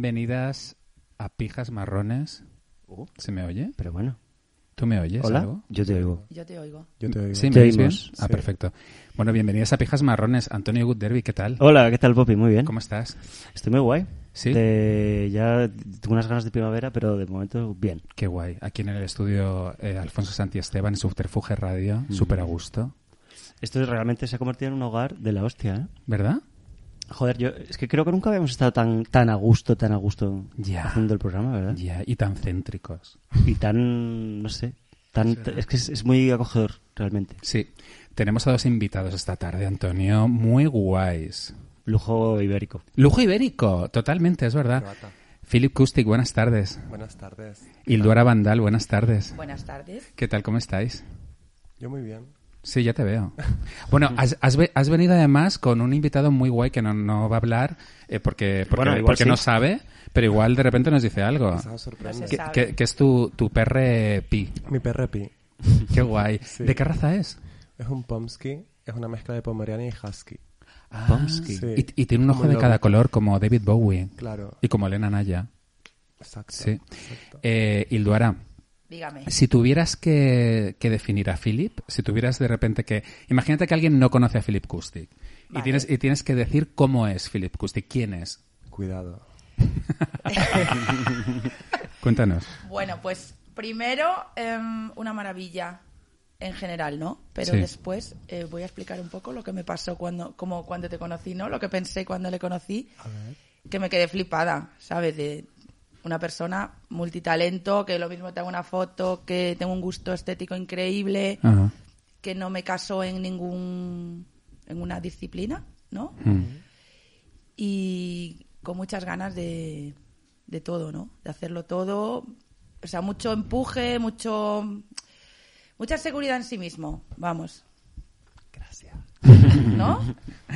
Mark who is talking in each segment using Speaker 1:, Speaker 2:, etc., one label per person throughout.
Speaker 1: Pijas a pijas marrones.
Speaker 2: Oh.
Speaker 3: Uh.
Speaker 1: ¿Se me oye?
Speaker 3: Pero bueno.
Speaker 1: ¿Tú me oyes
Speaker 3: Hola,
Speaker 1: algo?
Speaker 3: yo te oigo.
Speaker 4: Yo te oigo.
Speaker 2: Yo te oigo.
Speaker 1: ¿Sí,
Speaker 3: Te
Speaker 1: me oyes bien?
Speaker 3: oímos.
Speaker 1: Ah,
Speaker 2: Sí.
Speaker 1: perfecto. Bueno, bienvenidas a Pijas Marrones. Antonio Good Derby, ¿qué tal?
Speaker 3: Hola, ¿qué tal, Poppy? Muy bien.
Speaker 1: ¿Cómo estás?
Speaker 3: Estoy muy guay.
Speaker 1: ¿Sí?
Speaker 3: De- ya tengo unas ganas de primavera, pero de momento bien.
Speaker 1: Qué guay. Aquí en el estudio eh, Alfonso Santiesteban, en Subterfuge Radio,
Speaker 2: Mm.
Speaker 1: súper a gusto.
Speaker 3: Esto realmente se ha convertido en un hogar de la hostia, ¿eh?
Speaker 1: ¿Verdad?
Speaker 3: Joder, yo es que creo que nunca habíamos estado tan, tan a gusto, tan a gusto
Speaker 1: Ya.
Speaker 3: haciendo el programa,
Speaker 2: ¿Eh?
Speaker 3: ¿verdad?
Speaker 1: Ya, y tan céntricos.
Speaker 3: Y tan, no sé, tan, es que es, es muy acogedor realmente.
Speaker 1: Sí. Tenemos a dos invitados esta tarde, Antonio, muy guays.
Speaker 3: Lujo ibérico.
Speaker 1: Lujo ibérico, totalmente, es verdad.
Speaker 2: Croata.
Speaker 1: Philip Kustik, buenas tardes.
Speaker 2: Buenas tardes.
Speaker 1: Hilduara Vandal, buenas tardes.
Speaker 4: Buenas tardes.
Speaker 1: ¿Qué tal? ¿Cómo estáis?
Speaker 2: Yo muy bien.
Speaker 1: Sí, ya te veo. Bueno, has, has ve- has venido además con un invitado muy guay que no, no va a hablar eh, porque, porque,
Speaker 3: Bueno, igual
Speaker 1: porque
Speaker 3: sí.
Speaker 1: no sabe, pero igual de repente nos dice algo.
Speaker 2: Estaba sorprendido.
Speaker 4: No
Speaker 1: Que,
Speaker 4: sé. Sabe.
Speaker 1: que- que es tu, tu perre pi.
Speaker 2: Mi perro Pi
Speaker 1: Qué guay.
Speaker 2: Sí.
Speaker 1: ¿De qué raza es?
Speaker 2: es un Pomsky, es una mezcla de Pomeriana y Husky.
Speaker 1: Pomsky.
Speaker 2: Ah, sí.
Speaker 1: Y, y tiene un ojo
Speaker 2: Como
Speaker 1: de
Speaker 2: el
Speaker 1: cada
Speaker 2: lobo.
Speaker 1: color como David Bowie.
Speaker 2: Claro.
Speaker 1: Y como Elena Naya.
Speaker 2: Exacto.
Speaker 1: Sí.
Speaker 2: exacto.
Speaker 1: Eh, Hilduara,
Speaker 4: Dígame.
Speaker 1: si tuvieras que, que definir a Philip, si tuvieras de repente que... Imagínate que alguien no conoce a Philip Kustik. Y,
Speaker 4: Vale.
Speaker 1: tienes, y tienes que decir cómo es Philip Kustik, quién es.
Speaker 2: Cuidado.
Speaker 1: Cuéntanos.
Speaker 4: Bueno, pues primero em, una maravilla en general, ¿no? Pero
Speaker 1: Sí.
Speaker 4: después eh, voy a explicar un poco lo que me pasó cuando, como cuando te conocí, ¿no? Lo que pensé cuando le conocí, que me quedé flipada, ¿sabes? De una persona multitalento, que lo mismo te hago una foto, que tengo un gusto estético increíble,
Speaker 1: Ajá.
Speaker 4: que no me caso en ningún, en una disciplina, ¿no?
Speaker 1: Mm.
Speaker 4: y con muchas ganas de, de todo, ¿no? De hacerlo todo, o sea, mucho empuje, mucho mucha seguridad en sí mismo, vamos. Gracias. ¿No?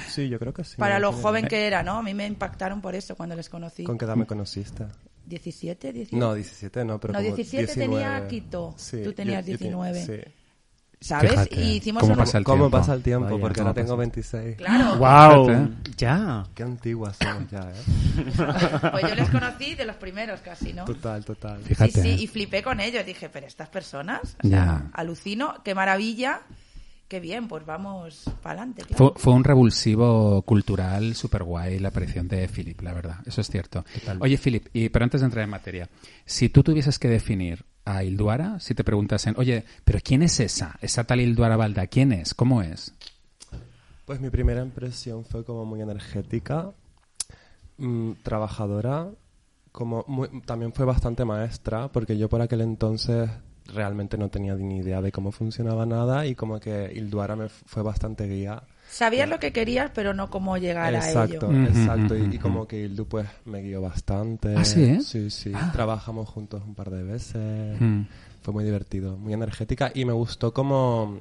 Speaker 2: Sí, yo creo que sí.
Speaker 4: Para
Speaker 2: no
Speaker 4: lo
Speaker 2: tiene-
Speaker 4: joven
Speaker 1: Eh.
Speaker 4: que era, ¿no? A mí me impactaron por eso cuando les conocí.
Speaker 2: ¿Con qué edad me conociste?
Speaker 4: 17, 18.
Speaker 2: No, 17 no, pero
Speaker 4: No,
Speaker 2: como
Speaker 4: 17 tenía
Speaker 2: 19.
Speaker 4: Quito.
Speaker 2: Sí,
Speaker 4: Tú tenías
Speaker 2: yo- yo tenía-
Speaker 4: 19.
Speaker 2: sí.
Speaker 4: ¿Sabes?
Speaker 1: Fíjate,
Speaker 4: y hicimos
Speaker 1: ¿cómo
Speaker 4: una-
Speaker 1: pasa el
Speaker 2: ¿Cómo
Speaker 1: tiempo?
Speaker 2: pasa el tiempo?
Speaker 3: Vaya,
Speaker 2: Porque
Speaker 3: ¿cómo
Speaker 2: ahora tengo
Speaker 3: pasa?
Speaker 2: 26.
Speaker 4: Claro.
Speaker 3: ¡Wow!
Speaker 1: Fíjate.
Speaker 3: Ya.
Speaker 2: Qué antiguas somos ya, ¿eh?
Speaker 4: Pues yo les conocí de los primeros casi, ¿no?
Speaker 2: Total, total.
Speaker 1: Pues Fíjate. ¿eh?
Speaker 4: Sí, sí, y flipé con ellos. Dije, pero estas personas, o
Speaker 1: Ya.
Speaker 4: sea, alucino, qué maravilla, qué bien, pues vamos para adelante.
Speaker 1: Fue, fue un revulsivo cultural súper guay la aparición de Philip, la verdad. Eso es cierto. Oye, Philip, y, pero antes de entrar en materia, si tú tuvieses que definir a Hilduara, si te preguntasen, oye, pero ¿quién es esa? Esa tal Hilduara Balda, ¿quién es? ¿Cómo es?
Speaker 2: Pues mi primera impresión fue como muy energética, mm, trabajadora, como muy- también fue bastante maestra, porque yo por aquel entonces realmente no tenía ni idea de cómo funcionaba nada y como que Hilduara me f- fue bastante guía.
Speaker 4: Sabías lo que querías, pero no cómo llegar
Speaker 2: Exacto,
Speaker 4: a ello.
Speaker 1: ello.
Speaker 2: exacto.
Speaker 1: Ujú,
Speaker 2: Y,
Speaker 1: ujú,
Speaker 2: y como que Hildu pues me guió bastante.
Speaker 1: ¿Ah, sí, eh?
Speaker 2: Sí, sí. Trabajamos juntos un par de veces.
Speaker 1: Mm.
Speaker 2: Fue muy divertido, muy energética y me gustó como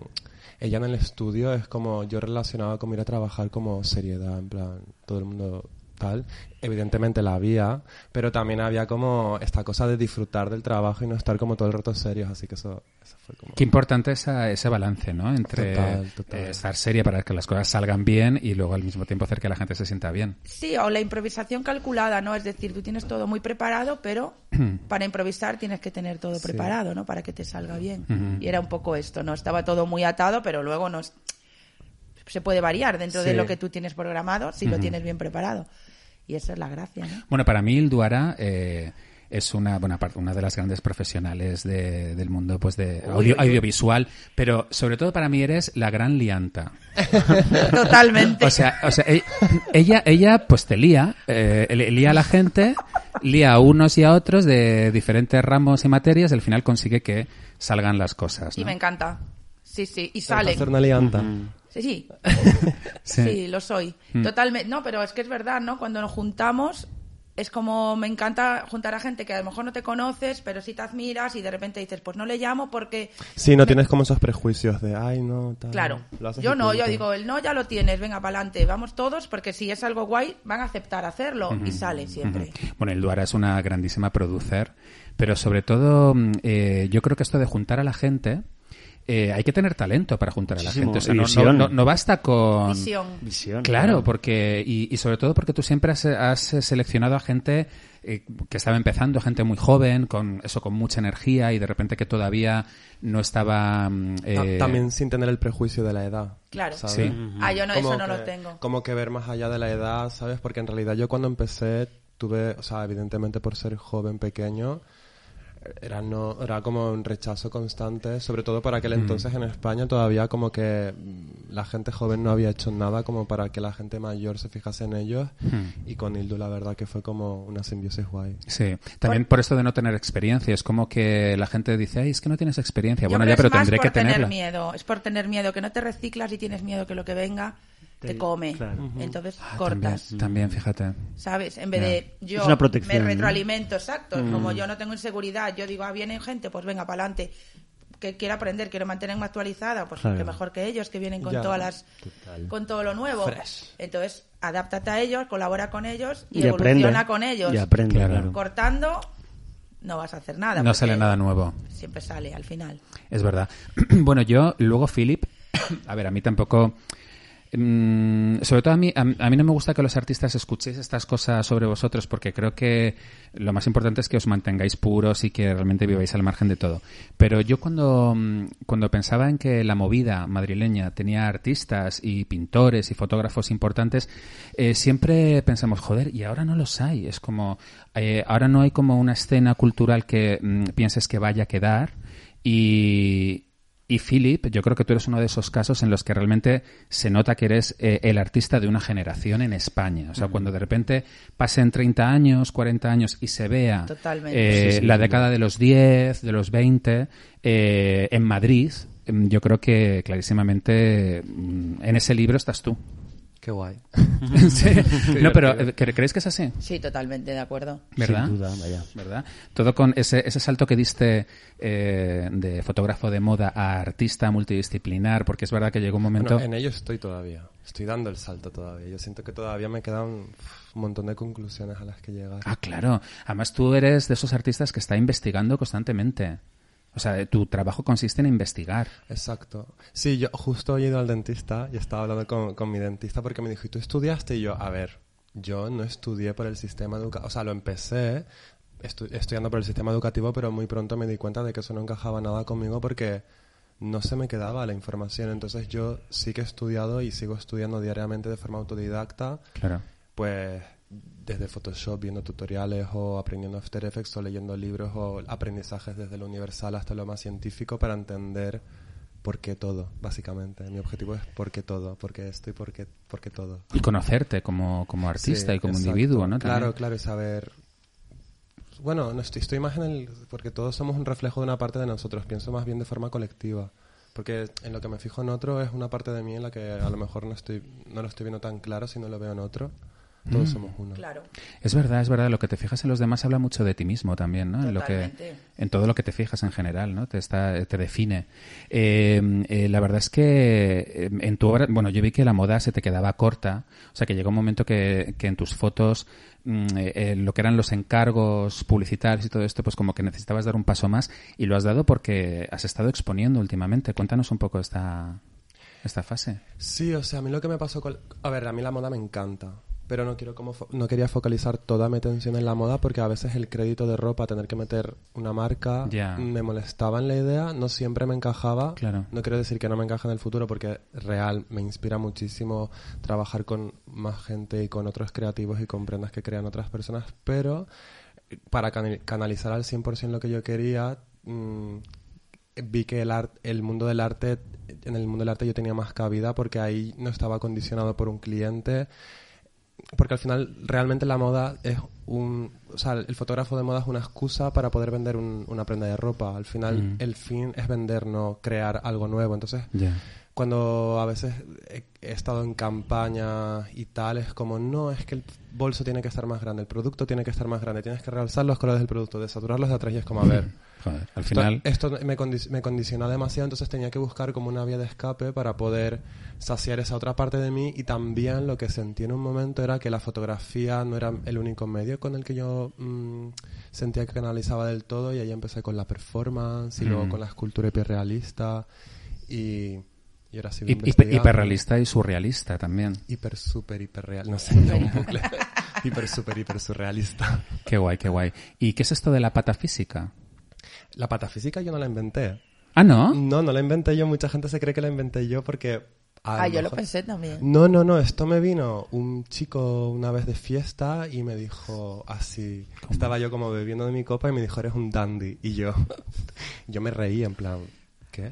Speaker 2: ella en el estudio es como yo relacionaba como ir a trabajar como seriedad, en plan, todo el mundo tal. Evidentemente la había, pero también había como esta cosa de disfrutar del trabajo y no estar como todo el rato serios, así que eso, eso fue como...
Speaker 1: Qué importante esa, ese balance, ¿no? Entre
Speaker 2: Total, total.
Speaker 1: eh, estar seria para que las cosas salgan bien y luego al mismo tiempo hacer que la gente se sienta bien.
Speaker 4: Sí, o la improvisación calculada, ¿no? Es decir, tú tienes todo muy preparado, pero para improvisar tienes que tener todo preparado, ¿no? Para que te salga bien. Y era un poco esto, ¿no? Estaba todo muy atado, pero luego no es- se puede variar dentro de
Speaker 2: Sí.
Speaker 4: lo que tú tienes programado si lo tienes bien preparado. Y esa es la gracia, ¿no?
Speaker 1: Bueno, para mí Ilduara eh, es una, bueno, aparte, una de las grandes profesionales de- del mundo pues de audio- audiovisual, pero sobre todo para mí eres la gran lianta.
Speaker 4: Totalmente.
Speaker 1: O sea, o sea, e- ella, ella pues te lía, eh, le- lía a la gente, lía a unos y a otros de diferentes ramos y materias, y al final consigue que salgan las
Speaker 2: Pues,
Speaker 1: cosas.
Speaker 4: y
Speaker 1: ¿no?
Speaker 4: me encanta. Sí, sí. Y
Speaker 2: Vamos a
Speaker 4: salen.
Speaker 2: hacer una alianza.
Speaker 4: Sí, sí.
Speaker 1: Sí. Mm.
Speaker 4: sí. lo soy. Totalmente. No, pero es que es verdad, ¿no? Cuando nos juntamos, es como me encanta juntar a gente que a lo mejor no te conoces, pero sí te admiras y de repente dices, pues no le llamo porque.
Speaker 2: Sí, no tienes como esos prejuicios de, ay, no,
Speaker 1: Ah,
Speaker 2: tal.
Speaker 4: Claro.
Speaker 2: Lo haces
Speaker 4: Yo
Speaker 2: y
Speaker 4: no, yo
Speaker 2: punto.
Speaker 4: digo, el no ya lo tienes, venga, para adelante, vamos todos, porque si es algo guay, van a aceptar hacerlo y sale siempre.
Speaker 1: Bueno, Elduara es una mm, grandísima producer, pero sobre todo mm, eh, yo creo que esto de juntar a la gente eh, hay que tener talento para juntar a la
Speaker 3: Muchísimo.
Speaker 1: gente. O sea,
Speaker 3: Y
Speaker 1: no, no-
Speaker 3: visión.
Speaker 1: no- no basta con...
Speaker 4: Visión.
Speaker 3: Visión.
Speaker 1: Claro, porque y, y sobre todo porque tú siempre has, has, eh, seleccionado a gente eh, que estaba empezando, gente muy joven, con eso, con mucha energía y de repente que todavía no estaba. mm, eh,
Speaker 2: También sin tener el prejuicio de la edad.
Speaker 4: Claro.
Speaker 2: ¿sabes?
Speaker 1: Sí.
Speaker 4: Ah, yo no,
Speaker 2: Como
Speaker 4: eso no
Speaker 2: que-
Speaker 4: lo tengo.
Speaker 2: Como que ver más allá de la edad, ¿sabes? Porque en realidad yo cuando empecé tuve, o sea, evidentemente por ser joven, pequeño, era, no, era como un rechazo constante, sobre todo para aquel entonces en España todavía como que mm, la gente joven no había hecho nada como para que la gente mayor se fijase en ellos y con Hildu la verdad que fue como una simbiosis guay.
Speaker 1: Sí, también por esto de no tener experiencia. Es como que la gente dice, ay, es que no tienes experiencia.
Speaker 4: Yo
Speaker 1: bueno,
Speaker 4: creo
Speaker 1: ya,
Speaker 4: es
Speaker 1: pero
Speaker 4: más
Speaker 1: tendré
Speaker 4: por
Speaker 1: que tenerla.
Speaker 4: tener miedo. Es por tener miedo, que no te reciclas y tienes miedo que lo que venga te,
Speaker 3: Te-
Speaker 4: come.
Speaker 3: claro. Ujú.
Speaker 4: Entonces
Speaker 1: Ah,
Speaker 4: cortas.
Speaker 1: También, también, fíjate.
Speaker 4: ¿Sabes? En vez
Speaker 1: Ya.
Speaker 4: de yo
Speaker 3: Es una protección,
Speaker 4: me
Speaker 3: ¿no?
Speaker 4: retroalimento, exacto. Como yo no tengo inseguridad, yo digo, ah, viene gente, pues venga, para adelante. Que quiero aprender, quiero mantenerme actualizada, pues
Speaker 3: Claro.
Speaker 4: que mejor que ellos, que vienen con
Speaker 2: Ya.
Speaker 4: todas las.
Speaker 3: Total.
Speaker 4: con todo lo nuevo. Entonces, adáptate a ellos, colabora con ellos y,
Speaker 3: Y aprende.
Speaker 4: evoluciona con ellos.
Speaker 3: Y aprende,
Speaker 1: Claro.
Speaker 3: claro.
Speaker 4: Cortando, no vas a hacer nada.
Speaker 1: No
Speaker 4: porque
Speaker 1: sale nada nuevo.
Speaker 4: Siempre sale al final.
Speaker 1: Es verdad. bueno, yo, luego Philip, a ver, a mí tampoco... mm, sobre todo a mí, a, a mí no me gusta que los artistas escuchéis estas cosas sobre vosotros porque creo que lo más importante es que os mantengáis puros y que realmente viváis al margen de todo. Pero yo cuando, mm, cuando pensaba en que la movida madrileña tenía artistas y pintores y fotógrafos importantes, eh, siempre pensamos, joder, y ahora no los hay. Es como, eh, ahora no hay como una escena cultural que mm, pienses que vaya a quedar. Y, y Philip, yo creo que tú eres uno de esos casos en los que realmente se nota que eres eh, el artista de una generación en España. O sea, cuando de repente pasen 30 años, 40 años y se vea
Speaker 4: Totalmente.
Speaker 1: eh,
Speaker 3: Sí, sí,
Speaker 1: la
Speaker 3: sí.
Speaker 1: década de los 10, de los 20, eh, en Madrid, mm, yo creo que clarísimamente mm, en ese libro estás tú.
Speaker 2: Qué guay.
Speaker 1: Sí. No, pero eh, ¿cre- ¿crees que es así?
Speaker 4: Sí, totalmente de acuerdo.
Speaker 1: ¿Verdad?
Speaker 3: Sin duda, vaya.
Speaker 1: ¿verdad? Todo con ese, ese salto que diste eh, de fotógrafo de moda a artista multidisciplinar, porque es verdad que llegó un momento...
Speaker 2: Bueno, en ello estoy todavía. Estoy dando el salto todavía. Yo siento que todavía me quedan uf, un montón de conclusiones a las que llegar.
Speaker 1: Ah, claro. Además, tú eres de esos artistas que está investigando constantemente. O sea, eh, tu trabajo consiste en investigar.
Speaker 2: Exacto. Sí, yo justo he ido al dentista y estaba hablando con, con mi dentista porque me dijo, ¿y tú estudiaste? Y yo, a ver, yo no estudié por el sistema educativo, o sea, lo empecé estu- estudiando por el sistema educativo, pero muy pronto me di cuenta de que eso no encajaba nada conmigo porque no se me quedaba la información. Entonces yo sí que he estudiado y sigo estudiando diariamente de forma autodidacta,
Speaker 1: Claro.
Speaker 2: pues desde Photoshop viendo tutoriales o aprendiendo After Effects o leyendo libros o aprendizajes desde lo universal hasta lo más científico para entender por qué todo, básicamente. Mi objetivo es por qué todo, por qué esto y por qué, por qué todo.
Speaker 1: Y conocerte como, como artista
Speaker 2: Sí,
Speaker 1: y como
Speaker 2: exacto.
Speaker 1: individuo, ¿no? También.
Speaker 2: Claro, claro, y saber... Bueno, no estoy, estoy más en el... Porque todos somos un reflejo de una parte de nosotros, pienso más bien de forma colectiva. Porque en lo que me fijo en otro es una parte de mí en la que a lo mejor no, estoy, no lo estoy viendo tan claro si no lo veo en otro.
Speaker 1: Mm.
Speaker 2: Todos somos uno.
Speaker 4: Claro.
Speaker 1: Es verdad, es verdad. Lo que te fijas en los demás habla mucho de ti mismo también, ¿no? En, lo que,
Speaker 4: Totalmente.
Speaker 1: en todo lo que te fijas en general, ¿no? Te, está, te define. Eh, eh, la verdad es que eh, en tu obra, bueno, yo vi que la moda se te quedaba corta. O sea, que llegó un momento que, que en tus fotos, mm, eh, eh, lo que eran los encargos publicitarios y todo esto, pues como que necesitabas dar un paso más y lo has dado porque has estado exponiendo últimamente. Cuéntanos un poco esta, esta fase.
Speaker 2: Sí, o sea, a mí lo que me pasó con... A ver, a mí la moda me encanta, pero no, quiero como fo- no quería focalizar toda mi atención en la moda porque a veces el crédito de ropa, tener que meter una marca,
Speaker 1: Ya.
Speaker 2: me molestaba en la idea, no siempre me encajaba.
Speaker 1: Claro.
Speaker 2: No quiero decir que no me encaja en el futuro porque real, me inspira muchísimo trabajar con más gente y con otros creativos y con prendas que crean otras personas, pero eh, para cana- canalizar al 100% lo que yo quería, mm, vi que el, art- el mundo del arte, en el mundo del arte yo tenía más cabida porque ahí no estaba condicionado por un cliente, porque al final realmente la moda es un... O sea, el fotógrafo de moda es una excusa para poder vender un- una prenda de ropa. Al final el fin es vender, no crear algo nuevo. Entonces,
Speaker 1: Ya.
Speaker 2: cuando a veces he, he estado en campaña y tal, es como, no, es que el bolso tiene que estar más grande, el producto tiene que estar más grande, tienes que realzar los colores del producto, desaturarlos de atrás y es como, a ver.
Speaker 1: Joder, al
Speaker 2: Esto-
Speaker 1: final,
Speaker 2: Esto, me, condi- me condiciona demasiado, entonces tenía que buscar como una vía de escape para poder saciar esa otra parte de mí y también lo que sentí en un momento era que la fotografía no era el único medio con el que yo mm, sentía que canalizaba del todo y ahí empecé con la performance y luego
Speaker 1: Mm.
Speaker 2: con la escultura hiperrealista y, y ahora sí
Speaker 1: hi- hi- hiperrealista y surrealista también.
Speaker 2: Hiper, super, hiperreal. No sé, no, un bucle. hiper, super, hiper surrealista.
Speaker 1: Qué guay, qué guay. ¿Y qué es esto de la patafísica?
Speaker 2: La patafísica yo no la inventé.
Speaker 1: Ah, ¿no?
Speaker 2: No, no la inventé yo. Mucha gente se cree que la inventé yo porque... a
Speaker 4: Ah, yo lo
Speaker 2: mejor-
Speaker 4: pensé también.
Speaker 2: No, no, no. Esto me vino un chico una vez de fiesta y me dijo así... Estaba yo como bebiendo de mi copa y me dijo, eres un dandy. Y yo... yo me reí en plan... ¿Qué?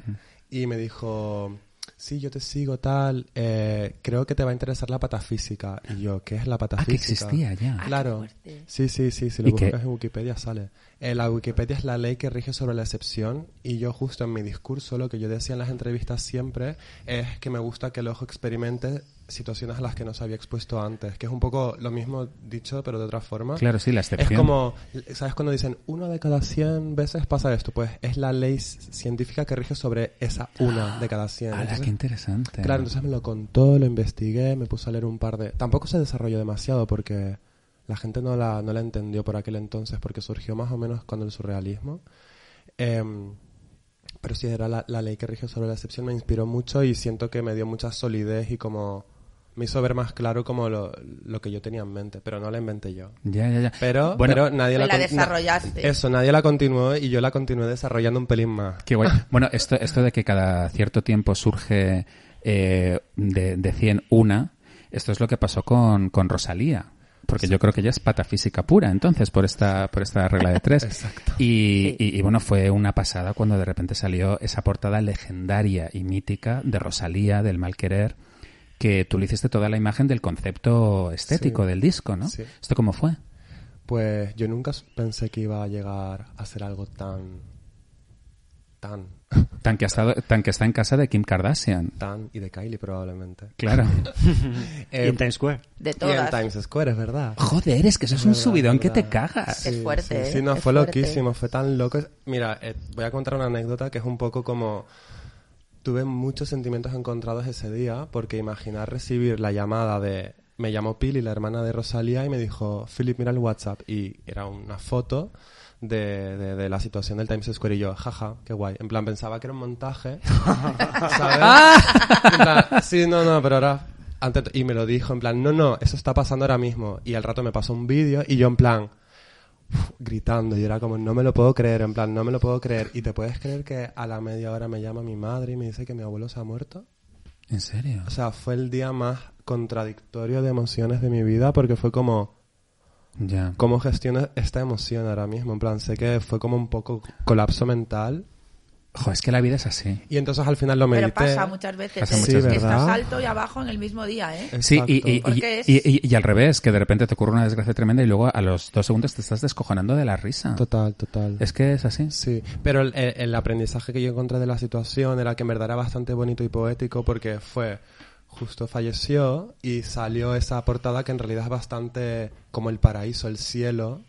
Speaker 2: Y me dijo... Sí, yo te sigo, tal. eh, creo que te va a interesar la patafísica. Y yo, ¿qué es la patafísica?
Speaker 1: existía ya. Ah, qué
Speaker 2: Claro.
Speaker 4: fuerte.
Speaker 2: Sí, sí, sí, si
Speaker 1: ¿Y
Speaker 2: lo
Speaker 1: qué?
Speaker 2: buscas en Wikipedia sale. Eh, la Wikipedia es la ley que rige sobre la excepción y yo justo en mi discurso lo que yo decía en las entrevistas siempre es que me gusta que el ojo experimente situaciones a las que no se había expuesto antes, que es un poco lo mismo dicho pero de otra forma.
Speaker 1: Claro, sí, la excepción.
Speaker 2: Es como, ¿sabes cuando dicen una de cada 100 veces pasa esto? Pues es la ley s- científica que rige sobre esa una de cada 100.
Speaker 1: Ala,
Speaker 2: Entonces,
Speaker 1: qué interesante.
Speaker 2: Claro, entonces me lo contó, lo investigué, me puse a leer un par de... Tampoco se desarrolló demasiado porque la gente no la, no la entendió por aquel entonces porque surgió más o menos cuando el surrealismo. Em, pero sí, era la, la ley que rige sobre la excepción, me inspiró mucho y siento que me dio mucha solidez y como... Me hizo ver más claro como lo, lo que yo tenía en mente, pero no la inventé yo.
Speaker 1: Ya, ya, ya.
Speaker 2: Pero,
Speaker 1: Bueno,
Speaker 2: pero nadie
Speaker 4: Pues
Speaker 2: la,
Speaker 4: la
Speaker 2: con- na-
Speaker 4: desarrollaste.
Speaker 2: Eso, nadie la continuó y yo la continué desarrollando un pelín más.
Speaker 1: Qué guay. Bueno, esto, esto de que cada cierto tiempo surge eh, de, de 100 una, esto es lo que pasó con, con Rosalía. Porque yo creo que ella es patafísica pura, entonces, por esta, por esta regla de tres. Exacto. Y, y- y, bueno, fue una pasada cuando de repente salió esa portada legendaria y mítica de Rosalía, del mal querer, que tú le hiciste toda la imagen del concepto estético
Speaker 2: Sí.
Speaker 1: del disco, ¿no?
Speaker 2: Sí.
Speaker 1: ¿Esto cómo fue?
Speaker 2: Pues yo nunca s- pensé que iba a llegar a ser algo tan. tan.
Speaker 1: Tan que, ha estado, tan que está en casa de Kim Kardashian.
Speaker 2: tan. y de Kylie probablemente. Eh,
Speaker 1: Claro. Eh,
Speaker 3: Y en Times Square.
Speaker 4: De
Speaker 2: y en
Speaker 4: todas.
Speaker 2: Times Square, es verdad.
Speaker 1: Joder, es que eso es un
Speaker 2: verdad,
Speaker 1: subidón
Speaker 2: es
Speaker 1: que te
Speaker 2: verdad.
Speaker 1: cagas.
Speaker 4: Es fuerte,
Speaker 2: Sí,
Speaker 4: ¿eh?
Speaker 2: sí, no,
Speaker 4: Es
Speaker 2: fue
Speaker 4: fuerte.
Speaker 2: loquísimo, fue tan loco. Mira, eh, voy a contar una anécdota que es un poco como. Tuve muchos sentimientos encontrados ese día, porque imaginar recibir la llamada de. Me llamó Pili, la hermana de Rosalía, y me dijo, Philip, mira el WhatsApp. Y era una foto de, de- de la situación del Times Square. Y yo, jaja, qué guay. En plan, pensaba que era un montaje.
Speaker 1: Ah,
Speaker 2: ¿Sabes? En plan, sí, no, no, pero ahora... antes- y me lo dijo, en plan, no, no, eso está pasando ahora mismo. Y al rato me pasó un vídeo y yo en plan, uf, gritando. Y era como, no me lo puedo creer, en plan, no me lo puedo creer. ¿Y te puedes creer que a la media hora me llama mi madre y me dice que mi abuelo se ha muerto?
Speaker 1: ¿En serio?
Speaker 2: O sea, fue el día más contradictorio de emociones de mi vida porque fue como,
Speaker 1: Ya.
Speaker 2: ¿cómo gestiono esta emoción ahora mismo? En plan, sé que fue como un poco colapso mental.
Speaker 1: Jo, es que la vida es así.
Speaker 2: Y entonces al final lo medité.
Speaker 4: Pero pasa muchas veces.
Speaker 1: Pasa
Speaker 4: ¿eh?
Speaker 1: muchas
Speaker 2: Sí,
Speaker 4: que
Speaker 2: veces.
Speaker 4: estás
Speaker 2: ¿verdad?
Speaker 4: alto y abajo en el mismo día, ¿eh?
Speaker 1: Sí, y, y,
Speaker 2: Exacto.
Speaker 1: y-
Speaker 4: Porque es-
Speaker 1: y- y- y al revés, que de repente te ocurre una desgracia tremenda y luego a los dos segundos te estás descojonando de la risa.
Speaker 2: Total, total.
Speaker 1: Es que es así.
Speaker 2: Sí, pero el, el- el aprendizaje que yo encontré de la situación era que en verdad era bastante bonito y poético porque fue justo falleció y salió esa portada que en realidad es bastante como el paraíso, el cielo.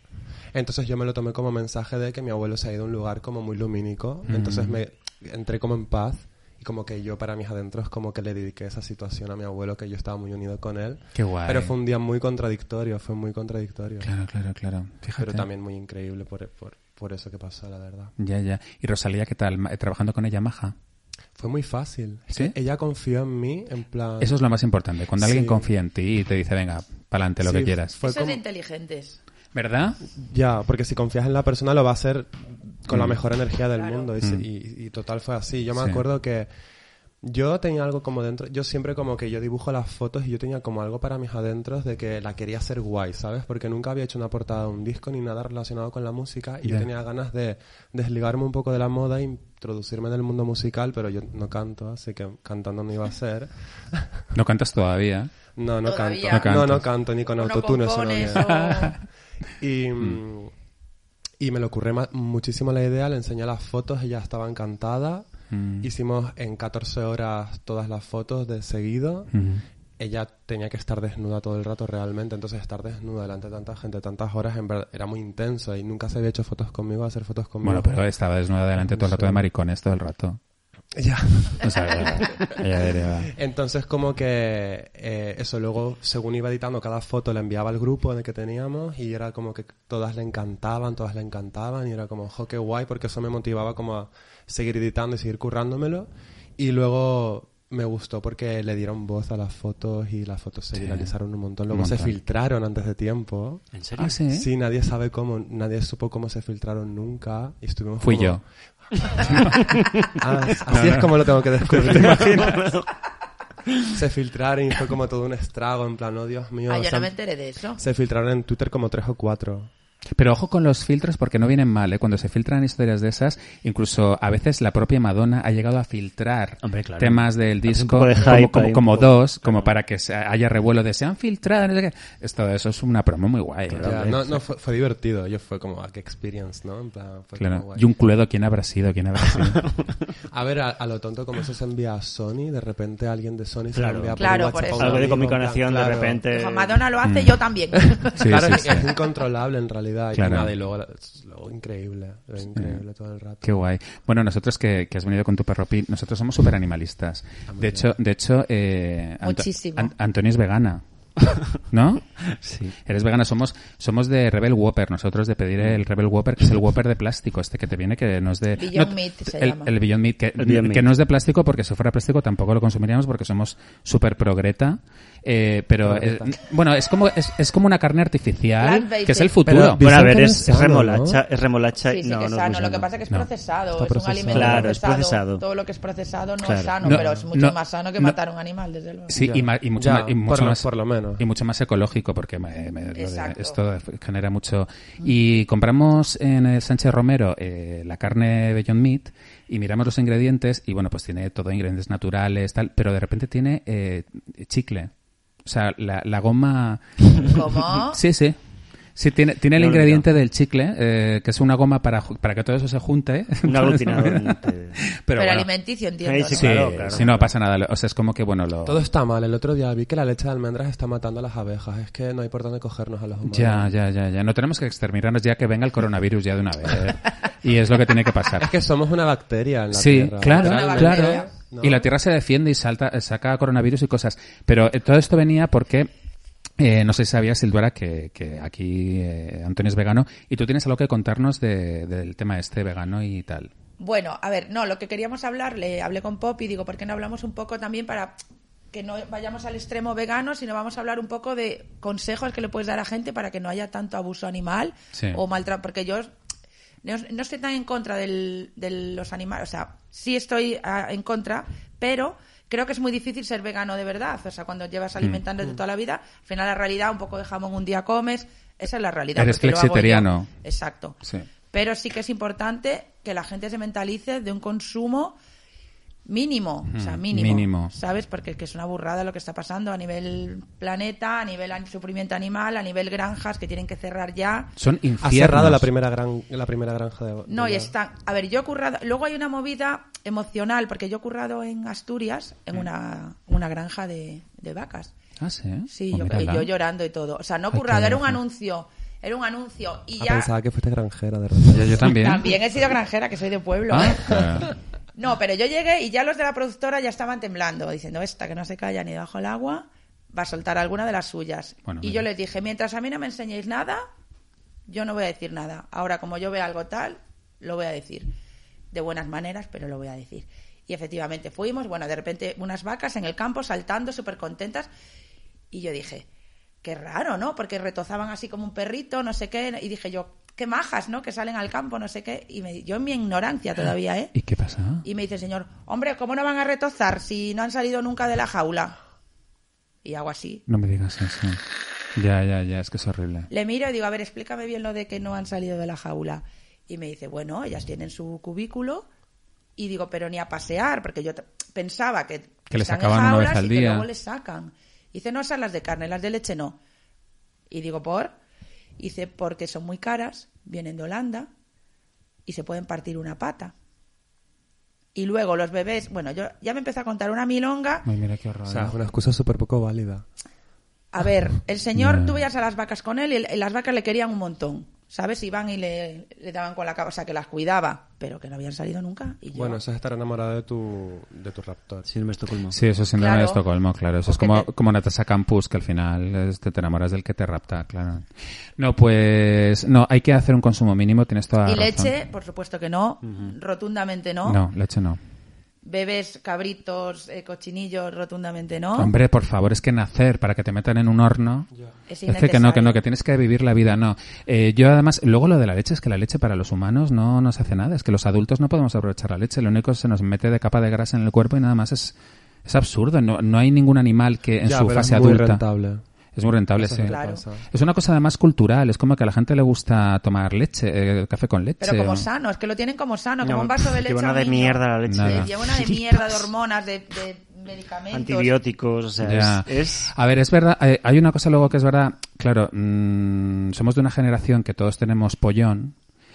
Speaker 2: Entonces yo me lo tomé como mensaje de que mi abuelo se ha ido a un lugar como muy lumínico.
Speaker 1: Mm.
Speaker 2: Entonces me entré como en paz y como que yo para mis adentros como que le dediqué esa situación a mi abuelo que yo estaba muy unido con él.
Speaker 1: Qué guay.
Speaker 2: Pero fue un día muy contradictorio, fue muy contradictorio.
Speaker 1: Claro, claro, claro. Fíjate.
Speaker 2: Pero también muy increíble por, por, por eso que pasó, la verdad.
Speaker 1: Ya, ya. ¿Y Rosalía qué tal? Ma- Trabajando con ella, maja.
Speaker 2: Fue muy fácil. Es
Speaker 1: ¿Sí?
Speaker 2: que Ella confió en mí, en plan...
Speaker 1: Eso es lo más importante. Cuando alguien
Speaker 2: Ah. Sí.
Speaker 1: confía en ti y te dice, venga, pa'lante lo
Speaker 2: Sí,
Speaker 1: que quieras.
Speaker 2: Fue
Speaker 4: Eso es
Speaker 2: como-
Speaker 4: de inteligentes.
Speaker 1: ¿Verdad?
Speaker 2: Ya, porque si confías en la persona lo va a hacer con la mejor energía del
Speaker 4: Claro.
Speaker 2: mundo. Y, se- y- y total fue así. Yo me
Speaker 1: Mm. Sí.
Speaker 2: acuerdo que yo tenía algo como dentro... Yo siempre como que yo dibujo las fotos y yo tenía como algo para mis adentros de que la quería hacer guay, ¿sabes? Porque nunca había hecho una portada de un disco ni nada relacionado con la música. Y
Speaker 1: Ya.
Speaker 2: yo tenía ganas de desligarme un poco de la moda e introducirme en el mundo musical. Pero yo no canto, así que cantando no iba a ser.
Speaker 1: No cantas todavía.
Speaker 2: No, no
Speaker 4: Todavía.
Speaker 2: canto.
Speaker 1: No
Speaker 2: No,
Speaker 1: cantas.
Speaker 2: no canto ni con
Speaker 4: Uno
Speaker 2: autotune. eso no
Speaker 4: compone
Speaker 2: viene.
Speaker 4: eso.
Speaker 2: Y, mm, y me le ocurrió ma- muchísimo la idea, le enseñé las fotos, ella estaba encantada.
Speaker 1: Mm.
Speaker 2: Hicimos en 14 horas todas las fotos de seguido.
Speaker 1: Ujú.
Speaker 2: Ella tenía que estar desnuda todo el rato realmente, entonces estar desnuda delante de tanta gente, tantas horas, en verdad, era muy intenso y nunca se había hecho fotos conmigo, hacer fotos conmigo.
Speaker 1: Bueno, pero eh, estaba desnuda delante todo el rato de maricones, todo el rato.
Speaker 2: Ya.
Speaker 1: O sea, ella diría,
Speaker 2: Entonces como que eh, eso luego según iba editando cada foto la enviaba al grupo en el que teníamos y era como que todas le encantaban, todas le encantaban y era como jo qué guay porque eso me motivaba como a seguir editando y seguir currándomelo y luego me gustó porque le dieron voz a las fotos y las fotos se
Speaker 1: Sí.
Speaker 2: viralizaron un montón,
Speaker 1: Un
Speaker 2: luego se
Speaker 1: montón.
Speaker 2: filtraron antes de tiempo.
Speaker 3: ¿En serio?
Speaker 1: Ah, sí.
Speaker 2: Sí, nadie sabe cómo, nadie supo cómo se filtraron nunca y estuvimos
Speaker 1: Fui
Speaker 2: como-
Speaker 1: yo.
Speaker 2: Ah, así es como lo tengo que descubrir. se filtraron y fue como todo un estrago, en plan, oh Dios mío.
Speaker 4: Ah,
Speaker 2: o
Speaker 4: ya
Speaker 2: sea,
Speaker 4: no me enteré de eso.
Speaker 2: Se filtraron en Twitter como tres o cuatro.
Speaker 1: Pero ojo con los filtros porque no vienen mal, ¿eh? Cuando se filtran historias de esas, incluso a veces la propia Madonna ha llegado a filtrar
Speaker 3: Hombre, claro.
Speaker 1: temas del disco
Speaker 3: poco de
Speaker 1: como-
Speaker 3: hype
Speaker 1: como,
Speaker 3: ahí, un
Speaker 1: como
Speaker 3: poco.
Speaker 1: dos, como para que se haya revuelo de se han filtrado, no sé qué. Esto, eso es una promo muy guay. ¿eh? ¿no?
Speaker 2: O sea, no, no, fue, fue divertido. Yo fue como, ah, qué experience, ¿no? En plan,
Speaker 3: pues
Speaker 2: fue
Speaker 1: Claro.
Speaker 2: como guay.
Speaker 1: Y un cluedo, ¿quién habrá sido? ¿Quién habrá sido?
Speaker 2: A ver, a, a lo tonto, como eso se envía a Sony, de repente alguien de Sony se lo
Speaker 3: Claro.
Speaker 2: envía por
Speaker 4: Claro,
Speaker 2: WhatsApp
Speaker 4: por
Speaker 2: a un
Speaker 4: eso.
Speaker 3: Algo de
Speaker 2: amigo, en plan,
Speaker 3: comunicación de
Speaker 2: claro.
Speaker 3: repente.
Speaker 4: Dijo, Madonna lo
Speaker 2: Mm.
Speaker 4: hace, yo también.
Speaker 1: Sí,
Speaker 2: claro,
Speaker 1: sí,
Speaker 2: es,
Speaker 1: sí.
Speaker 2: es incontrolable en realidad. Y,
Speaker 1: Claro.
Speaker 2: nada, y luego, luego increíble. Lo increíble todo el rato.
Speaker 1: Qué guay. Bueno, nosotros que, que has venido con tu perro Pete, nosotros somos súper animalistas.
Speaker 3: Ah,
Speaker 1: De hecho, de hecho eh, Anto-
Speaker 4: Muchísimo.
Speaker 1: An- Antonio es vegana. ¿No?
Speaker 3: Sí.
Speaker 1: Eres vegana, somos, somos de Rebel Whopper, nosotros de pedir el Rebel Whopper, que es el Whopper de plástico, este que te viene, que no es de...
Speaker 4: Beyond
Speaker 1: no,
Speaker 4: Meat se
Speaker 1: el,
Speaker 4: llama.
Speaker 1: el Beyond Meat, que,
Speaker 3: El Beyond
Speaker 1: que
Speaker 3: Meat.
Speaker 1: no es de plástico, porque si fuera plástico tampoco lo consumiríamos, porque somos súper progreta. Eh, pero, eh, bueno, es como, es, es como una carne artificial,
Speaker 4: Plant-based.
Speaker 1: que es el futuro.
Speaker 2: Pero-
Speaker 3: Bueno, a
Speaker 2: Dicen
Speaker 3: ver,
Speaker 2: que no
Speaker 3: es,
Speaker 2: es
Speaker 3: es
Speaker 2: sano,
Speaker 3: remolacha. Es remolacha.
Speaker 4: Sí, sí
Speaker 3: no,
Speaker 4: que es
Speaker 3: no
Speaker 4: sano.
Speaker 3: muy
Speaker 4: lo que pasa es que es
Speaker 1: No.
Speaker 4: procesado,
Speaker 2: Está
Speaker 4: es un
Speaker 2: procesado.
Speaker 4: alimento
Speaker 3: Claro, es
Speaker 4: procesado.
Speaker 3: procesado.
Speaker 4: Todo lo que es procesado no
Speaker 3: Claro.
Speaker 4: es sano,
Speaker 1: No,
Speaker 4: pero es mucho
Speaker 1: no,
Speaker 4: más sano que
Speaker 1: no.
Speaker 4: matar a un animal, desde luego.
Speaker 1: Sí,
Speaker 2: Ya.
Speaker 1: y, ma- y mucho,
Speaker 2: Ya,
Speaker 1: más, y
Speaker 2: por
Speaker 1: mucho
Speaker 2: lo-
Speaker 1: más-
Speaker 2: por lo menos.
Speaker 1: Y mucho más ecológico, porque me- me- lo de-
Speaker 4: Exacto.
Speaker 1: esto genera mucho. Y compramos en el Sánchez Romero eh, la carne Beyond Meat y miramos los ingredientes y bueno, pues tiene todo ingredientes naturales, tal, pero de repente tiene eh, chicle. O sea, la, la goma...
Speaker 4: ¿Ah? ¿Cómo?
Speaker 1: Sí, sí. Sí, tiene, tiene el
Speaker 3: No lo he
Speaker 1: ingrediente del chicle, eh, que es una goma para, ju- para que todo eso se junte.
Speaker 3: Un aglutinador.
Speaker 4: Pero,
Speaker 1: bueno,
Speaker 4: alimenticio,
Speaker 3: Ahí
Speaker 4: entiendo.
Speaker 3: sí
Speaker 4: ¿no?
Speaker 1: Sí,
Speaker 3: Claro, claro.
Speaker 1: sí, no pasa nada. O sea, es como que, bueno, lo...
Speaker 2: Todo está mal. El otro día vi que la leche de almendras está matando a las abejas. Es que no hay por dónde cogernos a los humanos.
Speaker 1: Ya, ya, ya, ya. No tenemos que exterminarnos ya que venga el coronavirus ya de una vez. y es lo que tiene que pasar.
Speaker 2: Es que somos una bacteria en la
Speaker 1: sí,
Speaker 2: Tierra.
Speaker 1: claro,
Speaker 4: Es una
Speaker 1: claro.
Speaker 4: bacteria.
Speaker 2: ¿No?
Speaker 1: Y la Tierra se defiende y salta, eh, saca coronavirus y cosas. Pero eh, todo esto venía porque eh, no sé si sabías, Silduara, que, que aquí eh, Antonio es vegano y tú tienes algo que contarnos de- del tema este vegano y tal.
Speaker 4: Bueno, a ver, no, lo que queríamos hablar, le hablé con Pop y digo, ¿por qué no hablamos un poco también para que no vayamos al extremo vegano, sino vamos a hablar un poco de consejos que le puedes dar a gente para que no haya tanto abuso animal
Speaker 1: Sí.
Speaker 4: o maltrato? Porque yo no, no estoy tan en contra del- de los animales, o sea, sí estoy ah, en contra, pero creo que es muy difícil ser vegano de verdad, o sea, cuando
Speaker 1: Mm.
Speaker 4: llevas alimentándote toda la vida, al final la realidad, un poco de jamón un día comes, esa es la realidad.
Speaker 1: Eres
Speaker 4: porque lo hago yo.
Speaker 1: flexiteriano.
Speaker 4: Exacto.
Speaker 1: Sí.
Speaker 4: Pero sí que es importante que la gente se mentalice de un consumo mínimo, o sea,
Speaker 1: Mm,
Speaker 4: mínimo,
Speaker 1: mínimo.
Speaker 4: ¿sabes? Porque es que es una burrada lo que está pasando a nivel planeta, a nivel an- sufrimiento animal, a nivel granjas que tienen que cerrar ya.
Speaker 1: Son infiernos.
Speaker 2: Ha cerrado la primera, gran, la primera granja de...
Speaker 4: No,
Speaker 2: de-
Speaker 4: y están... A ver, yo he currado... Luego hay una movida emocional, porque yo he currado en Asturias, en una, una granja de, de vacas.
Speaker 1: Ah, sí.
Speaker 4: Sí,
Speaker 1: Pues
Speaker 4: yo,
Speaker 1: mírala.
Speaker 4: yo llorando y todo. O sea, no
Speaker 1: qué
Speaker 4: currado, era un
Speaker 1: gracia.
Speaker 4: anuncio, era un anuncio. Y
Speaker 2: Ah,
Speaker 4: ya...
Speaker 2: pensaba que fuiste granjera de repente.
Speaker 1: Ya, yo también.
Speaker 4: También he sido granjera, que soy de pueblo. ¿eh?
Speaker 1: Ah, claro.
Speaker 4: No, pero yo llegué y ya los de la productora ya estaban temblando, diciendo, esta que no se calla ni bajo el agua, va a soltar alguna de las suyas.
Speaker 1: Bueno,
Speaker 4: y
Speaker 1: mira.
Speaker 4: yo les dije, mientras a mí no me enseñéis nada, yo no voy a decir nada. Ahora, como yo vea algo tal, lo voy a decir. De buenas maneras, pero lo voy a decir. Y efectivamente fuimos, bueno, de repente unas vacas en el campo saltando, súper contentas. Y yo dije, qué raro, ¿no? Porque retozaban así como un perrito, no sé qué. Y dije yo, qué majas, ¿no? Que salen al campo, no sé qué. Y me, yo en mi ignorancia todavía, ¿eh?
Speaker 1: ¿Y qué pasa?
Speaker 4: Y me dice el señor, hombre, ¿cómo no van a retozar si no han salido nunca de la jaula? Y hago así.
Speaker 1: No me digas eso. Ya, ya, ya, es que es horrible.
Speaker 4: Le miro y digo, a ver, explícame bien lo de que no han salido de la jaula. Y me dice, bueno, ellas tienen su cubículo. Y digo, pero ni a pasear, porque yo t- pensaba que,
Speaker 1: Que les
Speaker 4: están en
Speaker 1: sacaban una vez
Speaker 4: jaulas
Speaker 1: al
Speaker 4: y
Speaker 1: día.
Speaker 4: Que luego les sacan. Y dice, no, esas las de carne, las de leche no. Y digo, ¿por? Y dice, porque son muy caras, vienen de Holanda y se pueden partir una pata. Y luego los bebés, bueno, yo ya me empezó a contar una milonga.
Speaker 1: Ay, mira qué horror.
Speaker 2: O sea, es una excusa súper poco válida.
Speaker 4: A ver, el señor,
Speaker 1: Ya.
Speaker 4: tú veías a las vacas con él y, el- y las vacas le querían un montón. ¿Sabes? Iban y le, le daban con la cabeza, o sea, que las cuidaba, pero que no habían salido nunca. Y yo,
Speaker 2: Bueno, eso es estar enamorado de tu, de tu raptor.
Speaker 3: Síndrome de Estocolmo.
Speaker 1: Sí, eso es síndrome
Speaker 4: Claro.
Speaker 1: de Estocolmo, claro. Eso es
Speaker 4: Porque
Speaker 1: como,
Speaker 4: te-
Speaker 1: como Natasha Campus, que al final este, te enamoras del que te rapta, claro. No, pues... No, hay que hacer un consumo mínimo, tienes toda la
Speaker 4: Y
Speaker 1: razón.
Speaker 4: leche, por supuesto que no, rotundamente no.
Speaker 1: No, leche no.
Speaker 4: Bebés, cabritos, eh, cochinillos, rotundamente no.
Speaker 1: Hombre, por favor, es que nacer para que te metan en un horno...
Speaker 4: Es
Speaker 1: Es que, que no, que no,
Speaker 4: innecesario.
Speaker 1: que tienes que vivir la vida, no. Eh, yo además, luego lo de la leche es que la leche para los humanos no nos hace nada, es que los adultos no podemos aprovechar la leche, lo único que se nos mete de capa de grasa en el cuerpo y nada más es, es absurdo, no, no hay ningún animal que en
Speaker 2: Ya,
Speaker 1: su
Speaker 2: pero
Speaker 1: fase
Speaker 2: es muy
Speaker 1: adulta...
Speaker 2: rentable.
Speaker 1: Es muy rentable,
Speaker 2: Eso es
Speaker 1: sí.
Speaker 2: lo que
Speaker 4: Claro.
Speaker 2: pasa.
Speaker 1: Es una cosa además cultural, es como que a la gente le gusta tomar leche, eh, café con leche.
Speaker 4: Pero como
Speaker 1: o-
Speaker 4: sano, es que lo tienen como sano, como
Speaker 3: No,
Speaker 4: un vaso
Speaker 3: que
Speaker 4: de leche.
Speaker 3: van
Speaker 4: a
Speaker 3: a
Speaker 4: un
Speaker 3: de
Speaker 4: niño.
Speaker 3: mierda la leche.
Speaker 1: Nada.
Speaker 4: Le lleva una de mierda de hormonas, de, de medicamentos.
Speaker 3: Antibióticos, o sea,
Speaker 1: Ya.
Speaker 3: es... es-
Speaker 1: A ver, es verdad, eh, hay una cosa luego que es verdad, claro, mm, somos de una generación que todos tenemos pollón.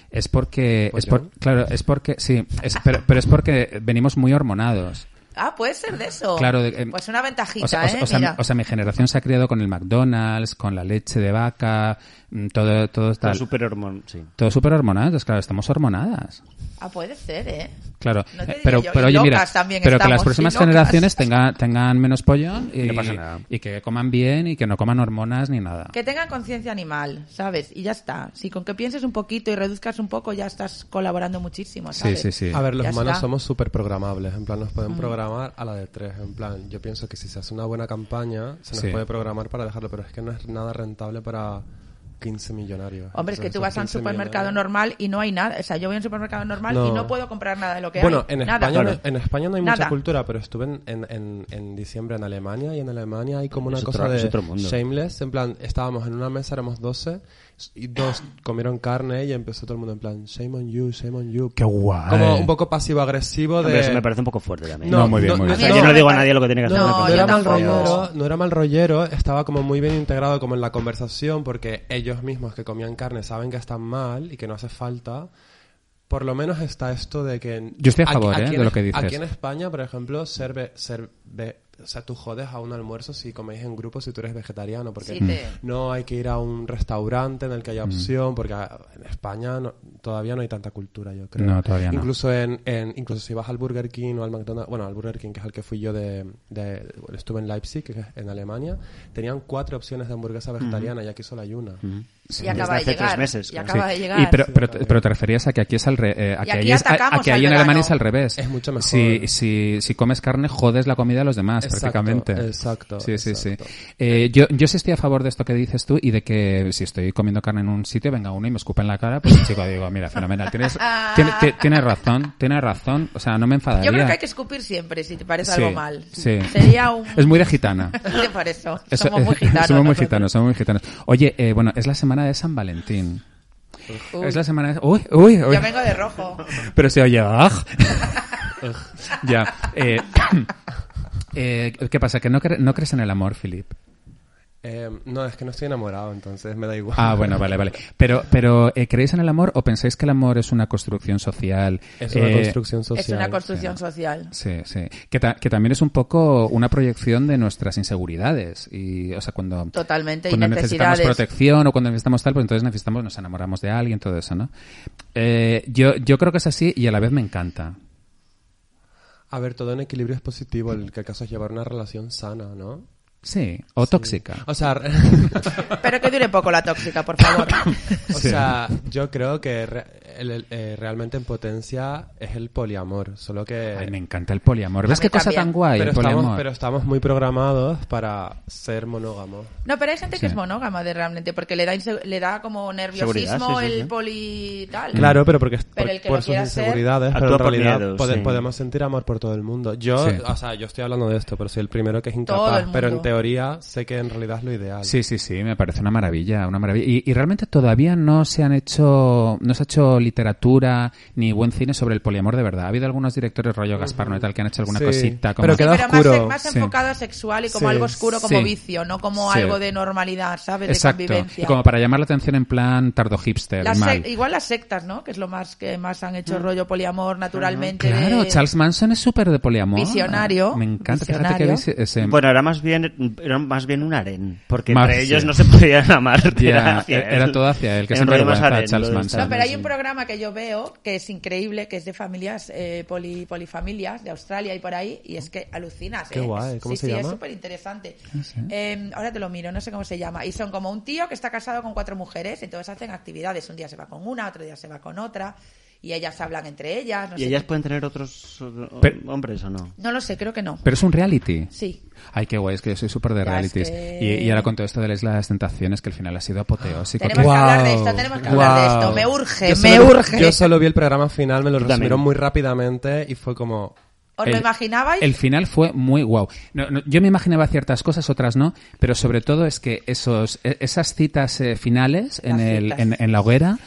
Speaker 1: Es porque, es por-
Speaker 2: ¿Pollón?
Speaker 1: claro, es porque, sí, es- pero, pero es porque venimos muy hormonados.
Speaker 4: Ah, puede ser de eso.
Speaker 1: Claro, de- eh,
Speaker 4: pues una ventajita,
Speaker 1: O sea, o-
Speaker 4: ¿eh?
Speaker 1: o sea,
Speaker 4: Mira.
Speaker 1: o sea, mi generación se ha criado con el McDonald's, con la leche de vaca, mm, todo, todo
Speaker 3: Todo
Speaker 1: tal.
Speaker 3: superhormón, sí.
Speaker 1: Todo súper hormonadas, claro, estamos hormonadas.
Speaker 4: Ah, puede ser, ¿eh?
Speaker 1: Claro,
Speaker 4: No te
Speaker 1: Eh,
Speaker 4: digo
Speaker 1: pero,
Speaker 4: yo,
Speaker 1: pero
Speaker 4: y
Speaker 1: oye,
Speaker 4: locas
Speaker 1: mira,
Speaker 4: también
Speaker 1: pero que
Speaker 4: estamos,
Speaker 1: las próximas
Speaker 4: y locas.
Speaker 1: generaciones tenga- tengan menos pollón y,
Speaker 3: No pasa nada.
Speaker 1: y que coman bien y que no coman hormonas ni nada.
Speaker 4: Que tengan conciencia animal, ¿sabes? Y ya está. Si con que pienses un poquito y reduzcas un poco, ya estás colaborando muchísimo,
Speaker 1: Sí,
Speaker 4: ¿sabes?
Speaker 1: sí,
Speaker 3: Este,
Speaker 1: sí.
Speaker 2: A ver, los
Speaker 4: Ya
Speaker 2: humanos
Speaker 4: está.
Speaker 2: somos súper programables. En plan, nos pueden programar a la de tres. En plan, yo pienso que si se hace una buena campaña, se nos
Speaker 1: Sí.
Speaker 2: puede programar para dejarlo, pero es que no es nada rentable para 15 millonarios.
Speaker 4: Hombre, es que
Speaker 2: Entonces,
Speaker 4: tú vas a un
Speaker 2: 15
Speaker 4: supermercado
Speaker 2: millonarios-
Speaker 4: normal y no hay nada. O sea, yo voy a un supermercado normal y
Speaker 2: No.
Speaker 4: no puedo comprar nada de lo que
Speaker 2: Bueno,
Speaker 4: hay.
Speaker 2: en
Speaker 4: Nada.
Speaker 2: España, no, en España no hay mucha
Speaker 4: Nada.
Speaker 2: cultura, pero estuve en, en, en- en diciembre en Alemania y en Alemania hay como una
Speaker 3: Es
Speaker 2: cosa
Speaker 3: otro- es
Speaker 2: de
Speaker 3: otro mundo.
Speaker 2: shameless. En plan, estábamos en una mesa, éramos 12 y dos comieron carne y empezó todo el mundo en plan, shame on you, shame on you.
Speaker 1: Qué guay.
Speaker 2: Como un poco pasivo-agresivo
Speaker 3: Hombre,
Speaker 2: de...
Speaker 3: eso me parece un poco fuerte también.
Speaker 2: No,
Speaker 1: No, muy bien, muy
Speaker 4: bien.
Speaker 3: O sea,
Speaker 4: no,
Speaker 3: yo no
Speaker 4: me
Speaker 3: le digo a
Speaker 4: pare-
Speaker 3: nadie lo que tiene que hacer.
Speaker 4: No,
Speaker 3: una
Speaker 2: no
Speaker 3: persona.
Speaker 4: yo
Speaker 2: era mal
Speaker 4: tampoco.
Speaker 2: rollero, no era mal rollero, estaba como muy bien integrado como en la conversación porque ellos mismos que comían carne saben que están mal y que no hace falta. Por lo menos está esto de que...
Speaker 1: Yo estoy a
Speaker 2: aquí-
Speaker 1: favor,
Speaker 2: aquí
Speaker 1: ¿eh?
Speaker 2: en
Speaker 1: de lo
Speaker 2: Es-
Speaker 1: que dices.
Speaker 2: Aquí en España, por ejemplo, serve... serve o sea, tú jodes a un almuerzo si coméis en grupo, si tú eres vegetariano, porque
Speaker 4: Sí, te-
Speaker 2: no hay que ir a un restaurante en el que haya
Speaker 1: Mm.
Speaker 2: opción, porque ah, en España no- todavía no hay tanta cultura, yo creo.
Speaker 1: No, todavía no.
Speaker 2: Incluso en, en- incluso si vas al Burger King o al McDonald's, bueno, al Burger King que es al que fui yo de, de- bueno, estuve en Leipzig, que es en Alemania, tenían cuatro opciones de hamburguesa vegetariana y aquí solo hay una.
Speaker 4: Y acaba de
Speaker 3: Desde hace
Speaker 4: llegar.
Speaker 3: tres meses,
Speaker 4: y
Speaker 3: claro.
Speaker 4: acaba
Speaker 1: Sí.
Speaker 4: de llegar.
Speaker 1: Y pero, pero, te- pero te referías a que aquí es al re- eh, a
Speaker 4: Y
Speaker 1: que
Speaker 4: aquí
Speaker 1: ahí es- a- a
Speaker 4: atacamos
Speaker 1: que
Speaker 4: al
Speaker 1: ahí en
Speaker 4: vegano.
Speaker 1: Alemania es al revés.
Speaker 2: Es mucho mejor.
Speaker 1: Si, si, si comes carne, jodes la comida a los demás,
Speaker 2: Exacto,
Speaker 1: prácticamente.
Speaker 2: exacto,
Speaker 1: Sí, sí,
Speaker 2: exacto.
Speaker 1: sí. Eh, yo, yo sí estoy a favor de esto que dices tú y de que si estoy comiendo carne en un sitio, venga uno y me escupa en la cara, pues chico, digo, mira, fenomenal. Tienes, tiene- ti- tienes razón, tienes razón. O sea, no me enfadaría.
Speaker 4: Yo creo que hay que escupir siempre si te parece
Speaker 1: Sí,
Speaker 4: algo mal.
Speaker 1: sí.
Speaker 4: Sería un.
Speaker 1: Es muy de gitana.
Speaker 4: Por eso.
Speaker 1: Eso-
Speaker 4: Somos muy gitanos.
Speaker 1: somos muy
Speaker 4: nosotros.
Speaker 1: gitanos, somos muy gitanos. Oye, eh, bueno, es la semana de San Valentín.
Speaker 4: Uy,
Speaker 1: Es la semana de... Uy, uy, uy.
Speaker 4: Yo vengo de rojo.
Speaker 1: Pero se oye... "Aj". ya. eh, eh, ¿Qué pasa? ¿Que no, cre- no crees en el amor, Philip?
Speaker 2: Eh, no, es que no estoy enamorado, entonces me da igual.
Speaker 1: Ah, bueno, vale, vale. Pero, pero eh, ¿creéis en el amor o pensáis que el amor es una construcción social?
Speaker 2: Es una
Speaker 1: Eh,
Speaker 2: construcción social.
Speaker 4: Es una construcción social.
Speaker 1: Sí, sí. Que, ta- que también es un poco una proyección de nuestras inseguridades. Y, o sea, cuando,
Speaker 4: Totalmente, y
Speaker 1: cuando Pues necesitamos
Speaker 4: necesidades.
Speaker 1: protección o cuando necesitamos tal, pues entonces necesitamos, nos enamoramos de alguien, todo eso, ¿no? Eh, yo, yo creo que es así y a la vez me encanta.
Speaker 2: A ver, todo en equilibrio es positivo, el, que el caso es llevar una relación sana, ¿no?
Speaker 1: Sí, o tóxica.
Speaker 2: O sea,
Speaker 4: Pero que dure poco la tóxica, por favor.
Speaker 2: O sea, yo creo que re- el- el- eh, realmente en potencia es el poliamor, solo que...
Speaker 1: Ay, me encanta el poliamor.
Speaker 4: A
Speaker 1: ¿Ves
Speaker 4: mí
Speaker 1: qué cosa
Speaker 4: también.
Speaker 1: tan guay
Speaker 2: pero,
Speaker 1: Ah, el poliamor?
Speaker 2: estamos, pero estamos muy programados para ser monógamos.
Speaker 4: No, pero hay gente
Speaker 1: Sí.
Speaker 4: que es monógama de realmente, porque le da, inse- le da como nerviosismo
Speaker 3: Seguridad, sí, sí,
Speaker 4: el
Speaker 3: sí.
Speaker 4: poli
Speaker 1: Mm.
Speaker 4: tal.
Speaker 2: Claro, pero porque
Speaker 4: Pero el
Speaker 2: por,
Speaker 4: que lo
Speaker 2: por sus
Speaker 4: quiera hacer-
Speaker 2: inseguridades, pero
Speaker 3: Actúa
Speaker 2: en
Speaker 3: por
Speaker 2: realidad
Speaker 3: miedo,
Speaker 2: pode-
Speaker 3: sí.
Speaker 2: podemos sentir amor por todo el mundo. Yo,
Speaker 1: Sí.
Speaker 2: o sea, yo estoy hablando de esto, pero soy el primero que es
Speaker 4: Todo el
Speaker 2: incapaz.
Speaker 4: mundo.
Speaker 2: Pero en teoría sé que en realidad es lo ideal.
Speaker 1: Sí, sí, sí, me parece una maravilla, una maravilla. Y, y realmente todavía no se han hecho, no se ha hecho literatura ni buen cine sobre el poliamor de verdad. Ha habido algunos directores rollo Gaspar Noetal que han hecho alguna
Speaker 2: Sí,
Speaker 1: cosita como
Speaker 2: pero queda
Speaker 4: pero más-
Speaker 2: oscuro.
Speaker 4: más,
Speaker 1: Sí.
Speaker 4: enfocado a sexual y como
Speaker 2: Sí.
Speaker 4: algo oscuro, como
Speaker 1: Sí.
Speaker 4: vicio, no como
Speaker 1: Sí.
Speaker 4: algo de normalidad, ¿sabes? De
Speaker 1: Exacto.
Speaker 4: convivencia.
Speaker 1: Y como para llamar la atención en plan tardo hipster,
Speaker 4: Las
Speaker 1: mal. Mm.
Speaker 4: sec- igual las sectas, ¿no? Que es lo más que más han hecho rollo poliamor naturalmente.
Speaker 1: Claro,
Speaker 4: de-
Speaker 1: Charles Manson es súper de poliamor.
Speaker 4: Visionario.
Speaker 1: Me encanta.
Speaker 4: Visionario.
Speaker 1: Fíjate que ese...
Speaker 3: Bueno, era más bien, era más bien un harén, porque
Speaker 1: Más,
Speaker 3: entre
Speaker 1: sí.
Speaker 3: ellos no se podían amar.
Speaker 1: Ya,
Speaker 3: era, hacia
Speaker 1: era- era
Speaker 3: él.
Speaker 1: todo hacia él, que
Speaker 3: Era
Speaker 1: es un
Speaker 3: un rollo más
Speaker 1: vergüenza,
Speaker 3: harén,
Speaker 1: Charles
Speaker 3: lo de
Speaker 1: Manson.
Speaker 3: estar-
Speaker 4: No, pero hay un
Speaker 3: sí.
Speaker 4: programa que yo veo que es increíble, que es de familias eh, poli- polifamilias de Australia y por ahí, y es que alucinas.
Speaker 2: Qué
Speaker 4: ¿eh?
Speaker 2: guay, ¿cómo
Speaker 4: sí,
Speaker 2: se
Speaker 4: sí, es
Speaker 2: llama?
Speaker 4: súper interesante.
Speaker 1: sí.
Speaker 4: ahora te lo miro, no sé cómo se llama. Y son como un tío que está casado con cuatro mujeres, entonces hacen actividades. Un día se va con una, otro día se va con otra, y ellas hablan entre ellas. No,
Speaker 3: ¿Y
Speaker 4: sé
Speaker 3: ellas
Speaker 4: qué.
Speaker 3: pueden tener otros eh,
Speaker 1: Pero-
Speaker 3: hombres o no?
Speaker 4: No lo sé, creo que no.
Speaker 1: Pero es un reality.
Speaker 4: Sí.
Speaker 1: Ay, qué guay, es que yo soy súper de
Speaker 4: Ya, es
Speaker 1: realities.
Speaker 4: que-
Speaker 1: Y, y ahora con todo esto de la Isla de las Tentaciones, que al final ha sido apoteósico.
Speaker 4: Tenemos que hablar de esto, tenemos que hablar de esto.
Speaker 2: Guau.
Speaker 4: Me urge,
Speaker 2: Yo
Speaker 4: me
Speaker 2: solo-
Speaker 4: urge.
Speaker 2: Yo solo vi el programa final, me lo
Speaker 3: también.
Speaker 2: resumieron muy rápidamente y fue como...
Speaker 4: ¿Os lo imaginabais?
Speaker 1: El final fue muy guau. No, no, yo me imaginaba ciertas cosas, otras no, pero sobre todo es que esos, e- esas citas eh, finales en,
Speaker 4: Las
Speaker 1: el,
Speaker 4: citas.
Speaker 1: en, en la hoguera.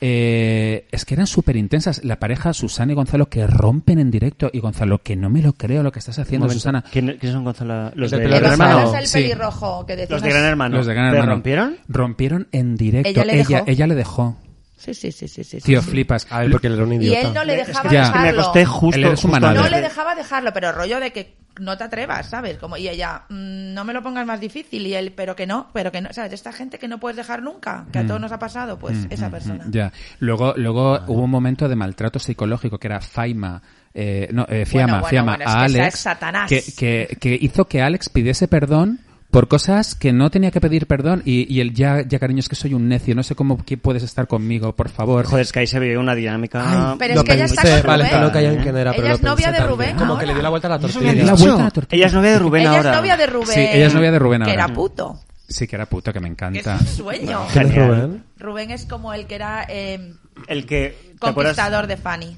Speaker 1: eh, es que eran súper intensas. La pareja Susana y Gonzalo que rompen en directo. Y Gonzalo, que no me lo creo lo que estás haciendo,
Speaker 3: Momento.
Speaker 1: Susana.
Speaker 3: ¿Quién- ¿Quiénes son Gonzalo? ¿Los
Speaker 2: El
Speaker 3: de
Speaker 2: del
Speaker 3: Gran
Speaker 2: pelo
Speaker 4: Gonzalo
Speaker 3: Hermano?
Speaker 4: es el
Speaker 1: sí.
Speaker 4: pelirrojo que decía
Speaker 3: Los de
Speaker 4: unas-
Speaker 3: Gran Hermano.
Speaker 1: Los de Gran
Speaker 3: ¿Pero
Speaker 1: Hermano.
Speaker 3: rompieron?
Speaker 1: Rompieron en directo.
Speaker 4: Ella le
Speaker 1: ella,
Speaker 4: dejó.
Speaker 1: ella le dejó.
Speaker 4: Sí, sí, sí, sí, sí. sí,
Speaker 1: Tío,
Speaker 4: sí.
Speaker 1: flipas.
Speaker 2: A ver, porque él era un
Speaker 4: Y
Speaker 2: idiota.
Speaker 4: él no le
Speaker 3: Es que,
Speaker 4: dejaba
Speaker 1: Ya.
Speaker 3: es que me
Speaker 4: dejarlo.
Speaker 3: acosté justo.
Speaker 1: Él es un
Speaker 3: justo
Speaker 1: manual.
Speaker 3: antes
Speaker 4: No le
Speaker 3: de-
Speaker 4: dejaba dejarlo, pero rollo de que no te atrevas, ¿sabes? Como, y ella, mm, no me lo pongas más difícil. Y él, pero que no, pero que no. ¿Sabes? Esta gente que no puedes dejar nunca,
Speaker 1: Mm.
Speaker 4: que a todos nos ha pasado, pues esa persona.
Speaker 1: Ya. Luego, luego hubo un momento de maltrato psicológico que era Faima. eh, no, eh, Fiamma,
Speaker 4: bueno,
Speaker 1: Fiamma,
Speaker 4: bueno, es
Speaker 1: a
Speaker 4: que esa
Speaker 1: Alex,
Speaker 4: es Satanás.
Speaker 1: que, que- que hizo que Alex pidiese perdón por cosas que no tenía que pedir perdón y, y el ya, ya cariño, es que soy un necio, no sé cómo que puedes estar conmigo, por favor.
Speaker 3: Joder, es que ahí se veía una dinámica.
Speaker 4: pero
Speaker 2: lo
Speaker 4: es que ella está
Speaker 2: pensé,
Speaker 4: con
Speaker 2: vale,
Speaker 4: Rubén.
Speaker 2: que no callan quién era,
Speaker 4: Ella
Speaker 2: pero
Speaker 4: es
Speaker 2: lo
Speaker 4: novia
Speaker 2: pensé
Speaker 4: de
Speaker 2: también.
Speaker 4: Rubén
Speaker 2: Como
Speaker 4: ahora.
Speaker 2: que le dio la vuelta a la
Speaker 1: me
Speaker 2: tortilla.
Speaker 1: han la dicho. vuelta a la tortilla.
Speaker 3: Ella es novia de Rubén
Speaker 4: ella
Speaker 3: ahora.
Speaker 4: es novia de Rubén.
Speaker 1: Sí, ella es novia de Rubén
Speaker 4: Que
Speaker 1: ahora.
Speaker 4: era puto.
Speaker 1: Sí que era puto, que me
Speaker 4: Que es
Speaker 1: encanta.
Speaker 4: un sueño.
Speaker 2: ¿Quién es
Speaker 3: Genial.
Speaker 2: Rubén?
Speaker 4: Rubén es como el que era eh,
Speaker 3: El que. ¿te acuerdas?
Speaker 4: conquistador de Fanny.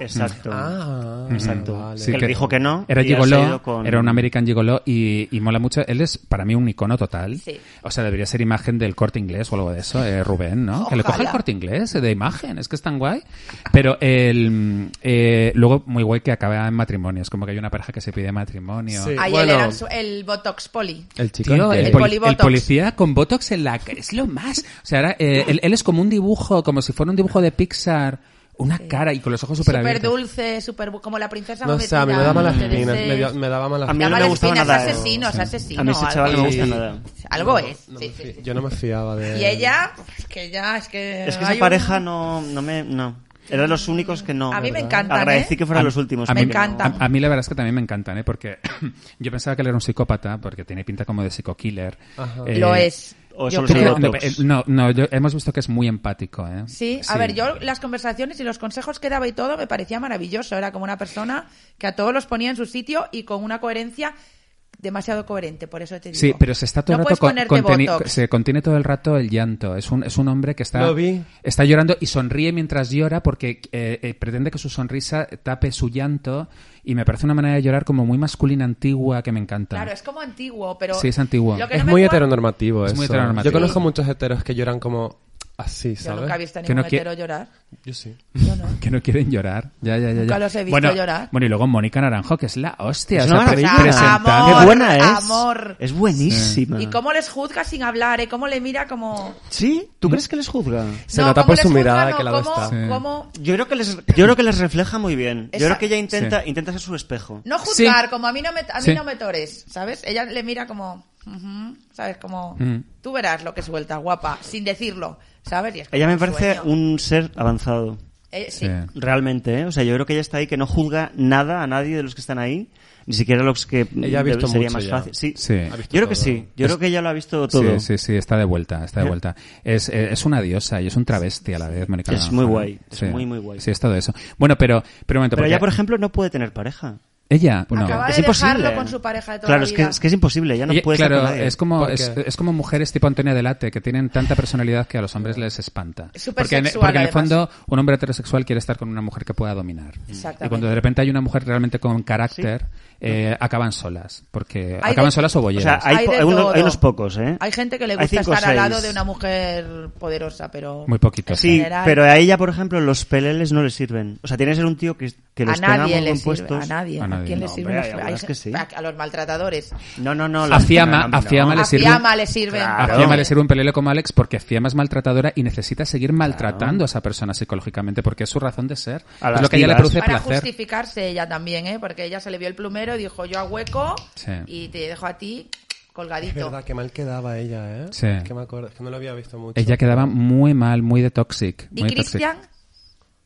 Speaker 3: Exacto.
Speaker 2: Ah,
Speaker 3: Exacto.
Speaker 2: vale.
Speaker 1: Sí,
Speaker 3: Él dijo que no,
Speaker 1: Era
Speaker 3: y ya se ha
Speaker 1: gigoló,
Speaker 3: ido con-
Speaker 1: era un American gigoló y, y mola mucho. Él es para mí un icono total.
Speaker 4: Sí.
Speaker 1: O sea, debería ser imagen del corte inglés o algo de eso, eh, Rubén, ¿no? Que le coja
Speaker 4: Ojalá.
Speaker 1: el corte inglés eh, de imagen, es que es tan guay. Pero el, mm, eh, luego, muy guay que acaba en matrimonio. Es como que hay una pareja que se pide matrimonio.
Speaker 2: Sí.
Speaker 4: Ahí él
Speaker 2: Bueno.
Speaker 4: era el, su- el Botox Poli.
Speaker 2: El chico.
Speaker 1: Tío,
Speaker 2: este.
Speaker 1: el,
Speaker 4: El
Speaker 1: poli-
Speaker 4: polibotox.
Speaker 1: el policía con botox en la cara es lo más. O sea, era, eh, él, él es como un dibujo, como si fuera un dibujo de Pixar, una cara y con los ojos súper
Speaker 4: Súper
Speaker 1: abiertos.
Speaker 4: dulce, súper como la princesa
Speaker 2: No sé, a mí me
Speaker 4: prometida,
Speaker 2: da malas
Speaker 4: que dices-
Speaker 2: espinas. Me, dio- me daba malas
Speaker 3: A mí
Speaker 4: Da
Speaker 3: no me
Speaker 4: malas
Speaker 3: gustaba
Speaker 4: espinas,
Speaker 3: nada.
Speaker 4: es asesino, es asesino.
Speaker 3: A mí ese chaval no me
Speaker 4: algo.
Speaker 3: gusta
Speaker 2: Sí.
Speaker 3: nada.
Speaker 4: Algo es.
Speaker 2: No
Speaker 4: sí,
Speaker 2: me
Speaker 4: sí,
Speaker 2: fi-
Speaker 4: sí.
Speaker 2: Yo no me fiaba de...
Speaker 4: Y ella, pues, que ya es que.
Speaker 3: Eh, Es que
Speaker 4: hay
Speaker 3: esa
Speaker 4: un-
Speaker 3: pareja no, no me. No. Era de los únicos que no.
Speaker 4: A mí me
Speaker 3: ¿verdad?
Speaker 4: encantan,
Speaker 3: Agradecí
Speaker 4: ¿eh?
Speaker 3: que fueran
Speaker 1: A-
Speaker 3: los últimos.
Speaker 1: a
Speaker 4: Me
Speaker 1: mí-
Speaker 3: porque no-
Speaker 4: encanta. encantan.
Speaker 1: A, a mí la verdad es que también me encantan, ¿eh? Porque yo pensaba que él era un psicópata, porque tiene pinta como de psicokiller.
Speaker 2: Ajá.
Speaker 1: Eh,
Speaker 4: Lo es.
Speaker 3: o
Speaker 4: Yo
Speaker 3: solo
Speaker 1: ¿tú
Speaker 3: se
Speaker 1: crees-
Speaker 3: lo
Speaker 4: creo.
Speaker 3: Botox.
Speaker 1: no, eh, no, no, yo- hemos visto que es muy empático, ¿eh?
Speaker 4: Sí, a
Speaker 1: Sí.
Speaker 4: ver, yo las conversaciones y los consejos que daba y todo me parecía maravilloso. Era como una persona que a todos los ponía en su sitio y con una coherencia demasiado coherente, por eso te digo.
Speaker 1: Sí, pero se está todo
Speaker 4: No
Speaker 1: el rato
Speaker 4: puedes
Speaker 1: con-
Speaker 4: ponerte
Speaker 1: conteni-
Speaker 4: botox.
Speaker 1: se contiene todo el rato el llanto. Es un, es un hombre que está,
Speaker 2: Lo vi.
Speaker 1: está llorando y sonríe mientras llora porque eh, eh, pretende que su sonrisa tape su llanto y me parece una manera de llorar como muy masculina antigua que me encanta.
Speaker 4: Claro, es como antiguo, pero.
Speaker 1: Sí, es antiguo.
Speaker 4: lo que
Speaker 2: Es
Speaker 4: no me
Speaker 2: muy
Speaker 4: cuadra-
Speaker 2: heteronormativo
Speaker 1: Es
Speaker 2: eso.
Speaker 1: muy heteronormativo.
Speaker 2: Yo conozco muchos heteros que lloran como así,
Speaker 4: Yo
Speaker 2: ¿sabes?
Speaker 4: nunca he visto a
Speaker 1: Que no
Speaker 4: ningún
Speaker 1: qui- Ah.
Speaker 4: hetero llorar.
Speaker 2: Yo sí.
Speaker 4: Yo no.
Speaker 1: que no quieren llorar. Ya, ya, ya. ya.
Speaker 4: Nunca los he visto
Speaker 1: bueno,
Speaker 4: llorar.
Speaker 1: Bueno, y luego Mónica Naranjo, que es la hostia.
Speaker 3: Es
Speaker 1: o sea,
Speaker 3: una
Speaker 1: pre-
Speaker 3: maravilla.
Speaker 1: presentando-
Speaker 4: Amor,
Speaker 3: ¡Qué buena es!
Speaker 4: amor.
Speaker 3: Es buenísima.
Speaker 4: Y cómo les juzga sin hablar, ¿eh? Cómo le mira como...
Speaker 3: ¿Sí? ¿Tú crees que les juzga?
Speaker 2: Se
Speaker 4: No,
Speaker 2: nota
Speaker 4: cómo
Speaker 2: por
Speaker 4: les
Speaker 2: su
Speaker 4: juzga,
Speaker 2: mirada
Speaker 4: no,
Speaker 2: que la ve
Speaker 4: cómo-
Speaker 2: está.
Speaker 1: Sí.
Speaker 4: cómo-
Speaker 3: Yo creo que les, yo creo que les refleja muy bien. Yo
Speaker 4: Esa-
Speaker 3: creo que ella intenta,
Speaker 1: Sí.
Speaker 3: intenta ser su espejo.
Speaker 4: No juzgar,
Speaker 1: Sí.
Speaker 4: como a mí no me, a mí
Speaker 1: Sí.
Speaker 4: no me tores, ¿sabes? Ella le mira como... ujú, ¿Sabes? Como...
Speaker 1: Mm.
Speaker 4: Tú verás lo que suelta, guapa, sin decirlo, ¿sabes? Y es como
Speaker 3: Ella me
Speaker 4: un
Speaker 3: parece
Speaker 4: sueño.
Speaker 3: un ser avanzado.
Speaker 4: Eh, sí.
Speaker 1: Sí.
Speaker 3: Realmente, ¿eh? O sea, yo creo que ella está ahí que no juzga nada a nadie de los que están ahí. Ni siquiera a los que mm,
Speaker 2: Ella ha visto
Speaker 3: sería
Speaker 2: mucho
Speaker 3: más
Speaker 2: ya.
Speaker 3: fácil. Sí.
Speaker 1: Sí.
Speaker 3: Yo creo que sí. Yo creo que ella lo ha visto todo.
Speaker 1: Sí, sí, sí, está de vuelta, está de vuelta. Es, eh, es una diosa y es un travesti a la vez, Mónica
Speaker 3: Es
Speaker 1: Naranjo,
Speaker 3: muy
Speaker 1: ¿no?
Speaker 3: guay, es muy, muy guay.
Speaker 1: Sí, es todo eso. Bueno, pero, pero un momento,
Speaker 3: Pero
Speaker 1: porque
Speaker 3: ella, por ejemplo, no puede tener pareja.
Speaker 1: Ella, no.
Speaker 4: Acaba
Speaker 3: Es
Speaker 4: de
Speaker 3: imposible.
Speaker 4: dejarlo con su pareja de toda
Speaker 3: Claro,
Speaker 4: la
Speaker 3: es que,
Speaker 4: vida.
Speaker 3: es que es imposible, ya no
Speaker 1: Ella-
Speaker 3: puedes estar
Speaker 1: claro,
Speaker 3: con nadie.
Speaker 1: es como,
Speaker 2: ¿Por
Speaker 1: es,
Speaker 2: qué?
Speaker 1: es como mujeres tipo Antonia Delate, que tienen tanta personalidad que a los hombres les espanta.
Speaker 4: Es súper
Speaker 1: porque en,
Speaker 4: sexual,
Speaker 1: porque en el
Speaker 4: además. Mm.
Speaker 1: fondo un hombre heterosexual quiere estar con una mujer que pueda dominar.
Speaker 4: Exactamente.
Speaker 1: Y cuando de repente hay una mujer realmente con carácter, eh, acaban solas. Porque
Speaker 4: Hay
Speaker 1: acaban
Speaker 4: de-
Speaker 1: solas o
Speaker 3: O
Speaker 1: bolleras.
Speaker 3: sea, hay,
Speaker 4: Hay
Speaker 3: po-
Speaker 4: de
Speaker 3: hay unos,
Speaker 4: todo.
Speaker 3: hay unos pocos, ¿eh?
Speaker 4: Hay gente que le
Speaker 3: Hay
Speaker 4: gusta
Speaker 3: cinco o
Speaker 4: estar al lado
Speaker 3: seis.
Speaker 4: de una mujer poderosa, pero...
Speaker 1: Muy poquito.
Speaker 3: Sí,
Speaker 4: general.
Speaker 3: pero a ella, por ejemplo, los peleles no le sirven. O sea, tiene que ser un tío que, que los
Speaker 4: a
Speaker 3: tenga muy
Speaker 4: nadie le
Speaker 3: bien
Speaker 4: sirve,
Speaker 3: puestos.
Speaker 4: a nadie.
Speaker 1: A
Speaker 4: ¿A,
Speaker 1: nadie.
Speaker 4: quién le
Speaker 3: No,
Speaker 4: sirve?
Speaker 3: hombre,
Speaker 4: una-
Speaker 3: hay
Speaker 4: hay
Speaker 3: algunas
Speaker 4: gen-
Speaker 3: que sí.
Speaker 4: a, a los maltratadores.
Speaker 3: No, no, no.
Speaker 1: A
Speaker 3: las-
Speaker 1: Fiamma-
Speaker 3: no, no, Ah,
Speaker 1: a
Speaker 3: no.
Speaker 1: Fiamma le
Speaker 4: a
Speaker 1: sirve-
Speaker 4: Fiamma le sirven.
Speaker 3: Claro.
Speaker 1: A Fiamma le sirve un pelele como Alex porque Fiamma es maltratadora y necesita seguir maltratando a esa persona psicológicamente porque es su razón de ser.
Speaker 3: A
Speaker 1: es
Speaker 3: las
Speaker 1: lo que a ella le
Speaker 3: divas.
Speaker 1: produce
Speaker 4: Para
Speaker 1: placer.
Speaker 4: justificarse ella también, ¿eh? Porque ella se le vio el plumero y dijo, yo a hueco
Speaker 1: Sí.
Speaker 4: y te dejo a ti
Speaker 2: Es
Speaker 4: colgadito.
Speaker 2: verdad, que mal quedaba ella, ¿eh?
Speaker 1: Sí.
Speaker 2: Es que me acuerdo, es que no lo había visto mucho.
Speaker 1: Ella quedaba muy mal, muy de toxic.
Speaker 4: ¿Y
Speaker 1: muy toxic.
Speaker 4: Cristian?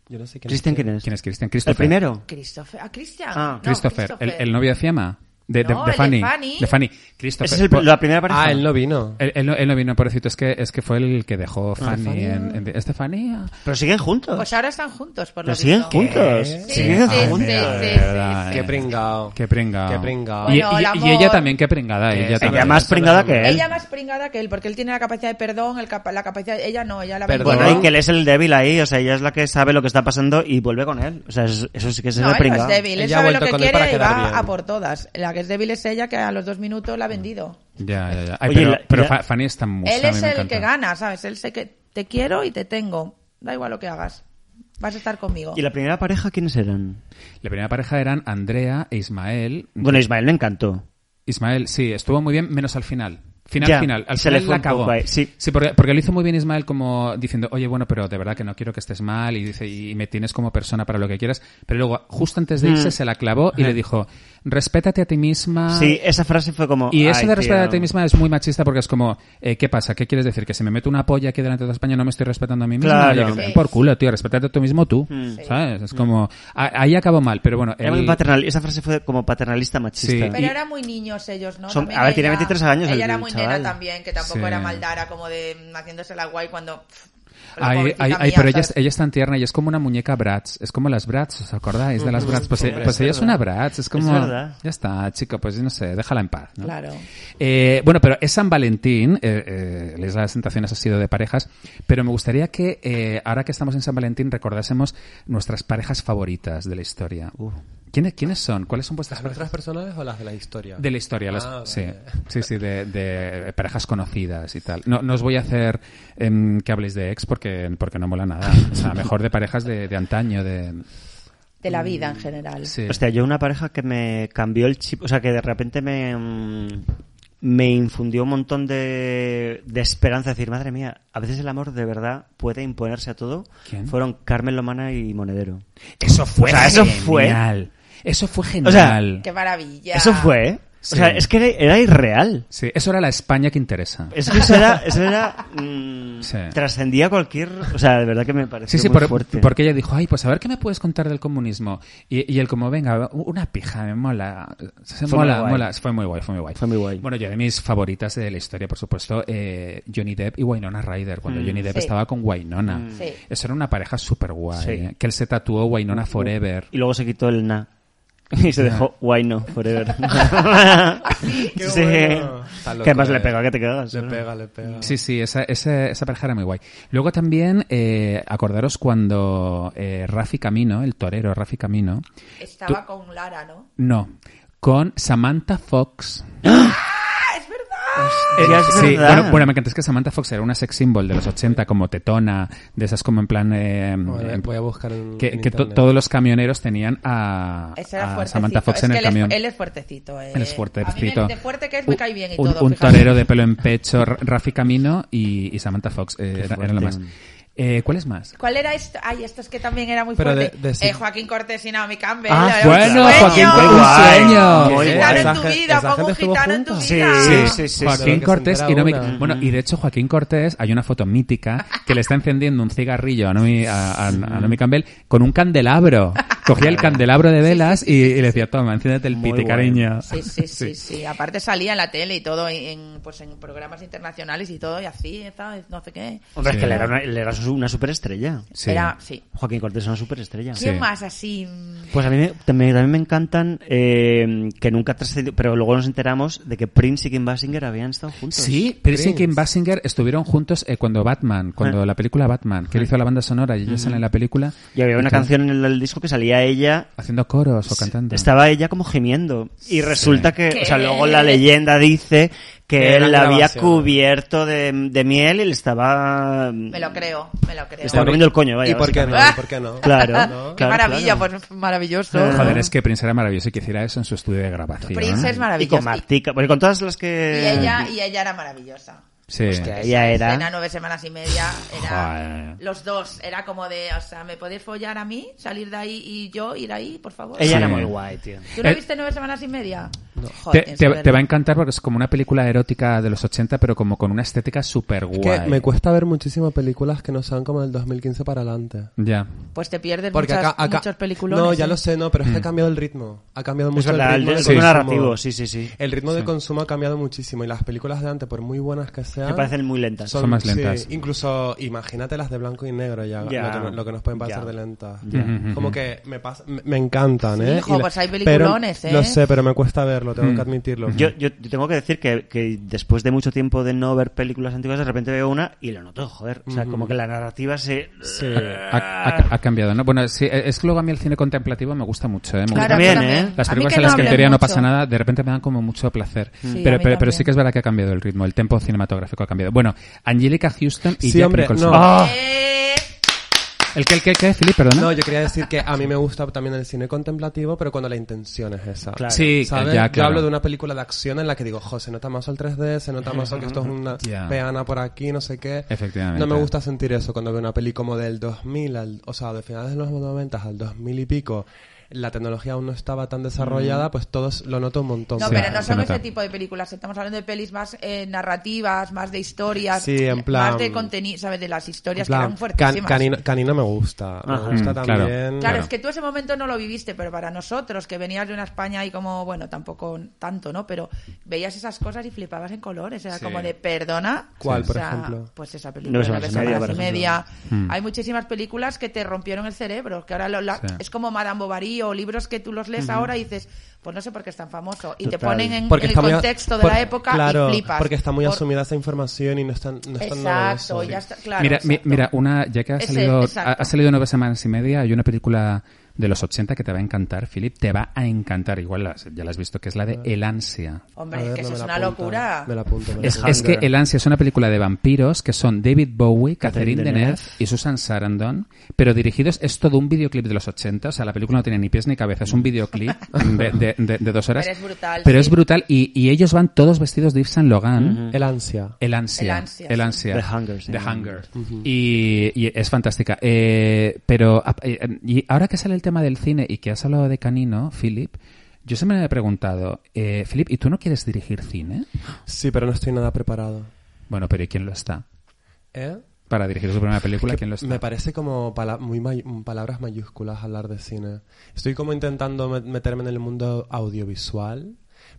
Speaker 2: Yo no sé quién
Speaker 3: ¿Cristian
Speaker 2: es.
Speaker 3: quién es?
Speaker 1: ¿Quién es Cristian?
Speaker 3: ¿El
Speaker 1: Christopher.
Speaker 3: primero?
Speaker 4: Christopher. ¿A Cristian?
Speaker 3: Ah,
Speaker 4: No,
Speaker 1: Christopher, El, el novio de Fiamma. De, de-
Speaker 4: No,
Speaker 1: de
Speaker 4: el de
Speaker 1: Fanny.
Speaker 4: Fanny.
Speaker 1: De Fanny. Christopher.
Speaker 3: Esa es el pr-
Speaker 1: Por-
Speaker 3: la primera pareja.
Speaker 2: Ah, él no vino.
Speaker 1: Él, él Pues, no, él no vino, pobrecito. Es que, es que fue el que dejó
Speaker 3: Ah,
Speaker 1: Fanny,
Speaker 2: Fanny.
Speaker 1: en, en- Estefanía.
Speaker 3: Pero siguen juntos.
Speaker 4: Pues ahora están juntos, por lo
Speaker 3: pero siguen
Speaker 4: visto.
Speaker 3: juntos.
Speaker 2: Sí,
Speaker 3: Siguen
Speaker 4: sí,
Speaker 3: juntos.
Speaker 4: sí, sí.
Speaker 1: verdad,
Speaker 2: Qué
Speaker 1: eh.
Speaker 2: pringao.
Speaker 1: Qué pringao.
Speaker 2: Qué pringao.
Speaker 1: Y,
Speaker 4: Bueno,
Speaker 1: y-
Speaker 4: el
Speaker 1: y ella
Speaker 4: amor.
Speaker 1: también, qué pringada. Ella,
Speaker 2: Ella
Speaker 1: también.
Speaker 3: más pringada que él.
Speaker 4: Ella más pringada que él, porque él tiene la capacidad de perdón, el capa- la capacidad... Ella no, ella la
Speaker 2: Perdón.
Speaker 3: Bueno,
Speaker 2: ¿No?
Speaker 3: y que él es el débil ahí, o sea, ella es la que sabe lo que está pasando y vuelve con él. O sea, es- eso sí que es
Speaker 4: No, él no
Speaker 3: pringa.
Speaker 4: es débil, él
Speaker 2: Ella ha
Speaker 4: sabe lo
Speaker 2: vuelto
Speaker 4: que
Speaker 2: con él para
Speaker 4: quiere y
Speaker 2: quedar
Speaker 4: va
Speaker 2: bien.
Speaker 4: a por todas. La que es débil es ella, que a los dos minutos la ha vendido.
Speaker 1: Ya, ya, ya. Ay,
Speaker 3: Oye,
Speaker 1: pero
Speaker 3: la-
Speaker 1: pero
Speaker 3: la-
Speaker 1: Fa- Fanny está muy
Speaker 4: Él es el que gana, ¿sabes? Él sé que te quiero y te tengo. Da igual lo que hagas. Vas a estar conmigo.
Speaker 3: ¿Y la primera pareja quiénes eran?
Speaker 1: La primera pareja eran Andrea e Ismael.
Speaker 3: Bueno, Ismael me encantó.
Speaker 1: Ismael, sí, estuvo muy bien, menos al final. Final,
Speaker 3: Ya,
Speaker 1: final. Al
Speaker 3: se
Speaker 1: final
Speaker 3: le fue
Speaker 1: la
Speaker 3: un poco
Speaker 1: cagó.
Speaker 3: ahí, sí.
Speaker 1: porque, porque lo hizo muy bien Ismael como diciendo, oye, bueno, pero de verdad que no quiero que estés mal y dice, y me tienes como persona para lo que quieras. Pero luego, justo antes de
Speaker 3: Mm.
Speaker 1: irse, se la clavó y le dijo, respétate a ti misma.
Speaker 3: Sí, esa frase fue como.
Speaker 1: Y eso
Speaker 3: "Ay,
Speaker 1: de
Speaker 3: tío".
Speaker 1: respetar a ti misma es muy machista porque es como, eh, ¿qué pasa? ¿Qué quieres decir? ¿Que si me meto una polla aquí delante de toda España no me estoy respetando a mí misma?
Speaker 3: Claro. Mm.
Speaker 1: Oye, que te den
Speaker 4: Sí.
Speaker 1: por culo, tío, respetarte a tú mismo tú, ¿sabes? Es como, a- ahí acabó mal, pero bueno,
Speaker 3: Era muy
Speaker 1: él-
Speaker 3: paternal- Esa frase fue como paternalista machista.
Speaker 1: Sí.
Speaker 4: Pero
Speaker 1: y-
Speaker 4: eran muy niños ellos, ¿no?
Speaker 3: Son-
Speaker 4: También
Speaker 3: a ver, tiene 23 años
Speaker 4: Ella
Speaker 3: el
Speaker 4: era muy
Speaker 3: chaval.
Speaker 4: nena también, que tampoco
Speaker 1: Sí.
Speaker 4: era maldara, como de mm, haciéndose la guay cuando... pff, la
Speaker 1: Ay,
Speaker 4: pobrecita
Speaker 1: ay, ay,
Speaker 4: mía,
Speaker 1: pero ella
Speaker 4: ¿sabes?
Speaker 1: es, ella es tan tierna y es como una muñeca Bratz. Es como las Bratz, ¿os acordáis de las Bratz? Pues, eh,
Speaker 3: hombre,
Speaker 1: pues
Speaker 3: es
Speaker 1: ella es
Speaker 3: verdad.
Speaker 1: una Bratz. Es como.
Speaker 3: Es verdad.
Speaker 1: ya está, chico, pues no sé, déjala en paz. ¿no?
Speaker 4: Claro.
Speaker 1: Eh, bueno, pero es San Valentín. Eh, eh, la Isla de las Tentaciones ha sido de parejas. Pero me gustaría que, eh, ahora que estamos en San Valentín, recordásemos nuestras parejas favoritas de la historia. ¿Quiénes, ¿Quiénes son? ¿Cuáles son vuestras
Speaker 2: ¿Las otras personales o las de la historia?
Speaker 1: de la historia, las-
Speaker 2: Ah,
Speaker 1: sí,
Speaker 2: vale.
Speaker 1: sí, sí, de, de parejas conocidas y tal. No, no os voy a hacer em, que habléis de ex porque, porque no mola nada. O sea, mejor de parejas de, de antaño, de...
Speaker 4: De la vida en general.
Speaker 1: sí.
Speaker 3: Hostia, yo una pareja que me cambió el chip, o sea, que de repente me, mm, me infundió un montón de, de esperanza, decir, madre mía, a veces el amor de verdad puede imponerse a todo.
Speaker 1: ¿Quién?
Speaker 3: Fueron Carmen Lomana y Monedero.
Speaker 1: Eso fue
Speaker 3: O sea, eso fue-
Speaker 1: genial. Eso fue
Speaker 3: O sea,
Speaker 1: genial.
Speaker 4: Qué maravilla.
Speaker 3: Eso fue, ¿eh?
Speaker 1: Sí.
Speaker 3: O sea, es que era, era irreal.
Speaker 1: Sí, eso era la España que interesa.
Speaker 3: Es que eso era, eso era mm,
Speaker 1: Sí.
Speaker 3: trascendía cualquier, o sea, de verdad que me pareció
Speaker 1: Sí, sí,
Speaker 3: muy
Speaker 1: por-
Speaker 3: fuerte.
Speaker 1: porque ella dijo, ay, pues a ver qué me puedes contar del comunismo. Y, y él como, venga, una pija, me mola. Se
Speaker 3: Fue muy
Speaker 1: mola,
Speaker 3: guay.
Speaker 1: mola. Fue muy guay, fue muy guay.
Speaker 3: Fue muy guay.
Speaker 1: Bueno, yo de mis favoritas de la historia, por supuesto, eh, Johnny Depp y Wynonna Ryder. Cuando Johnny Depp
Speaker 4: Mm, Sí. Mm.
Speaker 1: estaba con Wynonna.
Speaker 4: Sí.
Speaker 1: Eso era una pareja súper guay.
Speaker 3: Sí. Uh,
Speaker 1: eh, Que él se tatuó Wynonna Forever.
Speaker 3: Y luego se quitó el na. Y se dejó Why No Forever.
Speaker 2: Qué
Speaker 3: sí.
Speaker 2: bueno. Está loco,
Speaker 3: Que además le
Speaker 2: eh.
Speaker 3: pega que te cagas.
Speaker 2: Le
Speaker 3: ¿no?
Speaker 2: pega, le pega.
Speaker 1: Sí, sí, esa, esa, esa pareja era muy guay. Luego también, eh, acordaros cuando eh, Rafi Camino, el torero Rafi Camino,
Speaker 4: Estaba con Lara, ¿no?
Speaker 1: no, con Samantha Fox.
Speaker 4: ¡Ah, es verdad!
Speaker 1: Eh,
Speaker 3: Ya es
Speaker 1: sí,
Speaker 3: verdad.
Speaker 1: bueno, bueno, me encanta es que Samantha Fox era una sex symbol de los 80 como tetona, de esas como en plan... eh,
Speaker 2: Voy a-
Speaker 1: en-
Speaker 2: voy a buscar en-
Speaker 1: que
Speaker 2: en
Speaker 1: que to-
Speaker 2: internet.
Speaker 1: todos los camioneros tenían a,
Speaker 4: Ese era
Speaker 1: a
Speaker 4: fuertecito.
Speaker 1: Ah, Samantha Fox
Speaker 4: Es
Speaker 1: en
Speaker 4: que
Speaker 1: el
Speaker 4: él es-
Speaker 1: camión.
Speaker 4: Él es fuertecito. eh.
Speaker 1: Él es fuerte,
Speaker 4: A mí me-
Speaker 1: frito.
Speaker 4: de fuerte que es, me cae bien y
Speaker 1: un,
Speaker 4: todo.
Speaker 1: un
Speaker 4: fíjate.
Speaker 1: torero de pelo en pecho, R- Rafi Camino y, y Samantha Fox. eh, era- eran lo más.
Speaker 3: fuerte.
Speaker 1: Eh, ¿Cuál es más?
Speaker 4: ¿Cuál era esto? Ay, esto es que también era muy
Speaker 2: Pero
Speaker 4: fuerte.
Speaker 2: de- de sí.
Speaker 4: Eh, Joaquín Cortés y Naomi Campbell.
Speaker 1: Ah,
Speaker 4: Era un
Speaker 1: bueno,
Speaker 4: sueño.
Speaker 1: Joaquín fue un
Speaker 3: guay.
Speaker 1: sueño.
Speaker 3: Muy
Speaker 4: Gitano
Speaker 3: guay.
Speaker 4: en tu
Speaker 2: Esa ge-
Speaker 4: vida,
Speaker 2: esa
Speaker 4: pongo un
Speaker 2: gente estuvo
Speaker 4: gitano en tu
Speaker 2: junta.
Speaker 4: vida.
Speaker 3: Sí, sí, sí.
Speaker 1: Joaquín
Speaker 2: sí.
Speaker 1: Cortés y
Speaker 2: Pero que se
Speaker 1: no me...
Speaker 2: entera una.
Speaker 1: Bueno, y de hecho Joaquín Cortés hay una foto mítica que le está encendiendo un cigarrillo a Naomi, a, a- a Naomi Campbell con un candelabro. Cogía el candelabro de velas y, y le decía, toma, enciéndete el
Speaker 3: Muy
Speaker 1: piti,
Speaker 3: guay.
Speaker 1: cariño.
Speaker 4: Sí, sí, sí, sí. Aparte salía en la tele y todo, en, pues en programas internacionales y todo, y así, ¿sabes? No sé qué.
Speaker 3: Hombre,
Speaker 1: Sí.
Speaker 3: es que le era una, le era su- una superestrella.
Speaker 1: Sí.
Speaker 4: Era, sí.
Speaker 3: Joaquín Cortés es una superestrella.
Speaker 1: Sí.
Speaker 4: ¿Quién más así? mm,
Speaker 3: Pues a mí me- también, también me encantan eh, que nunca trascendió, pero luego nos enteramos de que Prince y Kim Basinger habían estado juntos.
Speaker 1: Sí, Pierce y
Speaker 2: Prince.
Speaker 1: Kim Basinger estuvieron juntos eh, cuando Batman, cuando la película Batman, que él hizo la banda sonora y ella sale en la película.
Speaker 3: Ah. Y había una
Speaker 1: can-
Speaker 3: canción en el, el disco que salía ella,
Speaker 1: Haciendo coros o cantando.
Speaker 3: estaba ella como gemiendo. Y resulta que, o sea,
Speaker 4: ¿Qué?
Speaker 3: luego la leyenda dice que
Speaker 2: Que
Speaker 3: él
Speaker 2: eran
Speaker 3: la había
Speaker 2: grabaciones.
Speaker 3: cubierto de, de miel y le estaba...
Speaker 4: Me lo creo, Ah, me lo creo.
Speaker 3: Estaba comiendo el coño, Eh, vaya.
Speaker 2: ¿Y por qué no?
Speaker 3: básicamente.
Speaker 2: ¿Y por qué no?
Speaker 3: Claro,
Speaker 2: ¿No?
Speaker 3: claro,
Speaker 4: qué maravilla,
Speaker 3: claro.
Speaker 4: pues maravilloso.
Speaker 3: Ajá.
Speaker 1: Ah. Joder, es que Prince era maravilloso y que hiciera eso en su estudio de grabación.
Speaker 4: Prince es
Speaker 3: Y con
Speaker 4: maravilloso. Y,
Speaker 3: Martica, porque con todas las
Speaker 4: y
Speaker 3: que...
Speaker 4: ella, y ella era maravillosa.
Speaker 1: Sí.
Speaker 3: Hostia, ella
Speaker 4: Cena
Speaker 3: era...
Speaker 4: nueve semanas y media. Era
Speaker 1: Joder.
Speaker 4: los dos. Era como de, o sea, ¿me podéis follar a mí? ¿Salir de ahí y yo ir ahí, por favor?
Speaker 3: Ella era
Speaker 1: Sí.
Speaker 3: muy guay, tío.
Speaker 4: ¿Tú no
Speaker 1: Eh,
Speaker 4: viste nueve semanas y media?
Speaker 1: Te,
Speaker 4: Joder,
Speaker 1: te-
Speaker 4: tienes
Speaker 1: te
Speaker 4: que
Speaker 1: va a
Speaker 4: verlo.
Speaker 1: encantar porque es como una película erótica de los 80, pero como con una estética súper
Speaker 2: Es que
Speaker 1: guay.
Speaker 2: me cuesta ver muchísimas películas que no sean como del 2015 para adelante.
Speaker 1: Ya.
Speaker 4: Pues te pierdes
Speaker 2: Porque
Speaker 4: muchas,
Speaker 2: acá, acá-
Speaker 4: muchos peliculones.
Speaker 2: No, ya
Speaker 4: ¿eh?
Speaker 2: lo sé, no, pero es que ha cambiado el ritmo. Ha cambiado
Speaker 3: Mm. Es
Speaker 2: mucho
Speaker 3: verdad, el,
Speaker 2: el ritmo.
Speaker 3: el
Speaker 2: del
Speaker 3: ritmo
Speaker 2: consumo.
Speaker 3: narrativo, sí, sí, sí.
Speaker 2: El ritmo de consumo ha cambiado muchísimo y las películas de antes, por muy buenas que sean,
Speaker 3: Me parecen muy lentas.
Speaker 1: Son más
Speaker 2: sí,
Speaker 1: lentas.
Speaker 2: incluso, imagínate las de blanco y negro ya,
Speaker 3: Ya.
Speaker 2: Lo, que, no- lo que nos pueden pasar
Speaker 3: Ya.
Speaker 2: de lentas.
Speaker 1: Ya.
Speaker 2: Como que me, pas- me- me encantan, ¿eh?
Speaker 4: hijo,
Speaker 2: Y la-
Speaker 4: pues hay
Speaker 2: pero-
Speaker 4: peliculones, ¿eh?
Speaker 2: Lo sé, pero me cuesta verlo, tengo
Speaker 1: Mm.
Speaker 2: que admitirlo.
Speaker 3: Yo, yo, yo tengo que decir que, que después de mucho tiempo de no ver películas antiguas, de repente veo una y lo noto, joder. O sea, como que la narrativa se...
Speaker 2: Sí.
Speaker 1: Ha, ha- ha cambiado, ¿no? Bueno, sí, eh, es que luego a mí el cine contemplativo me gusta mucho, ¿eh? Me
Speaker 4: Claro,
Speaker 1: gusta
Speaker 3: Yo también,
Speaker 4: tú
Speaker 3: ¿eh?
Speaker 1: Las
Speaker 4: A mí
Speaker 1: películas
Speaker 4: que
Speaker 1: en las que en
Speaker 4: hablen
Speaker 1: teoría no
Speaker 4: mucho.
Speaker 1: pasa nada, de repente me dan como mucho placer.
Speaker 4: Sí, a
Speaker 1: pero,
Speaker 4: mí
Speaker 1: pero, pero
Speaker 4: también.
Speaker 1: sí que es verdad que ha cambiado el ritmo, el tempo cinematográfico ha cambiado. Bueno, Angelica Houston y
Speaker 2: Sí,
Speaker 1: Jack
Speaker 2: hombre,
Speaker 1: Nicholson.
Speaker 2: no.
Speaker 3: ¡Ah!
Speaker 4: Eh,
Speaker 1: ¿El que, el que, el que, Philip, perdona?
Speaker 2: No, yo quería decir que a mí me gusta también el cine contemplativo, pero cuando la intención es esa.
Speaker 3: Claro.
Speaker 1: sí,
Speaker 2: ¿Sabes?
Speaker 1: ya,
Speaker 2: Yo
Speaker 1: claro.
Speaker 2: hablo de una película de acción en la que digo, jo, se nota más el 3D, se nota más el que esto es una
Speaker 1: Ya.
Speaker 2: peana por aquí, no sé qué.
Speaker 1: Efectivamente.
Speaker 2: No me gusta sentir eso cuando veo una peli como del 2000, al- o sea, de finales de los 90 al 2000 y pico, la tecnología aún no estaba tan desarrollada, pues todos lo noto un montón.
Speaker 4: No,
Speaker 1: Mm. Sí,
Speaker 4: pero no
Speaker 1: se
Speaker 4: son
Speaker 1: nota.
Speaker 4: ese tipo de películas. Estamos hablando de pelis más eh, narrativas, más de historias,
Speaker 2: Sí, en plan-
Speaker 4: más de contenido, ¿sabes? De las historias que
Speaker 2: Plan,
Speaker 4: eran fuertísimas.
Speaker 2: Can- canino, Canino me gusta.
Speaker 3: Ajá.
Speaker 2: Me gusta
Speaker 1: Mm, claro.
Speaker 2: también.
Speaker 4: Claro,
Speaker 1: Claro.
Speaker 4: es que tú ese momento no lo viviste, pero para nosotros, que venías de una España y como, bueno, tampoco tanto, ¿no? Pero veías esas cosas y flipabas en colores, era
Speaker 1: Sí.
Speaker 4: como de perdona.
Speaker 2: ¿Cuál,
Speaker 4: O
Speaker 2: por
Speaker 4: sea,
Speaker 2: ejemplo? Mm.
Speaker 4: Pues esa película,
Speaker 3: Nueve semanas
Speaker 4: Nueve
Speaker 3: y
Speaker 4: semanas
Speaker 3: media, por
Speaker 4: y media. Hay muchísimas películas que te rompieron el cerebro, que ahora lo- la-
Speaker 1: Sí.
Speaker 4: es como Madame Bovary o libros que tú los lees ahora y dices, pues no sé por qué es tan famoso. Y te
Speaker 3: Total.
Speaker 4: ponen en,
Speaker 2: Porque
Speaker 4: en el
Speaker 2: está muy a-
Speaker 4: contexto de
Speaker 2: por-
Speaker 4: la época
Speaker 2: claro,
Speaker 4: y flipas.
Speaker 2: Porque está muy
Speaker 4: Por-
Speaker 2: asumida esa información y no es tan, no es tan
Speaker 4: Exacto,
Speaker 2: novedoso.
Speaker 4: ya está, claro.
Speaker 1: mira, mi-
Speaker 4: exacto.
Speaker 1: mira, una, ya que ha
Speaker 4: Ese,
Speaker 1: salido, ha,
Speaker 4: exacto.
Speaker 1: ha salido nueve semanas y media, hay una película de los 80 que te va a encantar, Philip, te va a encantar, igual la has- ya la has visto, que es
Speaker 2: Ah.
Speaker 1: la de El Ansia.
Speaker 2: A
Speaker 4: Hombre,
Speaker 2: ver,
Speaker 4: que
Speaker 2: no
Speaker 4: eso
Speaker 2: me
Speaker 4: es
Speaker 2: la
Speaker 4: una
Speaker 2: apunto,
Speaker 4: locura.
Speaker 2: Me la apunto. me la
Speaker 3: Pues
Speaker 1: Es,
Speaker 2: apunto.
Speaker 1: es que El Ansia es una película de vampiros que son David Bowie, Catherine
Speaker 3: Catherine
Speaker 1: Deneuve y Susan Sarandon, pero dirigidos, es todo un videoclip de los 80, o sea, la película no tiene ni pies ni cabeza, es un videoclip de, de- de- de dos horas.
Speaker 4: Pero es brutal,
Speaker 1: Pero
Speaker 4: sí.
Speaker 1: es brutal y, y ellos van todos vestidos de Yves Saint Logan,
Speaker 2: El ansia.
Speaker 1: el ansia.
Speaker 4: El ansia,
Speaker 1: El
Speaker 4: sí.
Speaker 1: ansia.
Speaker 3: The Hunger, sí.
Speaker 1: The Hunger. y, y es fantástica. Eh, pero ah, eh, y ahora que sale el tema del cine y que has hablado de Canino, Philip, yo siempre me he preguntado, eh, Philip, ¿y tú no quieres dirigir cine?
Speaker 2: Sí, pero no estoy nada preparado.
Speaker 1: Bueno, pero ¿y quién lo está?
Speaker 2: ¿Eh?
Speaker 1: Para dirigir tu primera película, ¿quién lo está?
Speaker 2: Me parece como pala- muy may- palabras mayúsculas hablar de cine. Estoy como intentando met- meterme en el mundo audiovisual,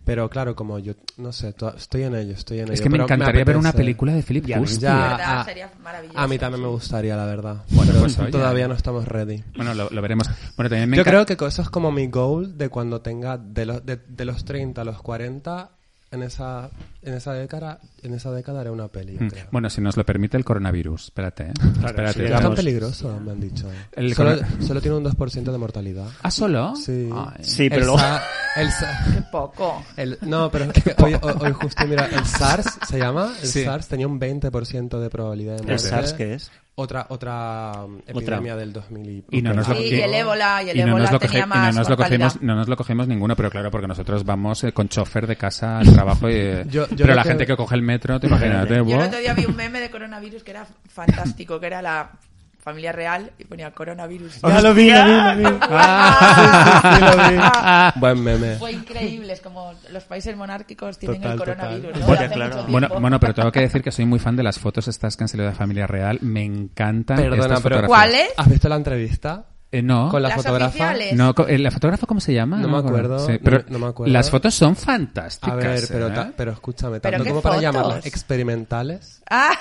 Speaker 2: pero claro, como yo, no sé, to- estoy en ello, estoy en ello.
Speaker 1: es que me
Speaker 2: pero
Speaker 1: encantaría ver una
Speaker 2: apetece.
Speaker 1: película de Philip
Speaker 3: Ya,
Speaker 1: Kuster.
Speaker 2: Ya,
Speaker 4: verdad,
Speaker 2: a-
Speaker 4: sería maravilloso.
Speaker 2: a mí también me gustaría, la verdad.
Speaker 1: Bueno,
Speaker 2: Pero
Speaker 1: pues, oye.
Speaker 2: todavía no estamos ready.
Speaker 1: Bueno, lo, lo veremos. Bueno, también me
Speaker 2: Yo
Speaker 1: enca-
Speaker 2: creo que co- eso es como mi goal de cuando tenga de los, de, de los 30 a los 40, en esa, en esa década, en esa década haré una peli, yo creo.
Speaker 1: Mm. Bueno, si nos lo permite el coronavirus. Espérate, ¿eh?
Speaker 3: sí,
Speaker 1: Espérate.
Speaker 2: Es tan
Speaker 3: Digamos-
Speaker 2: peligroso, me han dicho.
Speaker 1: El
Speaker 2: Solo,
Speaker 1: corona-
Speaker 2: solo tiene un 2% de mortalidad.
Speaker 1: ¿Ah, solo?
Speaker 2: Sí.
Speaker 1: Ay.
Speaker 3: Sí, pero
Speaker 2: El
Speaker 3: luego...
Speaker 2: sa- el sa-
Speaker 4: Poco.
Speaker 2: el- no, pero es que hoy, hoy justo, mira, el SARS se llama, el
Speaker 1: Sí.
Speaker 2: SARS tenía un 20% de probabilidad de muerte.
Speaker 3: SARS qué es?
Speaker 2: Otra, otra um, epidemia del 2000 y,
Speaker 1: Y no nos lo,
Speaker 4: Sí, y el ébola, y el
Speaker 1: no
Speaker 4: ébola
Speaker 1: nos lo
Speaker 4: tenía
Speaker 1: coge- y
Speaker 4: más
Speaker 1: no nos lo
Speaker 4: mortalidad.
Speaker 1: cogimos, no nos lo cogimos ninguno, pero claro, porque nosotros vamos eh, con chofer de casa al trabajo. y, eh,
Speaker 2: Yo- yo
Speaker 1: pero
Speaker 2: lo
Speaker 1: la
Speaker 2: que-
Speaker 1: gente que coge el metro, te imaginas, ¿eh?
Speaker 4: Yo el
Speaker 1: Buah.
Speaker 4: otro día vi un meme de coronavirus que era fantástico, que era la familia real y ponía coronavirus.
Speaker 3: Ya lo vi,
Speaker 2: Buen meme.
Speaker 4: Fue increíble, es como los países monárquicos tienen
Speaker 2: Total,
Speaker 4: el
Speaker 2: total.
Speaker 4: coronavirus, ¿no?
Speaker 3: Bueno,
Speaker 4: Hace
Speaker 3: claro.
Speaker 4: mucho
Speaker 1: Bueno,
Speaker 4: tiempo.
Speaker 1: bueno, pero tengo que decir que soy muy fan de las fotos estas que han salido de Familia Real. Me encantan
Speaker 2: Perdona,
Speaker 1: estas
Speaker 2: pero
Speaker 1: fotografías.
Speaker 4: ¿Cuál es?
Speaker 2: ¿Has visto la entrevista?
Speaker 1: Eh, no.
Speaker 2: Con la
Speaker 4: Las
Speaker 2: fotógrafa.
Speaker 4: oficiales.
Speaker 1: No, co- eh, ¿La fotógrafa cómo se llama?
Speaker 2: No me acuerdo,
Speaker 1: Sí, pero
Speaker 2: no- no me acuerdo.
Speaker 1: Las fotos son fantásticas.
Speaker 2: A ver, pero,
Speaker 1: ¿eh?
Speaker 2: ta- pero escúchame,
Speaker 4: ¿Pero
Speaker 2: tanto
Speaker 4: qué
Speaker 2: como para
Speaker 4: fotos?
Speaker 2: llamarlas experimentales.
Speaker 4: Ah,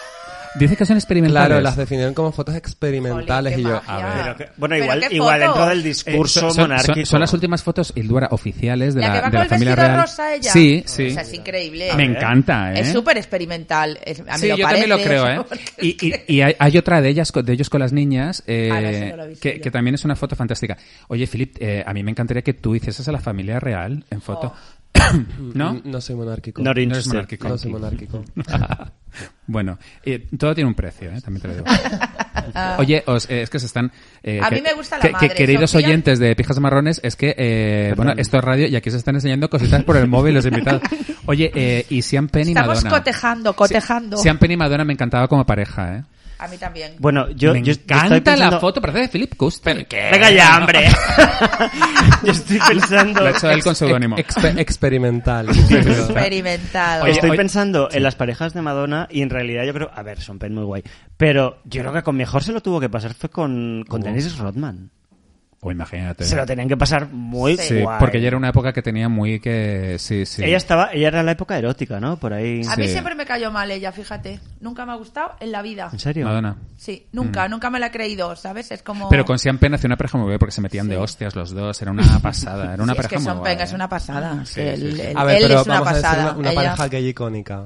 Speaker 1: Dice que son experimentales. Eh,
Speaker 2: Claro, las definieron como fotos experimentales
Speaker 4: Jolín,
Speaker 2: y
Speaker 4: qué
Speaker 2: yo, ah,
Speaker 4: magia.
Speaker 2: a ver.
Speaker 3: Pero que- bueno,
Speaker 4: Ah, Pero
Speaker 3: igual,
Speaker 4: qué
Speaker 3: igual
Speaker 4: fotos.
Speaker 3: dentro del
Speaker 1: Eh,
Speaker 3: discurso
Speaker 1: son- son- son-
Speaker 3: monárquico.
Speaker 1: son las últimas fotos, Ilduara, oficiales de
Speaker 4: la,
Speaker 1: la,
Speaker 4: que va
Speaker 1: de
Speaker 4: con
Speaker 1: la
Speaker 4: el
Speaker 1: familia
Speaker 4: vestido
Speaker 1: real.
Speaker 4: rosa ella.
Speaker 1: Sí, sí.
Speaker 4: O sea, es increíble.
Speaker 1: Me encanta, ¿eh?
Speaker 4: Es súper experimental. Es- a mí
Speaker 1: sí,
Speaker 4: lo
Speaker 1: yo
Speaker 4: parece,
Speaker 1: también lo creo, ¿eh?
Speaker 4: porque-
Speaker 1: Y, y- y hay, hay otra de ellas, co- de ellos con las niñas, eh,
Speaker 4: Ah, no, esa no la he visto
Speaker 1: que,
Speaker 4: yo.
Speaker 1: que también es una foto fantástica. Oye, Filip, eh, a mí me encantaría que tú hicieses a la familia real en foto.
Speaker 4: Oh.
Speaker 1: ¿No?
Speaker 2: No soy monárquico.
Speaker 3: Not
Speaker 1: eres
Speaker 3: interested.
Speaker 1: monárquico.
Speaker 2: No soy monárquico.
Speaker 1: bueno, eh, todo tiene un precio, ¿eh? también te lo digo.
Speaker 4: Ah.
Speaker 1: Oye, os- eh, es que se están... eh,
Speaker 4: A mí me gusta la madre,
Speaker 1: queridos
Speaker 4: Sofía.
Speaker 1: oyentes de Pijas Marrones, es que, eh, bueno, esto es radio y aquí se están enseñando cositas por el móvil los invitados. Oye, eh, y Sean Penn y
Speaker 4: Estamos
Speaker 1: Madonna.
Speaker 4: cotejando, cotejando.
Speaker 1: Sean Penn y Madonna me encantaba como pareja, ¿eh?
Speaker 4: A mí también.
Speaker 3: Bueno, yo,
Speaker 1: me
Speaker 3: yo- yo
Speaker 1: encanta
Speaker 3: estoy pensando-
Speaker 1: la foto, parece de Philip Custer.
Speaker 3: Venga ya, hombre. yo estoy pensando.
Speaker 1: Lo ha hecho él con seudónimo.
Speaker 2: Exper- experimental.
Speaker 4: Experimentado.
Speaker 1: Oye,
Speaker 3: Estoy
Speaker 1: oye-
Speaker 3: pensando en las parejas de Madonna y en realidad yo creo, a ver, son pen muy guay, pero yo creo que con mejor se lo tuvo que pasar fue con, con Dennis Rodman.
Speaker 1: O imagínate.
Speaker 3: Se lo tenían que pasar muy
Speaker 1: Sí,
Speaker 3: guay.
Speaker 1: porque ya era una época que tenía muy que... Sí, sí.
Speaker 3: Ella estaba, ella era la época erótica, ¿no? Por ahí.
Speaker 4: a mí
Speaker 1: sí.
Speaker 4: siempre me cayó mal ella, fíjate. Nunca me ha gustado en la vida.
Speaker 3: ¿En serio?
Speaker 1: Madonna.
Speaker 4: Sí, nunca, nunca me la he creído, ¿sabes? Es como...
Speaker 1: Pero con Sean Penn hacía una pareja muy buena porque se metían de hostias los dos. Era una pasada. Era una
Speaker 4: Sí, es
Speaker 1: pareja
Speaker 4: que
Speaker 1: muy
Speaker 4: son
Speaker 1: guay. eh.
Speaker 4: es una pasada. Sí,
Speaker 1: sí,
Speaker 4: él
Speaker 1: sí.
Speaker 4: él-
Speaker 2: A ver,
Speaker 4: él
Speaker 2: pero
Speaker 4: es una
Speaker 2: vamos
Speaker 4: pasada.
Speaker 2: a decir una, una
Speaker 4: Ella-
Speaker 2: pareja gay icónica.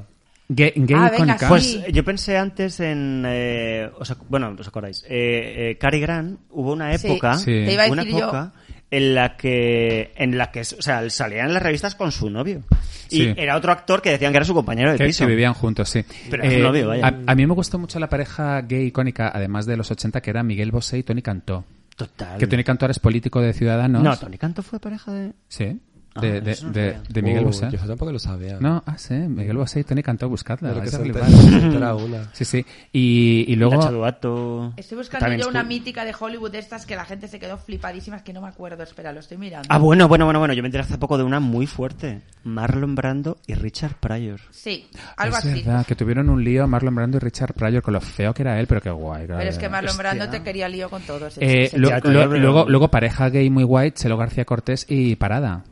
Speaker 1: Gay, gay
Speaker 4: Ah, venga,
Speaker 1: icónica.
Speaker 4: sí.
Speaker 3: Pues yo pensé antes en. eh, os ac- bueno, os acordáis. Eh, eh, Cary Grant, hubo una
Speaker 4: Sí,
Speaker 3: época.
Speaker 1: Sí. te
Speaker 4: iba a
Speaker 3: una
Speaker 4: decir yo.
Speaker 3: época en la que. En la que. O sea, salían las revistas con su novio. Y
Speaker 1: Sí.
Speaker 3: era otro actor que decían que era su compañero de
Speaker 1: Que,
Speaker 3: piso.
Speaker 1: que vivían juntos, sí. Eh,
Speaker 3: Pero es un novio, vaya.
Speaker 1: a, a mí me gustó mucho la pareja gay icónica, además de los 80, que era Miguel Bosé y Tony Cantó.
Speaker 3: Total.
Speaker 1: Que Tony Cantó ahora es político de Ciudadanos.
Speaker 3: No, Tony Canto fue pareja de.
Speaker 1: Sí.
Speaker 3: Ah,
Speaker 1: De, de-
Speaker 3: eso no
Speaker 1: de-
Speaker 3: sabía.
Speaker 1: de Miguel
Speaker 2: Uh,
Speaker 1: Bosé.
Speaker 2: Yo eso tampoco lo sabía.
Speaker 1: No, ah, sí, Miguel Bosé y Tony Cantó, buscadla.
Speaker 2: Pero que
Speaker 1: vais a
Speaker 2: se
Speaker 1: flipar.
Speaker 2: entera- se entera una.
Speaker 1: Sí, sí. Y, y
Speaker 3: Nacho
Speaker 1: luego...
Speaker 3: Duato.
Speaker 4: Estoy buscando
Speaker 3: También
Speaker 4: yo
Speaker 3: estuvo-
Speaker 4: una mítica de Hollywood de estas que la gente se quedó flipadísima, es que no me acuerdo, espera, lo estoy mirando.
Speaker 3: Ah, bueno, bueno, bueno, bueno. Yo me enteré hace poco de una muy fuerte. Marlon Brando y Richard Pryor.
Speaker 4: Sí, algo
Speaker 1: es
Speaker 4: así.
Speaker 1: verdad, que tuvieron un lío Marlon Brando y Richard Pryor con lo feo que era él, pero qué guay. claro.
Speaker 4: Pero es que Marlon
Speaker 3: Hostia.
Speaker 4: Brando te quería lío con todos.
Speaker 1: Eh,
Speaker 4: sí, sí.
Speaker 1: lo-
Speaker 3: Ya,
Speaker 1: lo-
Speaker 3: ya, pero-
Speaker 1: luego, luego pareja gay muy guay, Chelo García Cortés y Parada.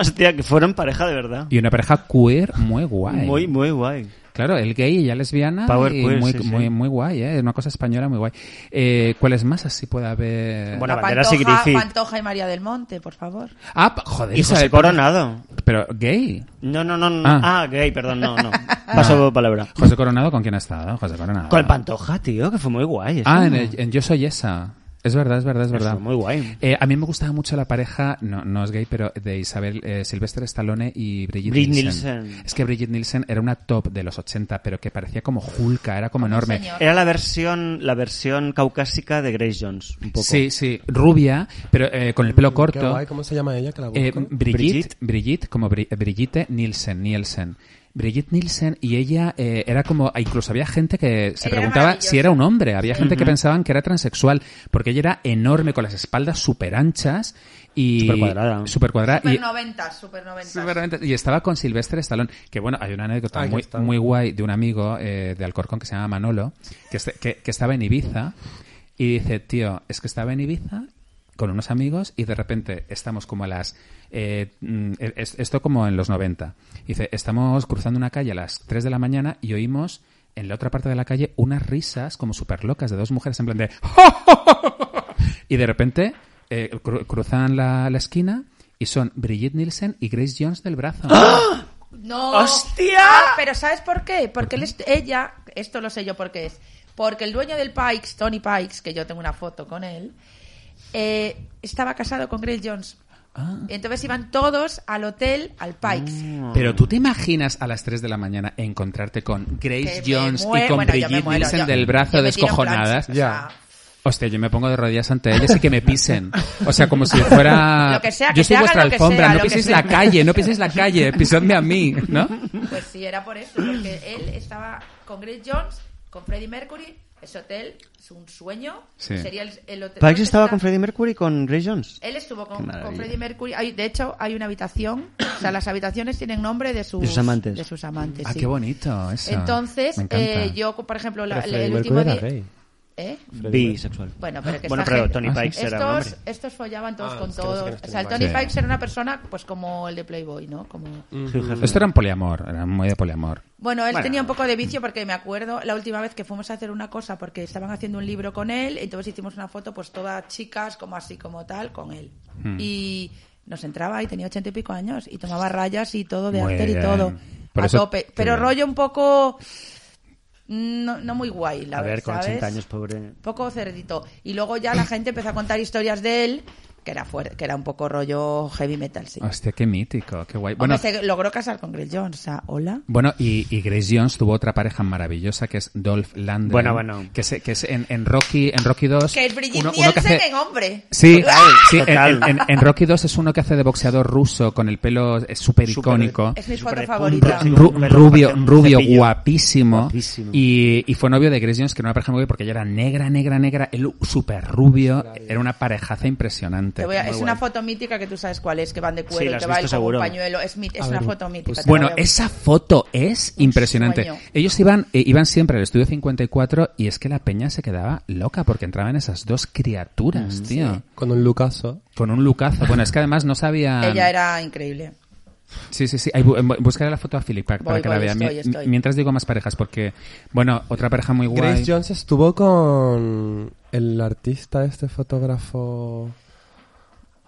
Speaker 3: Hostia, que fueron pareja de verdad.
Speaker 1: Y una pareja queer muy guay.
Speaker 3: Muy, muy guay.
Speaker 1: Claro, el gay y la lesbiana.
Speaker 3: Power
Speaker 1: y
Speaker 3: queer,
Speaker 1: muy,
Speaker 3: sí, sí.
Speaker 1: muy, muy guay, ¿eh? Una cosa española muy guay. Eh, ¿Cuáles más así puede haber?
Speaker 3: Bueno,
Speaker 4: A
Speaker 3: Banderas y
Speaker 4: Pantoja-
Speaker 3: Griffith.
Speaker 4: Pantoja y María del Monte, por favor.
Speaker 1: Ah, pa- joder.
Speaker 3: Y José
Speaker 1: Isabel-
Speaker 3: Coronado.
Speaker 1: Pero gay.
Speaker 3: No, no, no, no.
Speaker 1: Ah.
Speaker 3: Ah, gay, perdón, no, no. Paso de palabra.
Speaker 1: José Coronado, ¿con quién ha estado? José Coronado.
Speaker 3: Con el Pantoja, tío, que fue muy guay. eso.
Speaker 1: Ah, en, el- en Yo Soy Esa. Es verdad, es verdad, es
Speaker 3: Eso,
Speaker 1: verdad.
Speaker 3: muy guay.
Speaker 1: Eh, a mí me gustaba mucho la pareja, no, no es gay, pero de Isabel eh, Sylvester Stallone y Brigitte
Speaker 3: Brit
Speaker 1: Nielsen.
Speaker 3: Nielsen.
Speaker 1: Es que Brigitte Nielsen era una top de los 80, pero que parecía como Julka, era como enorme.
Speaker 4: señor.
Speaker 3: Era la versión, la versión caucásica de Grace Jones, un poco.
Speaker 1: Sí, sí, rubia, pero eh, con el pelo corto.
Speaker 2: Qué guay, ¿cómo se llama ella? Que la
Speaker 1: Eh,
Speaker 2: busco?
Speaker 1: Brigitte, Brigitte, como Bri- Brigitte Nielsen, Nielsen. Brigitte Nielsen y ella eh, era como, incluso había gente que se
Speaker 4: Ella era
Speaker 1: preguntaba si era un hombre, había
Speaker 4: Sí.
Speaker 1: gente que pensaban que era transexual, porque ella era enorme con las espaldas súper anchas y
Speaker 3: Supercuadrada.
Speaker 1: supercuadrada
Speaker 4: Super
Speaker 1: y,
Speaker 4: noventas, super noventas.
Speaker 1: Supermente. Y estaba con Silvestre Stallone, que bueno, hay una anécdota
Speaker 2: Ahí
Speaker 1: muy,
Speaker 2: está.
Speaker 1: muy guay de un amigo eh, de Alcorcón que se llama Manolo, que, este- que, que estaba en Ibiza y dice, tío, es que estaba en Ibiza con unos amigos y de repente estamos como a las... eh, mm, es- esto como en los 90. Dice, estamos cruzando una calle a las 3 de la mañana y oímos en la otra parte de la calle unas risas como súper locas de dos mujeres en plan de... Y de repente eh, cru- cruzan la, la esquina y son Brigitte Nielsen y Grace Jones del brazo.
Speaker 4: No.
Speaker 3: ¡Hostia!
Speaker 4: Ah, pero ¿sabes por qué? Porque él es- ella, esto lo sé yo por qué es. Porque el dueño del Pikes, Tony Pikes, que yo tengo una foto con él, eh, estaba casado con Grace Jones.
Speaker 1: Ah.
Speaker 4: Entonces iban todos al hotel, al Pikes.
Speaker 1: Pero tú te imaginas a las 3 de la mañana encontrarte con Grace
Speaker 4: Que me
Speaker 1: Jones
Speaker 4: mue-
Speaker 1: y con
Speaker 4: bueno, yo me
Speaker 1: Brigitte
Speaker 4: muero,
Speaker 1: Nielsen
Speaker 4: yo-
Speaker 1: del brazo
Speaker 4: yo me tiro en
Speaker 1: descojonadas.
Speaker 4: plancha, o sea,
Speaker 2: Ya.
Speaker 1: Hostia, yo me pongo de rodillas ante ellas y que me pisen. O sea, como si fuera...
Speaker 4: Lo que sea,
Speaker 1: yo
Speaker 4: que
Speaker 1: soy
Speaker 4: te hagan
Speaker 1: vuestra
Speaker 4: lo que
Speaker 1: alfombra,
Speaker 4: sea,
Speaker 1: no
Speaker 4: lo que
Speaker 1: piséis
Speaker 4: sea.
Speaker 1: la calle, no piséis la calle, pisadme a mí, ¿no?
Speaker 4: Pues sí, era por eso, porque él estaba con Grace Jones, con Freddie Mercury, ese hotel es un sueño.
Speaker 1: Sí.
Speaker 4: Sería el, el hotel.
Speaker 3: Pikes
Speaker 4: ¿dónde
Speaker 3: estaba
Speaker 4: está?
Speaker 3: con Freddie Mercury y con Grace Jones.
Speaker 4: Él estuvo
Speaker 3: Qué
Speaker 4: con,
Speaker 3: maravilla.
Speaker 4: con Freddie Mercury. Hay- de hecho, hay una habitación. O sea, las habitaciones tienen nombre de sus,
Speaker 3: De sus amantes.
Speaker 4: de sus amantes,
Speaker 1: Ah,
Speaker 4: sí.
Speaker 1: qué bonito eso.
Speaker 4: Entonces,
Speaker 1: Me encanta.
Speaker 4: eh, yo, por ejemplo, la-
Speaker 2: Pero
Speaker 4: el
Speaker 2: Freddie
Speaker 4: último
Speaker 2: Mercury
Speaker 4: día.
Speaker 2: era gay.
Speaker 4: ¿Eh?
Speaker 3: Bisexual.
Speaker 4: Bueno, pero que
Speaker 3: Bueno,
Speaker 4: esta
Speaker 3: pero
Speaker 4: gente-
Speaker 3: Tony
Speaker 1: Ah, sí.
Speaker 3: Pikes era un
Speaker 4: estos,
Speaker 3: hombre.
Speaker 4: estos follaban todos
Speaker 2: Ah,
Speaker 4: con
Speaker 2: es que no sé
Speaker 4: todos.
Speaker 2: quién es
Speaker 4: o sea, el
Speaker 2: Tony
Speaker 4: Tony
Speaker 1: Pikes.
Speaker 4: Pikes era una persona pues como el de Playboy, ¿no? Como...
Speaker 1: Esto era un poliamor, era muy de poliamor.
Speaker 4: Bueno, él
Speaker 3: Bueno.
Speaker 4: tenía un poco de vicio porque me acuerdo la última vez que fuimos a hacer una cosa porque estaban haciendo un libro con él, entonces hicimos una foto pues todas chicas como así como tal con él. Y nos entraba y tenía ochenta y pico años y tomaba rayas y todo de
Speaker 1: Muy
Speaker 4: after
Speaker 1: bien.
Speaker 4: y todo.
Speaker 1: Por
Speaker 4: a
Speaker 1: eso-
Speaker 4: tope.
Speaker 1: qué
Speaker 4: Pero
Speaker 1: bien.
Speaker 4: rollo un poco... No, no muy guay, la
Speaker 3: A ver, con
Speaker 4: ¿sabes?
Speaker 3: 80 años, pobre.
Speaker 4: poco cerdito. Y luego ya la gente empezó a contar historias de él, que era fuerte, que era un poco rollo heavy metal, sí.
Speaker 1: Hostia, qué mítico, qué guay.
Speaker 4: Bueno,
Speaker 1: Bueno,
Speaker 4: se logró casar con Grace Jones, o sea, hola.
Speaker 1: Bueno, y, y Grace Jones tuvo otra pareja maravillosa que es Dolph Lundgren.
Speaker 3: Bueno, bueno.
Speaker 1: Que es, que es en, en Rocky, en Rocky 2.
Speaker 4: Que es Brigitte
Speaker 1: uno- uno que
Speaker 4: Nielsen
Speaker 1: hace-
Speaker 4: en hombre. ah,
Speaker 1: Sí,
Speaker 3: Total,
Speaker 1: sí, en-
Speaker 3: total.
Speaker 1: En, en- en Rocky 2 es uno que hace de boxeador ruso con el pelo súper icónico.
Speaker 4: Es mi
Speaker 3: Súper
Speaker 4: foto
Speaker 3: de
Speaker 4: favorita.
Speaker 3: punta.
Speaker 1: Ru-
Speaker 3: Un
Speaker 1: rubio,
Speaker 3: pelo, un
Speaker 1: rubio
Speaker 3: cepillo.
Speaker 1: guapísimo.
Speaker 3: Guapísimo.
Speaker 1: Y, y fue novio de Grace Jones, que era una pareja muy guay porque ella era negra, negra, negra. Él súper rubio. Era una parejaza impresionante.
Speaker 4: Te voy a- es
Speaker 1: Muy
Speaker 4: una
Speaker 1: guay.
Speaker 4: foto mítica que tú sabes cuál es, que van de
Speaker 3: Sí,
Speaker 4: cuero,
Speaker 3: la
Speaker 4: y
Speaker 3: has
Speaker 4: que va
Speaker 3: visto
Speaker 4: él con
Speaker 3: seguro.
Speaker 4: un pañuelo. Es, mi- es
Speaker 2: A
Speaker 4: una
Speaker 2: ver,
Speaker 4: foto mítica. te la
Speaker 1: pues Bueno,
Speaker 4: voy a-
Speaker 1: esa foto es impresionante.
Speaker 4: sueño.
Speaker 1: Ellos iban, eh, iban siempre al estudio 54 y es que la peña se quedaba loca porque entraban esas dos criaturas,
Speaker 4: Mm,
Speaker 1: tío.
Speaker 2: Con un Lucaso.
Speaker 1: Con un lucazo. Bueno, es que además no sabía.
Speaker 4: Ella era increíble. Eh,
Speaker 1: Sí, sí, sí. Ahí bu- bu- buscaré la foto a Philip para, para
Speaker 4: Voy,
Speaker 1: que
Speaker 4: voy,
Speaker 1: la vea.
Speaker 4: estoy,
Speaker 1: Mi-
Speaker 4: estoy.
Speaker 1: Mientras digo más parejas, porque, bueno, otra pareja muy guay.
Speaker 2: Grace Jones estuvo con el artista, este fotógrafo.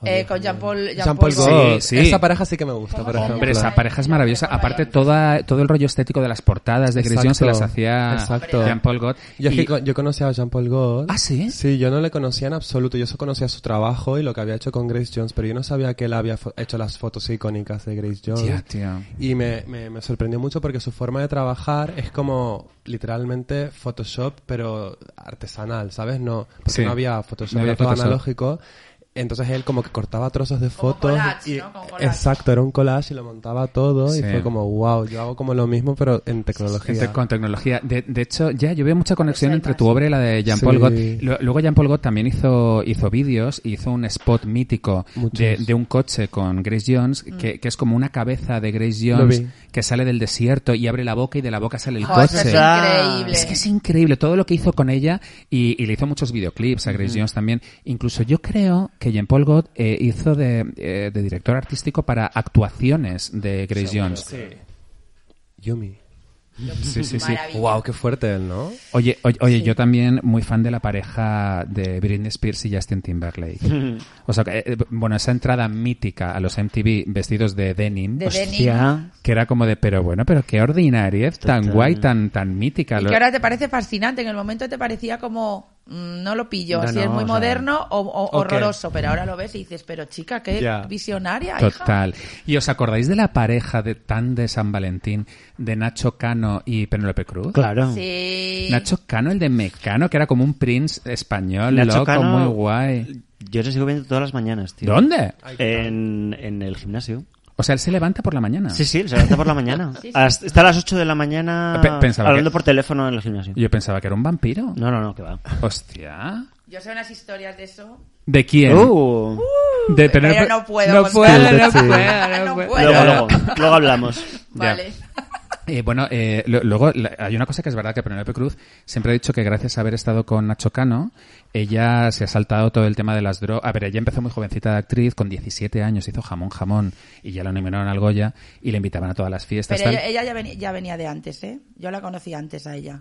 Speaker 4: Eh, con Jean-Paul
Speaker 2: Jean-Paul
Speaker 1: Gaultier.
Speaker 2: Gaultier.
Speaker 1: Sí, sí.
Speaker 2: Esa pareja sí que me gusta, por
Speaker 4: Hombre,
Speaker 1: Hombre,
Speaker 2: ejemplo.
Speaker 1: esa pareja es maravillosa. Aparte, toda, todo el rollo estético de las portadas de Grace Jones se las hacía
Speaker 2: Exacto.
Speaker 1: Jean-Paul Gott.
Speaker 2: Yo, es que
Speaker 1: Y-
Speaker 2: co- yo conocía a Jean-Paul Gault.
Speaker 1: ¿Ah, sí?
Speaker 2: Sí, yo no le conocía en absoluto. Yo solo conocía su trabajo y lo que había hecho con Grace Jones, pero yo no sabía que él había fo- hecho las fotos icónicas de Grace Jones.
Speaker 1: Ya, tío.
Speaker 2: Y me, me, me sorprendió mucho porque su forma de trabajar es como literalmente Photoshop, pero artesanal, ¿sabes? No, porque
Speaker 1: Sí.
Speaker 2: no había Photoshop,
Speaker 1: No había
Speaker 2: era todo
Speaker 1: Photoshop.
Speaker 2: analógico. Entonces él como que cortaba trozos de fotos.
Speaker 4: collage,
Speaker 2: y-
Speaker 4: ¿no? Como collage.
Speaker 2: exacto, era un collage y lo montaba todo
Speaker 1: Sí.
Speaker 2: y fue como, wow, yo hago como lo mismo pero en tecnología.
Speaker 1: Gente con tecnología. De, de hecho, ya yo veo mucha conexión
Speaker 4: Eso hay
Speaker 1: entre
Speaker 4: más.
Speaker 1: tu obra y la de Jean-Paul
Speaker 2: Sí.
Speaker 1: Gott. Lo- Luego Jean-Paul Gott también hizo, hizo vídeos y hizo un spot mítico
Speaker 2: Muchos.
Speaker 1: de, de un coche con Grace Jones,
Speaker 4: Mm.
Speaker 1: que, que es como una cabeza de Grace
Speaker 2: Lo
Speaker 1: Jones
Speaker 2: vi.
Speaker 1: que sale del desierto y abre la boca y de la boca sale el
Speaker 4: Oh, eso
Speaker 1: coche.
Speaker 4: es
Speaker 3: Ah.
Speaker 4: increíble.
Speaker 1: Es que es increíble todo lo que hizo con ella y, y le hizo muchos videoclips a Grace Jones también. Incluso yo creo que Jean-Paul Gott eh, hizo de, eh, de director artístico para actuaciones de Grace Jones.
Speaker 2: Yumi.
Speaker 1: Sí, sí, sí.
Speaker 4: Maravilla.
Speaker 2: Wow, qué fuerte él, ¿no?
Speaker 1: Oye, oye, oye, yo también muy fan de la pareja de Britney Spears y Justin Timberlake. o sea, que, eh, bueno, esa entrada mítica a los MTV vestidos de denim,
Speaker 4: De Denim.
Speaker 3: Hostia.
Speaker 1: que era como de, pero bueno, pero qué ordinaria, tan guay, tan tan mítica.
Speaker 4: Y
Speaker 1: Lo-
Speaker 4: que ahora te parece fascinante. En el momento te parecía como... mm, No lo pillo,
Speaker 3: No,
Speaker 4: si es
Speaker 3: no,
Speaker 4: muy
Speaker 3: o sea,
Speaker 4: moderno o, o-
Speaker 2: ok.
Speaker 4: horroroso, pero ahora lo ves y dices, pero chica, qué
Speaker 2: Ya.
Speaker 4: visionaria, hija.
Speaker 1: Total. ¿Y os acordáis de la pareja de tan de San Valentín de Nacho Cano y Penélope Cruz?
Speaker 3: Claro.
Speaker 4: Sí.
Speaker 1: Nacho Cano, el de Mecano, que era como un prince español,
Speaker 3: Nacho
Speaker 1: loco,
Speaker 3: Cano-
Speaker 1: muy guay.
Speaker 3: Yo lo sigo viendo todas las mañanas, tío.
Speaker 1: ¿Dónde?
Speaker 3: En, en el gimnasio.
Speaker 1: O sea, él se levanta por la mañana.
Speaker 3: Sí, sí, se levanta por la mañana.
Speaker 4: Ah. Sí, sí.
Speaker 3: A las- Está a las 8 de la mañana
Speaker 1: Pe- pensaba
Speaker 3: hablando
Speaker 1: que-
Speaker 3: por teléfono en el gimnasio.
Speaker 1: Yo pensaba que era un vampiro.
Speaker 3: No, no, no, que va.
Speaker 1: Hostia.
Speaker 4: Yo sé unas historias de eso.
Speaker 1: ¿De quién?
Speaker 3: Uh.
Speaker 1: de
Speaker 4: pero
Speaker 1: Penélope-
Speaker 4: yo no puedo
Speaker 1: No
Speaker 4: contar.
Speaker 1: puedo, no
Speaker 2: Sí.
Speaker 1: puedo, no
Speaker 4: No
Speaker 1: puedo.
Speaker 4: puedo.
Speaker 3: Luego,
Speaker 4: Ya.
Speaker 3: luego, luego hablamos.
Speaker 1: Ya.
Speaker 4: Vale.
Speaker 1: Eh, bueno, eh, lo- luego la- hay una cosa que es verdad que Penélope Cruz siempre ha dicho que gracias a haber estado con Nacho Cano, ella se ha saltado todo el tema de las drogas. A ver, ella empezó muy jovencita de actriz, con 17 años hizo Jamón Jamón y ya la nominaron al Goya y le invitaban a todas las fiestas.
Speaker 4: Pero
Speaker 1: tal.
Speaker 4: ella, ella ya, venía, ya venía de antes, ¿eh? Yo la conocí antes a ella.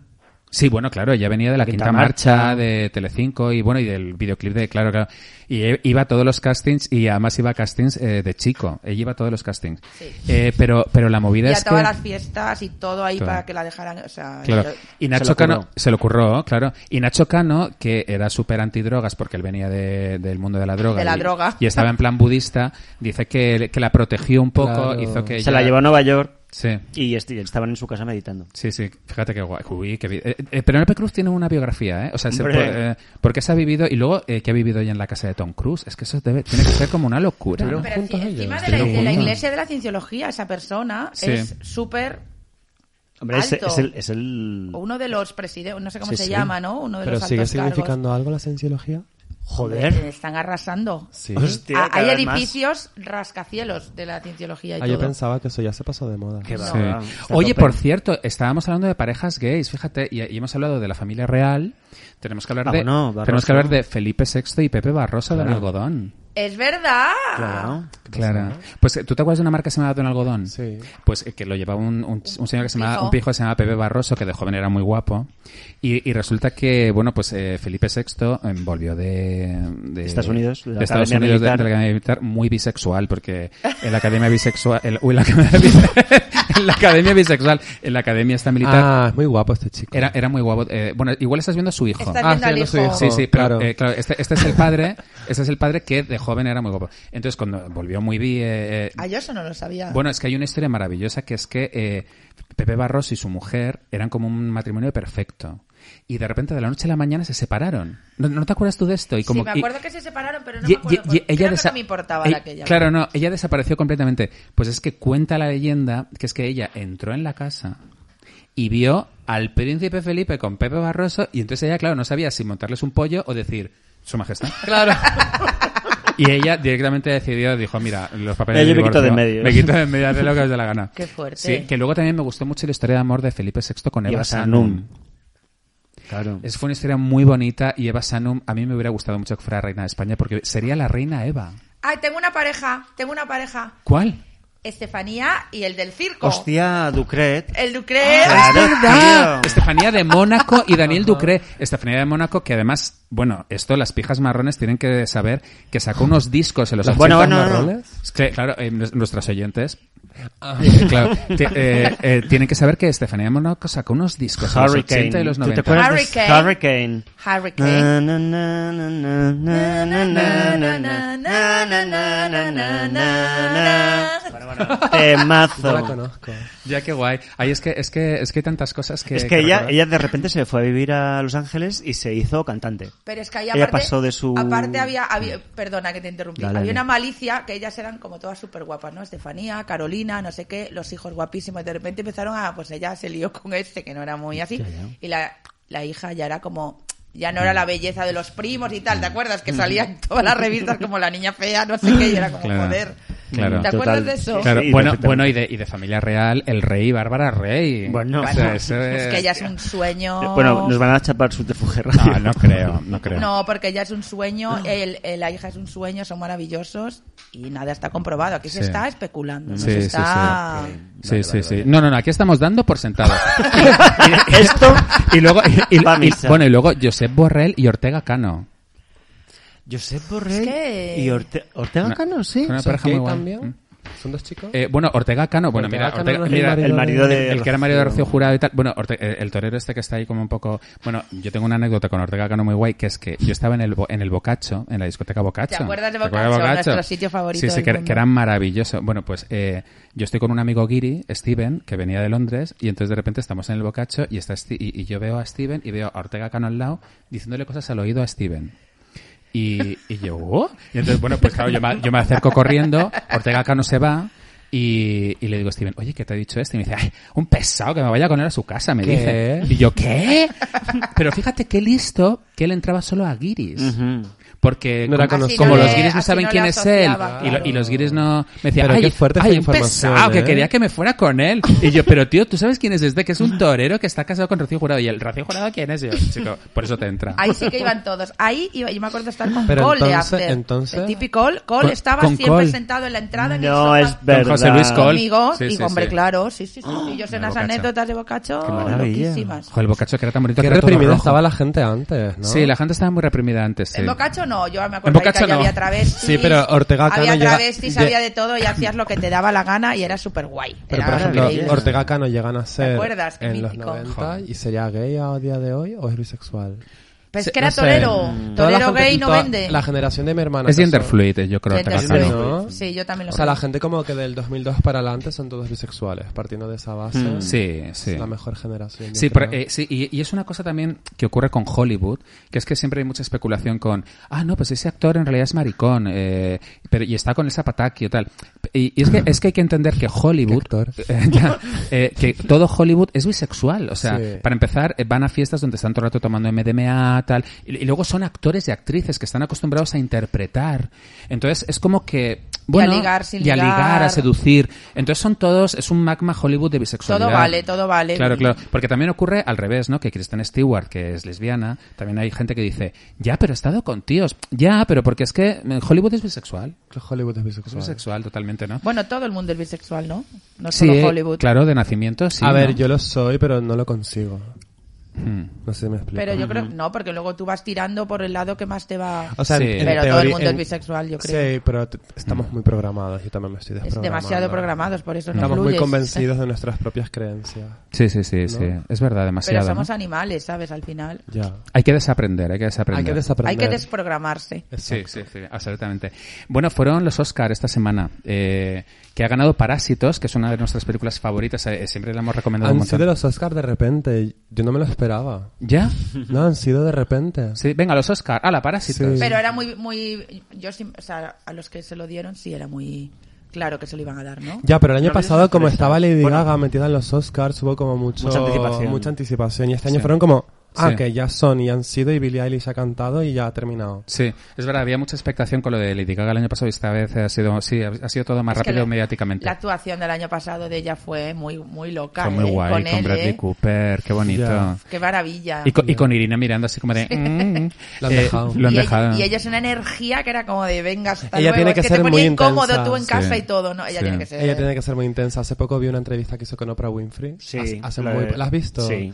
Speaker 1: Sí, bueno, claro, ella venía de la
Speaker 3: Quinta
Speaker 1: quinta marcha,
Speaker 3: Marcha.
Speaker 1: de Telecinco y bueno, y del videoclip de, claro, claro. Y eh, iba a todos los castings y además iba a castings eh, de chico. Ella iba a todos los castings.
Speaker 4: Sí.
Speaker 1: Eh, pero, pero la movida
Speaker 4: Y a
Speaker 1: es
Speaker 4: todas
Speaker 1: que...
Speaker 4: las fiestas y todo ahí
Speaker 1: Claro.
Speaker 4: para que la dejaran. O sea,
Speaker 1: Claro.
Speaker 4: yo-
Speaker 1: Y
Speaker 3: Se
Speaker 1: Nacho
Speaker 3: lo
Speaker 1: Cano
Speaker 3: curró.
Speaker 1: se lo curró, claro. Y Nacho Cano, que era súper antidrogas porque él venía de- del mundo de la droga.
Speaker 4: De la
Speaker 1: y,
Speaker 4: droga.
Speaker 1: Y estaba en plan budista, dice que, que la protegió un poco,
Speaker 2: Claro.
Speaker 1: hizo que
Speaker 3: Se
Speaker 1: ella-
Speaker 3: la llevó a Nueva York
Speaker 1: Sí.
Speaker 3: y est- estaban en su casa meditando.
Speaker 1: Sí, sí, fíjate qué guay. Uy, qué vi- eh, eh, Penélope Cruz tiene una biografía, ¿eh? O sea, se-
Speaker 3: Hombre.
Speaker 1: por- eh, porque se ha vivido y luego eh, que ha vivido ella en la casa de Tom Cruise. Es que eso debe, tiene que ser como una locura. ¿no?
Speaker 4: Pero enci-
Speaker 2: juntos ellos,
Speaker 4: encima de la,
Speaker 1: estuvieron
Speaker 4: de la
Speaker 1: juntos.
Speaker 4: iglesia de la cienciología, esa persona
Speaker 1: Sí.
Speaker 4: es súper.
Speaker 3: Hombre, es,
Speaker 4: Alto. Oh,
Speaker 3: es el, es el-
Speaker 4: o Uno de los presidentes, no sé cómo
Speaker 3: Sí,
Speaker 4: se
Speaker 3: sí.
Speaker 4: llama, ¿no? Uno de
Speaker 2: ¿Pero
Speaker 4: los
Speaker 2: sigue
Speaker 4: altos cargos.
Speaker 2: significando algo la cienciología?
Speaker 3: Joder.
Speaker 4: Eh, Están arrasando.
Speaker 2: Sí.
Speaker 3: Hostia,
Speaker 4: Ah, hay
Speaker 3: cada vez más.
Speaker 4: edificios rascacielos de la cienciología y
Speaker 2: Ah,
Speaker 4: todo.
Speaker 2: yo pensaba que eso ya se pasó de moda.
Speaker 3: Qué va,
Speaker 1: Sí.
Speaker 3: va, está a
Speaker 1: Oye,
Speaker 3: tope.
Speaker 1: por cierto, estábamos hablando de parejas gays, fíjate, y, y hemos hablado de la familia real. Tenemos que hablar de,
Speaker 3: Vámonos, Ah, Barroso.
Speaker 1: tenemos que hablar de Felipe VI y Pepe Barroso Don Algodón.
Speaker 4: ¡Es verdad! Ah.
Speaker 3: Claro.
Speaker 1: Claro. Pues, ¿tú te acuerdas de una marca que se llamaba Don Algodón?
Speaker 2: Sí.
Speaker 1: Pues eh, que lo llevaba un, un- un señor que se llamaba,
Speaker 4: pijo.
Speaker 1: un pijo que se llamaba Pepe Barroso, que de joven era muy guapo. Y, y resulta que, bueno, pues eh, Felipe VI eh, volvió de, de-
Speaker 3: Estados Unidos, de la
Speaker 1: de Estados
Speaker 3: Academia
Speaker 1: Unidos, de-
Speaker 3: Militar.
Speaker 1: de la Academia Militar, muy bisexual, porque en la Academia Bisexual, el- uy, la Academia, bise- en la Academia Bisexual, en la Academia esta militar,
Speaker 2: Ah, es muy guapo este chico.
Speaker 1: era, era muy guapo. Eh, bueno, igual estás viendo a su hijo.
Speaker 4: Está
Speaker 2: Ah,
Speaker 4: viendo al
Speaker 2: sí, no
Speaker 4: hijo.
Speaker 2: soy hijo.
Speaker 1: Sí,
Speaker 3: Oh,
Speaker 1: sí, pero,
Speaker 2: claro.
Speaker 1: eh, claro, este, este es el padre, este es el padre que de joven era muy guapo. Entonces cuando volvió muy bien, eh, eh,
Speaker 4: Ah, yo eso no lo sabía.
Speaker 1: bueno, es que hay una historia maravillosa que es que eh, Pepe Barros y su mujer eran como un matrimonio perfecto. Y de repente, de la noche a la mañana, se separaron. ¿No, no te acuerdas tú de esto? Y como,
Speaker 4: sí, me
Speaker 1: y-
Speaker 4: acuerdo que se separaron, pero no
Speaker 1: y-
Speaker 4: me acuerdo.
Speaker 1: y-
Speaker 4: por-
Speaker 1: y ella
Speaker 4: creo que
Speaker 1: desa-
Speaker 4: no me importaba
Speaker 1: ella-
Speaker 4: la que ella.
Speaker 1: Claro, no, ella desapareció completamente. Pues es que cuenta la leyenda que es que ella entró en la casa y vio al príncipe Felipe con Pepe Barroso y entonces ella, claro, no sabía si montarles un pollo o decir, Su Majestad. Claro. Y ella directamente decidió, dijo, mira, los papeles
Speaker 3: Eh,
Speaker 1: de
Speaker 3: yo me quito de
Speaker 1: divorcio,
Speaker 3: medio".
Speaker 1: Me quito de en medio, haz lo que os dé la gana.
Speaker 4: Qué fuerte.
Speaker 1: Sí, que luego también me gustó mucho la historia de amor de Felipe VI con
Speaker 3: Y
Speaker 1: Eva
Speaker 3: Eva
Speaker 1: Sanum.
Speaker 3: Sanum. Claro.
Speaker 1: Es fue una historia muy bonita y Eva Sanum, a mí me hubiera gustado mucho que fuera reina de España porque sería la reina Eva.
Speaker 4: Ay, tengo una pareja, tengo una pareja.
Speaker 1: ¿Cuál?
Speaker 4: Estefanía y el del circo.
Speaker 3: Hostia, Ah. Ducret.
Speaker 4: El Ducre.
Speaker 3: Claro,
Speaker 1: ¡Verdad!
Speaker 3: tío.
Speaker 1: Estefanía de Mónaco y Daniel Ducré. Estefanía de Mónaco, que además, bueno, esto las pijas marrones tienen que saber que sacó unos discos en los
Speaker 3: Los
Speaker 1: 80
Speaker 3: bueno, bueno, Ah. no.
Speaker 1: marrones. Es que, claro, eh, nues- nuestras oyentes. claro, ti- eh, eh, tienen que saber que Estefanía de Mónaco sacó unos discos en los 80 y los
Speaker 3: ¿Tú te
Speaker 1: 90.
Speaker 3: acuerdas de
Speaker 4: Hurricane.
Speaker 3: Hurricane?
Speaker 4: Hurricane.
Speaker 3: Na, na, na, na, na, na, na, na, na, na, na, na, na, na, na. Bueno, bueno,
Speaker 2: No la
Speaker 3: Temazo.
Speaker 2: conozco.
Speaker 1: Ya que guay. Ay, es que, es que, es que hay tantas cosas que.
Speaker 3: Es que ella,
Speaker 1: recordar.
Speaker 3: ella de repente se fue a vivir a Los Ángeles y se hizo cantante.
Speaker 4: Pero es que ahí
Speaker 3: Ella
Speaker 4: aparte,
Speaker 3: pasó de su-
Speaker 4: aparte había, había- perdona que te interrumpí,
Speaker 3: Dale, dale.
Speaker 4: había una malicia que ellas eran como todas súper guapas, ¿no? Estefanía, Carolina, no sé qué, los hijos guapísimos. De repente empezaron a, pues ella se lió con este que no era muy así. Y la, la hija ya era como, ya no era la belleza de los primos y tal, ¿te acuerdas?
Speaker 3: Mm.
Speaker 4: Que salían todas las revistas como la niña fea, no sé qué, y era como
Speaker 1: Claro,
Speaker 4: joder.
Speaker 1: claro.
Speaker 4: ¿Te acuerdas
Speaker 3: Total.
Speaker 4: de eso?
Speaker 1: Claro,
Speaker 3: Sí,
Speaker 1: bueno,
Speaker 3: perfectamente.
Speaker 1: bueno y, de, y de familia real, el rey Bárbara Rey.
Speaker 3: Bueno.
Speaker 1: O sea, eso
Speaker 4: Es
Speaker 1: es-
Speaker 4: que ella es un sueño.
Speaker 3: Eh, Bueno, nos van a chapar su tefuge
Speaker 1: No, no creo, no creo.
Speaker 4: No, porque ya es un sueño, el- el- la hija es un sueño, son maravillosos y nada está comprobado. Aquí se
Speaker 1: Sí.
Speaker 4: está especulando, no
Speaker 1: Sí,
Speaker 4: se
Speaker 1: sí,
Speaker 4: está...
Speaker 1: Sí, sí, sí. No, no, no, aquí estamos dando por sentado.
Speaker 3: Esto
Speaker 1: y luego, y, y-
Speaker 3: Va a
Speaker 1: y-
Speaker 3: misa.
Speaker 1: bueno, y luego Josep Borrell y Ortega Cano.
Speaker 3: Josep Borrell
Speaker 4: Es que-
Speaker 3: y Orte- Ortega
Speaker 1: Una-
Speaker 3: Cano, sí.
Speaker 1: una
Speaker 2: ¿Son
Speaker 1: pareja
Speaker 2: gay
Speaker 1: muy guay. Mm.
Speaker 2: también? ¿Son dos chicos?
Speaker 1: Eh, bueno, Ortega Cano, bueno,
Speaker 2: Ortega
Speaker 1: mira,
Speaker 2: Cano
Speaker 1: Ortega-
Speaker 2: no es el
Speaker 1: mira,
Speaker 2: marido
Speaker 3: El marido de
Speaker 1: el que era Mario de Rocío
Speaker 3: Rocío.
Speaker 1: Jurado y tal. Bueno, Orte- el, el torero este que está ahí como un poco... Bueno, yo tengo una anécdota con Ortega Cano muy guay, que es que yo estaba en el, bo- en el Bocacho, en la discoteca Bocacho.
Speaker 4: ¿Te acuerdas de
Speaker 1: acuerdas
Speaker 4: Boccaccio? Nuestro sitio favorito
Speaker 1: Sí, sí,
Speaker 4: del
Speaker 1: que,
Speaker 4: mundo.
Speaker 1: que era maravilloso. Bueno, pues eh, yo estoy con un amigo Giri, Steven, que venía de Londres, y entonces de repente estamos en el Bocacho y, está Sti- y, y yo veo a Steven y veo a Ortega Cano al lado diciéndole cosas al oído a Steven. Y, y yo, "Oh". Y entonces, bueno, pues claro, yo me, yo me acerco corriendo, Ortega Cano se va y, y le digo a Steven, oye, ¿qué te ha dicho este? Y me dice, ay, un pesado, que me vaya con él a su casa, me
Speaker 2: ¿Qué?
Speaker 1: dice. Y yo, ¿qué? Pero fíjate qué listo que él entraba solo a guiris.
Speaker 3: Ujú.
Speaker 1: Porque
Speaker 2: No era
Speaker 1: como,
Speaker 2: conocido.
Speaker 1: como
Speaker 2: Así Ah, no
Speaker 1: los
Speaker 2: le-
Speaker 1: guiris no
Speaker 4: así
Speaker 1: saben
Speaker 4: no le
Speaker 1: quién es él
Speaker 4: asociaba,
Speaker 1: y, lo- y los guiris no me decían
Speaker 2: Pero
Speaker 1: ay,
Speaker 2: qué fuerte
Speaker 1: ay,
Speaker 2: esta
Speaker 1: un
Speaker 2: información,
Speaker 1: pesado que
Speaker 2: ¿eh?
Speaker 1: quería que me fuera con él y yo pero tío tú sabes quién es este que es un torero que está casado con Rocío Jurado y el Rocío Jurado quién es Y yo chico por eso te entra
Speaker 4: Ahí sí que iban todos. Ahí iba, yo me acuerdo estar con
Speaker 2: Pero
Speaker 4: Cole de
Speaker 2: entonces-
Speaker 4: After.
Speaker 2: entonces-
Speaker 4: El típico Cole, Cole
Speaker 1: Con-
Speaker 4: estaba
Speaker 1: con
Speaker 4: siempre
Speaker 1: Cole.
Speaker 4: sentado en la entrada en
Speaker 3: No
Speaker 4: el
Speaker 3: es
Speaker 4: sofá
Speaker 3: verdad.
Speaker 1: José Luis Cole.
Speaker 4: conmigo.
Speaker 1: Sí,
Speaker 4: y
Speaker 1: sí,
Speaker 4: hombre,
Speaker 1: sí.
Speaker 4: claro, sí, sí, sí. sí, Yo sé
Speaker 1: Una
Speaker 4: unas
Speaker 1: bocacha.
Speaker 4: anécdotas de Bocacho
Speaker 3: maravilla.
Speaker 4: loquísimas.
Speaker 1: Joder, el bocacho que era tan bonito
Speaker 2: Qué
Speaker 1: que era todo
Speaker 2: reprimida
Speaker 1: rojo.
Speaker 2: estaba la gente antes, ¿no?
Speaker 1: Sí, la gente estaba muy reprimida antes. sí.
Speaker 4: En Bocacho no, yo me
Speaker 1: En
Speaker 4: acuerdo
Speaker 1: Boccaccio
Speaker 4: que ahí
Speaker 1: no.
Speaker 4: había travestis.
Speaker 2: Sí, pero Ortega Cano
Speaker 4: Había
Speaker 2: llega-
Speaker 4: travestis,
Speaker 2: lle-
Speaker 4: había de todo y hacías lo que te daba la gana y era súper guay.
Speaker 2: Pero,
Speaker 4: era
Speaker 2: por ejemplo,
Speaker 4: increíble.
Speaker 2: Ortega Cano llegan a ser
Speaker 4: acuerdas? Qué
Speaker 2: en los
Speaker 4: mítico.
Speaker 2: 90 y sería gay a día de hoy o es bisexual.
Speaker 4: Pues
Speaker 1: Se-
Speaker 4: que era
Speaker 1: no sé.
Speaker 4: torero.
Speaker 2: Toda la
Speaker 4: Torero
Speaker 2: gente-
Speaker 4: gay no
Speaker 2: toda
Speaker 4: vende.
Speaker 2: La generación de mi hermana.
Speaker 1: Es
Speaker 2: que son-
Speaker 1: gender fluid, eh, yo creo.
Speaker 4: Gender
Speaker 1: Ortega Cano.
Speaker 4: fluid.
Speaker 2: ¿no?
Speaker 4: Sí, yo también lo
Speaker 2: O sea,
Speaker 4: soy.
Speaker 2: la gente como que del 2002 para adelante son todos bisexuales, partiendo de esa base.
Speaker 1: Mm, Sí, sí.
Speaker 2: Es la mejor generación. yo
Speaker 1: Sí,
Speaker 2: creo.
Speaker 1: pero, eh, sí, y, y es una cosa también que ocurre con Hollywood, que es que siempre hay mucha especulación con, ah, no, pues ese actor en realidad es maricón, eh, pero, y está con el zapataki o tal. Y, y es, que, es que hay que entender que Hollywood,
Speaker 2: ¿Qué actor?
Speaker 1: eh, ya, eh, que todo Hollywood es bisexual. O sea,
Speaker 2: Sí.
Speaker 1: para empezar, eh, van a fiestas donde están todo el rato tomando MDMA, drama, tal. Y, y luego son actores y actrices que están acostumbrados a interpretar. Entonces es como que. Bueno,
Speaker 4: ligar sin
Speaker 1: y a ligar,
Speaker 4: ligar.
Speaker 1: a seducir. Entonces son todos. Es un magma Hollywood de bisexualidad.
Speaker 4: Todo vale, todo vale.
Speaker 1: Claro, claro. Porque también ocurre al revés, ¿no? Que Kristen Stewart, que es lesbiana, también hay gente que dice, ya, pero he estado con tíos. Ya, pero porque es que eh, Hollywood es bisexual.
Speaker 2: Que Hollywood es
Speaker 1: Es
Speaker 2: bisexual.
Speaker 1: bisexual totalmente, ¿no?
Speaker 4: Bueno, todo el mundo es bisexual, ¿no? No
Speaker 1: Sí,
Speaker 4: solo Hollywood.
Speaker 1: claro, de nacimiento, sí.
Speaker 2: a ver,
Speaker 1: ¿no?
Speaker 2: yo lo soy, pero no lo consigo.
Speaker 1: Hmm.
Speaker 2: No sé si me explico.
Speaker 4: Pero yo creo no, porque luego tú vas tirando por el lado que más te va.
Speaker 2: O sea,
Speaker 1: Sí.
Speaker 2: en- en
Speaker 4: Pero todo el
Speaker 2: teoría-
Speaker 4: mundo es
Speaker 2: en-
Speaker 4: bisexual, yo creo.
Speaker 2: Sí, pero t- estamos muy programados. Yo también me estoy
Speaker 4: es
Speaker 2: desprogramando.
Speaker 4: demasiado programados, por eso no
Speaker 2: Estamos muy
Speaker 4: fluyes.
Speaker 2: convencidos de nuestras propias creencias.
Speaker 1: Sí, sí, sí, sí. Es verdad, demasiado.
Speaker 4: Pero somos
Speaker 1: ¿no?
Speaker 4: animales, ¿sabes? Al final.
Speaker 2: Ya.
Speaker 1: Hay que desaprender, hay que desaprender.
Speaker 2: Hay que desaprender.
Speaker 4: Hay que desprogramarse.
Speaker 1: Sí, sí, sí, absolutamente. Bueno, fueron los Oscar esta semana, eh, que ha ganado Parásitos, que es una de nuestras películas favoritas, eh, siempre la hemos recomendado un
Speaker 2: Han
Speaker 1: montón.
Speaker 2: sido los Oscars de repente. Yo no me lo esperaba.
Speaker 1: ¿Ya?
Speaker 2: No, han sido de repente.
Speaker 1: Sí, venga, los Oscar, a la Parásitos.
Speaker 2: Sí.
Speaker 4: Pero era muy, muy, yo sí- o sea, a los que se lo dieron sí era muy claro que se lo iban a dar, ¿no?
Speaker 2: Ya, pero el año
Speaker 3: No ha habido
Speaker 2: pasado, como
Speaker 3: sorpresa.
Speaker 2: estaba Lady
Speaker 3: Bueno.
Speaker 2: Gaga metida en los Oscars, hubo como mucho,
Speaker 3: Mucha anticipación.
Speaker 2: mucha anticipación. Y este año
Speaker 1: Sí.
Speaker 2: fueron como, ah,
Speaker 1: Sí.
Speaker 2: que ya son y han sido, y Billie Eilish ha cantado y ya ha terminado.
Speaker 1: Sí, es verdad, había mucha expectación con lo de Lady Gaga el año pasado y esta vez ha sido, sí, ha ha sido todo más
Speaker 4: Es que
Speaker 1: rápido
Speaker 4: la-
Speaker 1: mediáticamente.
Speaker 4: La actuación del año pasado de ella fue muy, muy loca.
Speaker 1: Fue muy
Speaker 4: ¿eh?
Speaker 1: guay
Speaker 4: con,
Speaker 1: con,
Speaker 4: él,
Speaker 1: Bradley
Speaker 4: ¿eh?
Speaker 1: Cooper, qué bonito.
Speaker 2: Ya.
Speaker 4: Qué maravilla.
Speaker 1: Y, con, y con Irina mirando así como de... mm, mm.
Speaker 2: Lo han
Speaker 1: Eh,
Speaker 2: dejado.
Speaker 1: lo han
Speaker 4: y,
Speaker 1: dejado.
Speaker 4: Ella, y ella es una energía que era como de venga hasta
Speaker 2: Ella
Speaker 4: luego.
Speaker 2: tiene
Speaker 4: Es
Speaker 2: que
Speaker 4: te
Speaker 2: ser
Speaker 4: ponía
Speaker 2: muy
Speaker 4: incómodo
Speaker 2: intensa.
Speaker 4: tú en casa
Speaker 1: Sí.
Speaker 4: y todo, ¿no? Ella
Speaker 1: Sí.
Speaker 4: tiene que ser.
Speaker 3: Eh,
Speaker 2: Ella tiene que ser muy intensa. Hace poco vi una entrevista que hizo con Oprah Winfrey.
Speaker 3: Sí,
Speaker 2: Hace- hace
Speaker 3: la
Speaker 2: muy-
Speaker 3: de-
Speaker 2: ¿La has visto?
Speaker 3: sí.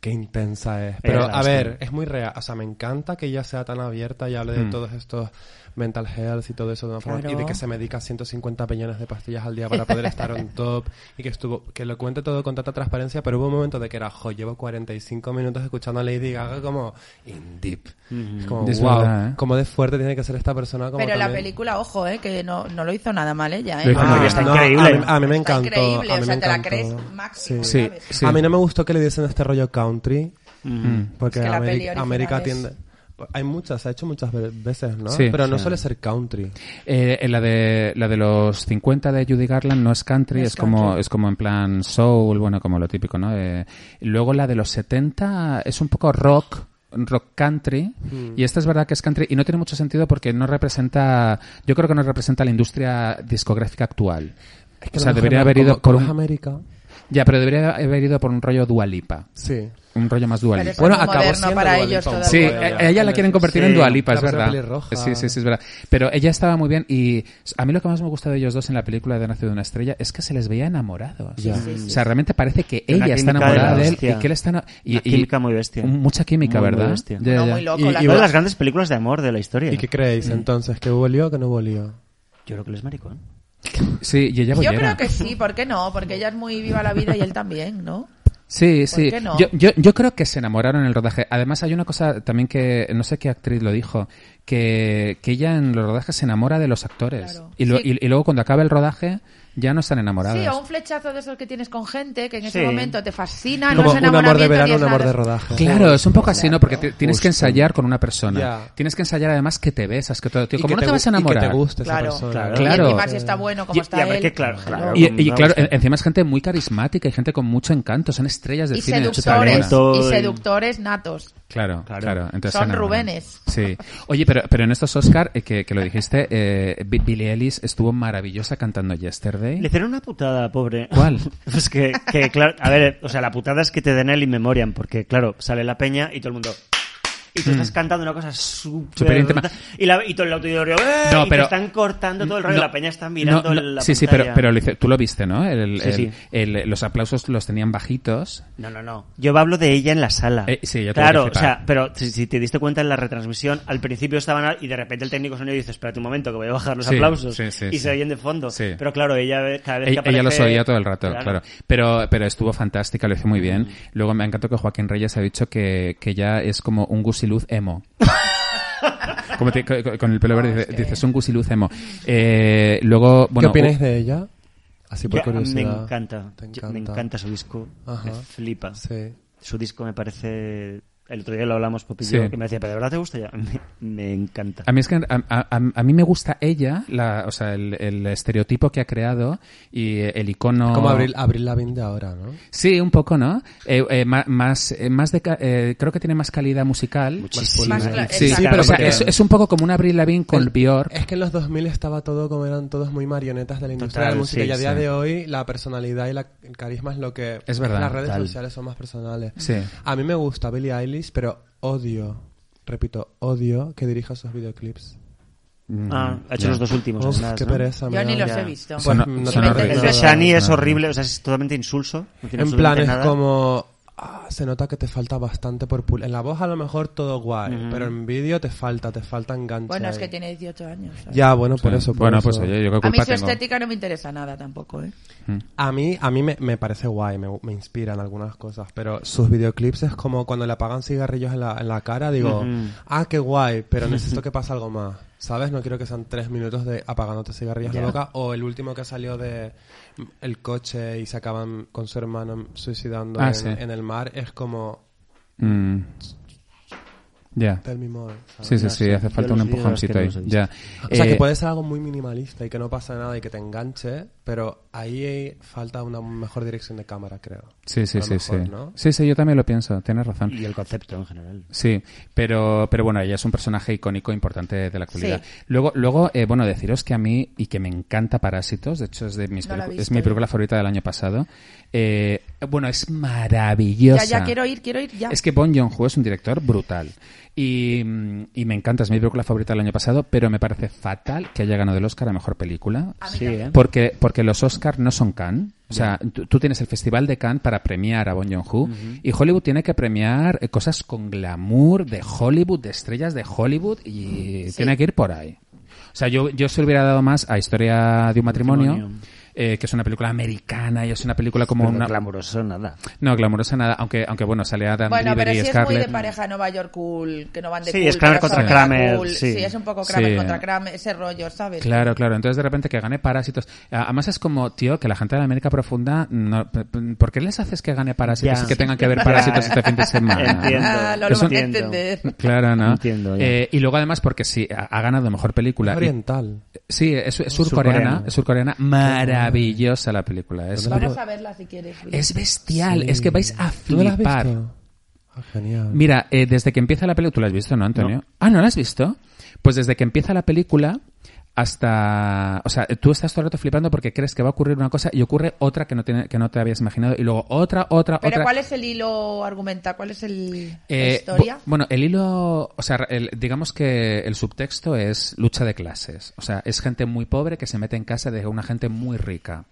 Speaker 2: Qué intensa es. Pero,
Speaker 3: verdad,
Speaker 2: a
Speaker 3: sí.
Speaker 2: ver, es muy real. O sea, me encanta que ella sea tan abierta y hable
Speaker 3: Mm.
Speaker 2: de todos estos mental health y todo eso de una forma.
Speaker 4: Claro.
Speaker 2: Y de que se medica 150 millones de pastillas al día para poder estar on top. Y que estuvo, que lo cuente todo con tanta transparencia. Pero hubo un momento de que era, jo, llevo 45 minutos escuchando a Lady Gaga como in deep.
Speaker 3: Mm-hmm.
Speaker 2: Es como,
Speaker 1: Es
Speaker 2: wow,
Speaker 1: verdad, ¿eh?
Speaker 2: como de fuerte tiene que ser esta persona. Como
Speaker 4: Pero la
Speaker 2: también-
Speaker 4: película, ojo, ¿eh? que no, no lo hizo nada mal ella.
Speaker 1: Lo
Speaker 4: ¿eh?
Speaker 1: hizo muy bien.
Speaker 3: está
Speaker 2: no,
Speaker 3: increíble.
Speaker 2: a mí- A mí, me
Speaker 4: Está
Speaker 2: encantó.
Speaker 4: increíble,
Speaker 2: a
Speaker 4: o
Speaker 2: mí
Speaker 4: sea,
Speaker 2: me
Speaker 4: te la
Speaker 2: encantó.
Speaker 4: crees máximo,
Speaker 1: Sí,
Speaker 4: ¿sabes?
Speaker 1: sí.
Speaker 2: A mí no me gustó que le diesen este rollo country,
Speaker 1: Mm.
Speaker 2: porque
Speaker 4: Es que la
Speaker 2: Ameri-
Speaker 4: peli original
Speaker 2: América
Speaker 4: es-
Speaker 2: tiende... Hay muchas, se ha hecho muchas ve- veces, ¿no?
Speaker 1: Sí,
Speaker 2: Pero no
Speaker 1: sí.
Speaker 2: suele ser country.
Speaker 1: Eh, eh, la de la de los 50 de Judy Garland no es country,
Speaker 4: No
Speaker 1: es,
Speaker 4: es
Speaker 1: como
Speaker 4: country.
Speaker 1: es como en plan soul, bueno, como lo típico, ¿no? Eh, luego la de los 70 es un poco rock rock country
Speaker 4: Mm.
Speaker 1: y esta es verdad que es country y no tiene mucho sentido porque no representa yo creo que no representa la industria discográfica actual
Speaker 2: Es que
Speaker 1: o
Speaker 2: a
Speaker 1: sea
Speaker 2: lo mejor
Speaker 1: debería
Speaker 2: no,
Speaker 1: haber
Speaker 2: como-
Speaker 1: ido por
Speaker 2: como es
Speaker 1: un,
Speaker 2: América.
Speaker 1: ya pero debería haber ido por un rollo dualipa
Speaker 2: Sí.
Speaker 1: un rollo más dualipa
Speaker 4: Pero es
Speaker 2: Bueno,
Speaker 4: muy
Speaker 2: acabó
Speaker 4: moderno
Speaker 2: siendo
Speaker 4: para
Speaker 2: Dua
Speaker 4: ellos
Speaker 2: Lipa un
Speaker 4: todavía.
Speaker 1: Sí,
Speaker 2: Bueno,
Speaker 1: a-
Speaker 2: ya.
Speaker 1: a ella la quieren convertir en
Speaker 3: Sí,
Speaker 1: Dualipa, es
Speaker 2: la persona
Speaker 1: verdad.
Speaker 2: pelirroja.
Speaker 1: Sí, sí, sí, es verdad. Pero ella estaba muy bien y a mí lo que más me gusta de ellos dos en la película de Nacido de una Estrella es que se les veía enamorados.
Speaker 2: Ya.
Speaker 4: sí, sí.
Speaker 1: O sea, realmente parece que
Speaker 3: Una
Speaker 1: ella está
Speaker 3: química de la
Speaker 1: enamorada de él y
Speaker 3: hostia.
Speaker 1: que él está... ena- Y,
Speaker 3: Una
Speaker 1: y-
Speaker 3: química muy bestia.
Speaker 1: Mucha química,
Speaker 3: Muy, muy
Speaker 1: ¿verdad?
Speaker 3: bestia.
Speaker 1: Ya,
Speaker 4: No,
Speaker 1: ya.
Speaker 4: muy loco.
Speaker 2: Y-
Speaker 4: la
Speaker 2: y
Speaker 3: Una de
Speaker 4: cosa.
Speaker 3: las grandes películas de amor de la historia.
Speaker 2: ¿Y qué creéis entonces? ¿Que hubo lío o que no hubo lío?
Speaker 3: Yo creo que él es maricón.
Speaker 1: Sí,
Speaker 2: pues
Speaker 1: y ella
Speaker 4: Yo
Speaker 1: bollera.
Speaker 4: creo que sí, ¿por qué no? Porque ella es muy viva la vida y él también, ¿no?
Speaker 1: Sí, sí.
Speaker 4: qué no?
Speaker 1: Yo, yo, yo creo que se enamoraron en el rodaje. Además, hay una cosa también que no sé qué actriz lo dijo, que, que ella en los rodajes se enamora de los actores.
Speaker 4: Claro.
Speaker 1: Y, lo-
Speaker 4: Sí.
Speaker 1: y- y luego cuando acaba el rodaje ya no están enamorados.
Speaker 4: Sí, o un flechazo de esos que tienes con gente que en ese
Speaker 3: Sí.
Speaker 4: momento te fascina, Ah, no
Speaker 2: Como
Speaker 4: es
Speaker 2: un amor de
Speaker 4: enamoramiento ni
Speaker 2: verano,
Speaker 4: es
Speaker 2: un amor
Speaker 4: nada.
Speaker 2: de rodaje.
Speaker 1: Claro, es un poco así, ¿no? Porque ti- tienes que
Speaker 2: Justo.
Speaker 1: ensayar con una persona.
Speaker 2: Ya.
Speaker 1: Tienes que ensayar además que te besas, que todo. Tío,
Speaker 2: Y
Speaker 1: ¿Cómo no
Speaker 2: que
Speaker 1: te, vas a
Speaker 2: gu- Y que
Speaker 1: enamorar?
Speaker 2: te guste esa
Speaker 4: Claro.
Speaker 2: persona.
Speaker 3: Claro.
Speaker 1: Claro.
Speaker 4: Y encima si está bueno como
Speaker 3: Y-
Speaker 4: está
Speaker 3: y a ver
Speaker 4: él.
Speaker 3: que claro, claro.
Speaker 1: Y,
Speaker 3: Como
Speaker 1: y
Speaker 3: me
Speaker 1: claro,
Speaker 3: gusta.
Speaker 1: en- encima es gente muy carismática y gente con mucho encanto. Son estrellas del
Speaker 4: Y
Speaker 1: cine. de hecho,
Speaker 4: seductores,
Speaker 1: también.
Speaker 3: Talento
Speaker 4: y
Speaker 3: y-
Speaker 4: seductores natos.
Speaker 1: Claro, claro.
Speaker 3: Claro.
Speaker 1: Entonces,
Speaker 4: Son
Speaker 1: se enamoran.
Speaker 4: Rubénes.
Speaker 1: Sí. Oye, pero, pero en estos Oscar, eh, que, que lo dijiste, eh, Bi- Billie Ellis estuvo maravillosa cantando Yesterday.
Speaker 3: Le hicieron una putada, pobre.
Speaker 1: ¿Cuál?
Speaker 3: pues que, que, claro, a ver, o sea, la putada es que te den el in memoriam, porque, claro, sale la peña y todo el mundo... Y tú
Speaker 1: Mm.
Speaker 3: estás cantando una cosa
Speaker 1: Súper
Speaker 3: súper...
Speaker 1: íntima.
Speaker 3: Y, la- y todo el auditorio... ¡eh!
Speaker 1: No,
Speaker 3: y te
Speaker 1: pero-
Speaker 3: están cortando todo el rollo.
Speaker 1: No,
Speaker 3: la peña está
Speaker 1: no,
Speaker 3: mirando
Speaker 1: no,
Speaker 3: la
Speaker 1: Sí, sí, pero,
Speaker 3: pantalla.
Speaker 1: pero lo hice- tú lo viste, ¿no? El-
Speaker 3: Sí,
Speaker 1: el-
Speaker 3: sí.
Speaker 1: el- los aplausos los tenían bajitos.
Speaker 3: No, no, no. Yo hablo de ella en la sala.
Speaker 1: Eh, sí, yo tengo
Speaker 3: Claro,
Speaker 1: que
Speaker 3: o
Speaker 1: flipar.
Speaker 3: sea, pero si, si te diste cuenta en la retransmisión, al principio estaban al- y de repente el técnico sonido dice, espérate un momento que voy a bajar los
Speaker 1: Sí,
Speaker 3: aplausos.
Speaker 1: sí, sí,
Speaker 3: y
Speaker 1: sí.
Speaker 3: se oyen de fondo.
Speaker 1: Sí.
Speaker 3: Pero claro, ella ve- cada vez que
Speaker 1: Ella,
Speaker 3: aparece...
Speaker 1: ella los oía todo el rato, claro. Pero, pero estuvo fantástica, lo hizo muy bien. Luego me encantó que Joaquín Reyes ha dicho que, que ya es como un gusiluz emo. como te- co- con el pelo verde, dice- dices un gusiluz emo. Eh, luego,
Speaker 2: ¿Qué
Speaker 1: bueno,
Speaker 2: opináis de ella? Así por
Speaker 3: Yo- me
Speaker 2: curiosidad.
Speaker 3: encanta,
Speaker 2: Te
Speaker 3: Yo- me encanta su disco,
Speaker 2: Ajá.
Speaker 3: me flipa.
Speaker 2: Sí.
Speaker 3: Su disco me parece El otro día lo hablamos, Popillo,
Speaker 1: Sí.
Speaker 3: que me decía, ¿pero de verdad te gusta ya? Me, me encanta.
Speaker 1: A mí es que a, a- a- a mí me gusta ella, la, o sea, el, el estereotipo que ha creado y eh, el icono.
Speaker 2: Como Abril, Abril Lavigne de ahora, ¿no?
Speaker 1: Sí, un poco, ¿no? Eh, eh, ma- más, eh, más de, ca- eh, creo que tiene más calidad musical.
Speaker 3: Muchísimo.
Speaker 4: Más cla-
Speaker 1: Sí,
Speaker 4: Exacto.
Speaker 1: pero o sea,
Speaker 2: porque-
Speaker 1: es, es un poco como una Abril Lavigne con
Speaker 2: El-
Speaker 1: Bior.
Speaker 2: Es que en los 2000 estaba todo como eran todos muy marionetas de la industria
Speaker 3: Total,
Speaker 2: de la música
Speaker 3: sí,
Speaker 2: y a día
Speaker 1: sí.
Speaker 2: de hoy la personalidad y la- el carisma es lo que...
Speaker 1: Es verdad,
Speaker 2: Las redes
Speaker 3: total.
Speaker 2: sociales son más personales.
Speaker 1: Sí.
Speaker 2: A mí me gusta Billie Eilish, pero odio, repito, odio que dirija sus videoclips.
Speaker 3: Ah, ha hecho
Speaker 1: Mm. Ya.
Speaker 3: los dos últimos.
Speaker 2: Uf,
Speaker 3: además,
Speaker 2: qué
Speaker 3: ¿no?
Speaker 2: pereza.
Speaker 4: Yo
Speaker 2: me
Speaker 4: ni
Speaker 2: da.
Speaker 4: los
Speaker 3: ya.
Speaker 4: he visto.
Speaker 2: Pues
Speaker 1: Son-
Speaker 2: no
Speaker 1: son horribles.
Speaker 2: te
Speaker 3: El
Speaker 2: recomiendo
Speaker 3: de
Speaker 2: nada.
Speaker 3: Shani es
Speaker 1: no.
Speaker 3: horrible, o sea, es totalmente insulso. no tiene
Speaker 2: En plan
Speaker 3: absolutamente
Speaker 2: es
Speaker 3: nada.
Speaker 2: como... ah, se nota que te falta bastante por pul En la voz a lo mejor todo guay, pero en vídeo te falta, te falta enganche.
Speaker 4: Bueno, es
Speaker 2: ahí.
Speaker 4: que tiene 18 años. ¿sabes?
Speaker 2: Ya, bueno, por
Speaker 1: Sí.
Speaker 2: eso. por
Speaker 1: bueno,
Speaker 2: eso.
Speaker 1: pues oye, yo qué culpa
Speaker 4: A mí su
Speaker 1: tengo.
Speaker 4: estética no me interesa nada tampoco, ¿eh?
Speaker 2: A mí, a mí me, me parece guay, me, me inspiran algunas cosas, pero sus videoclips es como cuando le apagan cigarrillos en la, en la cara, digo, ah, qué guay, pero necesito que pase algo más, ¿sabes? No quiero que sean tres minutos de apagándote cigarrillos en la boca o el último que salió de mm, el coche y se acaban con su hermano suicidando
Speaker 1: Ah,
Speaker 2: en,
Speaker 1: sí.
Speaker 2: en el mar, es como,
Speaker 1: Mm. Ya.
Speaker 2: tell me more, ¿sabes?
Speaker 1: Sí, sí,
Speaker 3: Ya,
Speaker 1: sí,
Speaker 3: sí.
Speaker 1: hace
Speaker 3: Yo
Speaker 1: falta un
Speaker 3: los vídeos
Speaker 1: empujoncito
Speaker 3: que no
Speaker 1: ahí.
Speaker 3: los he visto.
Speaker 1: Ya.
Speaker 2: O sea,
Speaker 1: Eh,
Speaker 2: que puede ser algo muy minimalista y que no pasa nada y que te enganche, pero ahí eh, falta una mejor dirección de cámara, creo.
Speaker 1: Sí,
Speaker 2: A
Speaker 1: sí,
Speaker 2: lo
Speaker 1: sí, sí.
Speaker 2: mejor, ¿no?
Speaker 1: Sí, sí, yo también lo pienso, tienes razón.
Speaker 3: Y el concepto en general.
Speaker 1: Sí, pero, pero bueno, ella es un personaje icónico importante de la actualidad.
Speaker 4: Sí.
Speaker 1: Luego, luego eh, bueno, deciros que a mí y que me encanta Parásitos, de hecho es, de mis
Speaker 4: No la he
Speaker 1: pelicu-
Speaker 4: visto
Speaker 1: es mi
Speaker 4: yo.
Speaker 1: película favorita del año pasado. Eh, bueno, es maravillosa.
Speaker 4: Ya, ya, quiero ir, quiero ir, ya.
Speaker 1: Es que Bon Joon-ho es un director brutal. Y, mm, y me encanta, es mi película favorita del año pasado, pero me parece fatal que haya ganado el Oscar a Mejor Película.
Speaker 4: A mí
Speaker 3: Sí,
Speaker 4: también.
Speaker 3: ¿eh?
Speaker 1: Porque, porque los Oscars no son Cannes. O sea, tú, tú tienes el Festival de Cannes para premiar a Bon Joon-ho y Hollywood tiene que premiar eh, cosas con glamour de Hollywood, de estrellas de Hollywood y tiene que ir por ahí. O sea, yo, yo se lo hubiera dado más a Historia de un matrimonio,
Speaker 3: Matrimonio.
Speaker 1: eh, que es una película americana y es una película como
Speaker 3: Pero
Speaker 1: una...
Speaker 3: glamuroso, nada.
Speaker 1: No, glamurosa nada, aunque, aunque bueno, sale Adam
Speaker 4: Bueno,
Speaker 1: Driver
Speaker 4: pero
Speaker 1: y
Speaker 4: sí es muy
Speaker 1: Scarlett.
Speaker 4: de pareja Nueva York cool, que no van de
Speaker 3: Sí,
Speaker 4: cool.
Speaker 3: es Kramer
Speaker 4: pero son
Speaker 3: contra
Speaker 4: mega
Speaker 3: Kramer,
Speaker 4: cool.
Speaker 3: sí.
Speaker 4: Sí. es un poco Kramer
Speaker 1: Sí.
Speaker 4: contra Kramer, ese rollo, ¿sabes?
Speaker 1: Claro, claro. Entonces de repente que gane Parásitos. A- Además es como, tío, que la gente de la América Profunda, no- p- p- ¿por qué les haces que gane Parásitos
Speaker 3: Ya.
Speaker 1: y que tengan que ver
Speaker 3: Ya.
Speaker 1: Parásitos este fin de semana?
Speaker 3: Entiendo.
Speaker 4: Ah, lo,
Speaker 1: Es
Speaker 4: lo
Speaker 1: un-
Speaker 4: van a entender.
Speaker 1: Claro, ¿no?
Speaker 3: Entiendo, ya.
Speaker 1: Eh, y luego además porque sí, ha, ha ganado mejor película.
Speaker 2: Es
Speaker 1: Y-
Speaker 2: oriental.
Speaker 1: sí, es, es surcoreana,
Speaker 3: Surcoreana.
Speaker 1: es surcoreana. Maravillosa la película. Es,
Speaker 4: Vamos a verla si quieres.
Speaker 1: es bestial, es que vais a
Speaker 2: ¿Tú la has
Speaker 1: flipar.
Speaker 2: visto? Ah, genial.
Speaker 1: Mira, eh, desde que empieza la película, ¿tú la has visto, no, Antonio? Ah, ¿no la has visto? Pues desde que empieza la película hasta, o sea, tú estás todo el rato flipando porque crees que va a ocurrir una cosa y ocurre otra que no tiene, que no te habías imaginado y luego otra, otra,
Speaker 4: Pero
Speaker 1: otra.
Speaker 4: ¿cuál es el hilo argumental? ¿Cuál es el, la
Speaker 1: Eh,
Speaker 4: historia?
Speaker 1: bu- bueno, el hilo, o sea, el- digamos que el subtexto es lucha de clases. O sea, es gente muy pobre que se mete en casa de una gente muy rica.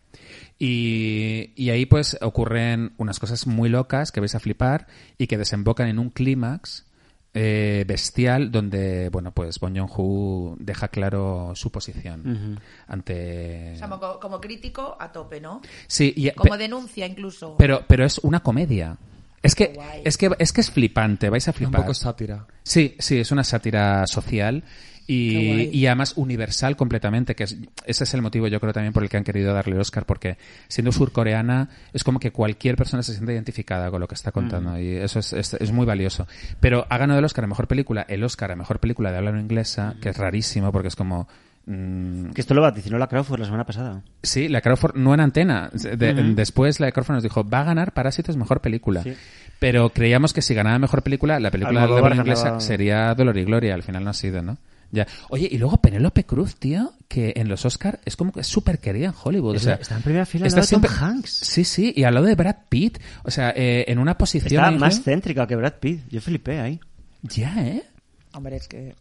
Speaker 1: Y, y ahí pues ocurren unas cosas muy locas que vais a flipar y que desembocan en un clímax eh, bestial donde, bueno, pues Bon Joon-ho deja claro su posición ante...
Speaker 4: O sea, mo- como, crítico a tope, ¿no?
Speaker 1: Sí, y-
Speaker 4: Como
Speaker 1: Eh, pe-
Speaker 4: denuncia incluso.
Speaker 1: pero, pero es una comedia. Es que,
Speaker 4: guay.
Speaker 1: es que es que es flipante, vais a
Speaker 2: Es un
Speaker 1: flipar.
Speaker 2: poco sátira.
Speaker 1: Sí, sí, es una sátira social
Speaker 4: Qué
Speaker 1: y,
Speaker 4: guay.
Speaker 1: y además universal completamente, que es- ese es el motivo yo creo también por el que han querido darle el Oscar, porque siendo surcoreana es como que cualquier persona se siente identificada con lo que está contando
Speaker 4: Mm.
Speaker 1: y eso es, es- es muy valioso. Pero ha ganado el Oscar a Mejor Película, el Oscar a Mejor Película de habla no inglesa,
Speaker 4: Mm.
Speaker 1: que es rarísimo porque es como... mm,
Speaker 3: Que esto lo vaticinó la Crawford la semana pasada.
Speaker 1: Sí, la Crawford no en antena. De- Después la Crawford nos dijo, va a ganar Parásitos mejor película.
Speaker 3: Sí.
Speaker 1: Pero creíamos que si ganaba mejor película, la película de la
Speaker 3: Almodóvar
Speaker 1: habla inglesa
Speaker 3: ganaba-
Speaker 1: sería Dolor y Gloria. Al final no ha sido, ¿no? Ya. Oye, y luego Penélope Cruz, tío, que en los Oscars es como que es súper querida en Hollywood. o
Speaker 3: Está-
Speaker 1: sea,
Speaker 3: está en primera fila al
Speaker 1: está
Speaker 3: lado de Tom
Speaker 1: siempre-
Speaker 3: Hanks.
Speaker 1: Sí, sí, y al lado de Brad Pitt. O sea, eh, en una posición...
Speaker 3: Está
Speaker 1: ahí,
Speaker 3: más
Speaker 1: ¿no?
Speaker 3: céntrica que Brad Pitt. Yo flipé ahí.
Speaker 1: Ya, ¿eh?
Speaker 4: Hombre, es que...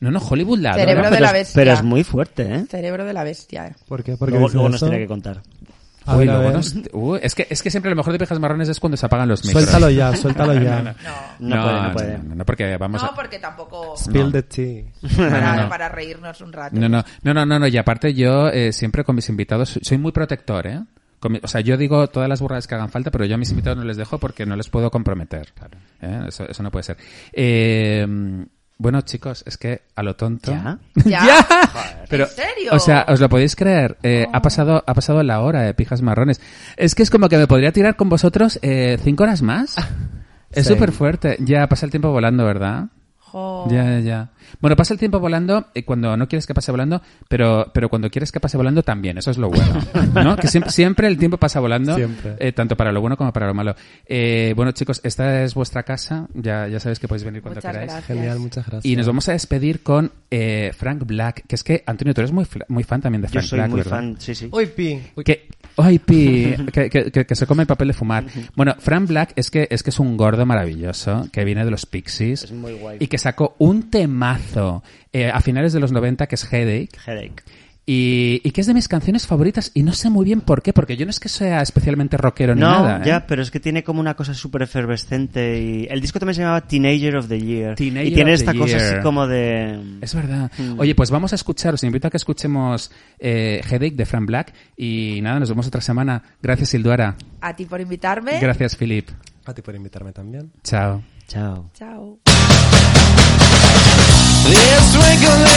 Speaker 1: No, no, Hollywood la
Speaker 4: Cerebro
Speaker 1: adora.
Speaker 4: de
Speaker 3: pero,
Speaker 4: la
Speaker 3: es,
Speaker 4: bestia.
Speaker 3: pero es muy fuerte, ¿eh?
Speaker 4: Cerebro de la bestia. eh.
Speaker 2: ¿Por qué? Porque
Speaker 3: Luego, luego nos tiene que contar.
Speaker 2: A
Speaker 1: Uy,
Speaker 2: ver, a
Speaker 1: luego
Speaker 2: ver.
Speaker 1: nos- Uy, es, que, es que siempre lo mejor de Pejas Marrones es cuando se apagan los micros.
Speaker 2: Suéltalo ya, suéltalo ya.
Speaker 4: No,
Speaker 3: No, puede, no puede.
Speaker 1: No, no, porque vamos
Speaker 4: no
Speaker 1: a...
Speaker 4: porque tampoco...
Speaker 2: Spill
Speaker 1: No.
Speaker 2: the tea.
Speaker 1: No, no,
Speaker 4: Para,
Speaker 1: no.
Speaker 4: para reírnos un rato.
Speaker 1: No, no, no, no, no, no, Y aparte yo eh, siempre con mis invitados soy muy protector, ¿eh? Con mi- o sea, yo digo todas las burradas que hagan falta, pero yo a mis invitados no les dejo porque no les puedo comprometer. ¿eh? Eso, eso no puede ser. Eh, bueno, chicos, es que a lo tonto.
Speaker 3: ¿Ya?
Speaker 4: ¿Ya?
Speaker 1: Pero,
Speaker 4: ¿En serio? Oh.
Speaker 1: O sea, os lo podéis creer. eh, ha pasado, ha pasado la hora de pijas marrones. Es que es como que me podría tirar con vosotros eh, cinco horas más. Es súper fuerte. Ya pasa el tiempo volando, ¿verdad?
Speaker 4: Jo.
Speaker 1: Ya, ya, ya. Bueno, pasa el tiempo volando eh, cuando no quieres que pase volando, pero, pero cuando quieres que pase volando también, eso es lo bueno. ¿no? Que siempre, siempre el tiempo pasa volando,
Speaker 2: Siempre.
Speaker 1: eh, tanto para lo bueno como para lo malo. Eh, bueno, chicos, esta es vuestra casa, ya, ya sabéis que podéis venir cuando
Speaker 4: Muchas
Speaker 1: queráis.
Speaker 4: gracias.
Speaker 2: Genial, muchas gracias.
Speaker 1: Y nos vamos a despedir con eh, Frank Black, que es que, Antonio, tú eres muy, fla- muy fan también de
Speaker 3: Yo
Speaker 1: Frank
Speaker 3: soy
Speaker 1: Black,
Speaker 3: muy
Speaker 1: ¿verdad?
Speaker 3: fan, sí, sí.
Speaker 2: Uy, Pi. Uy,
Speaker 1: Que, ay, pi, que, que- que- que se come el papel de fumar. Bueno, Frank Black es que, es que es un gordo maravilloso que viene de los Pixies
Speaker 3: Es muy guay.
Speaker 1: y que sacó un temazo eh, a finales de los 90 que es Headache
Speaker 3: Headache.
Speaker 1: y, y que es de mis canciones favoritas y no sé muy bien por qué, porque yo no es que sea especialmente rockero ni
Speaker 3: No,
Speaker 1: nada. ¿eh?
Speaker 3: ya, pero es que tiene como una cosa súper efervescente y... El disco también se llamaba Teenager of the Year.
Speaker 1: Teenager
Speaker 3: y tiene
Speaker 1: of the
Speaker 3: esta cosa
Speaker 1: Year.
Speaker 3: así como de...
Speaker 1: Es verdad.
Speaker 3: Mm.
Speaker 1: Oye, pues vamos a escuchar, os invito a que escuchemos eh, Headache de Frank Black y nada, nos vemos otra semana. Gracias, Silduara.
Speaker 4: A ti por invitarme.
Speaker 1: Gracias, Philip.
Speaker 2: A ti por invitarme también.
Speaker 1: Chao.
Speaker 3: Chao.
Speaker 4: Chao.
Speaker 5: This wrinkle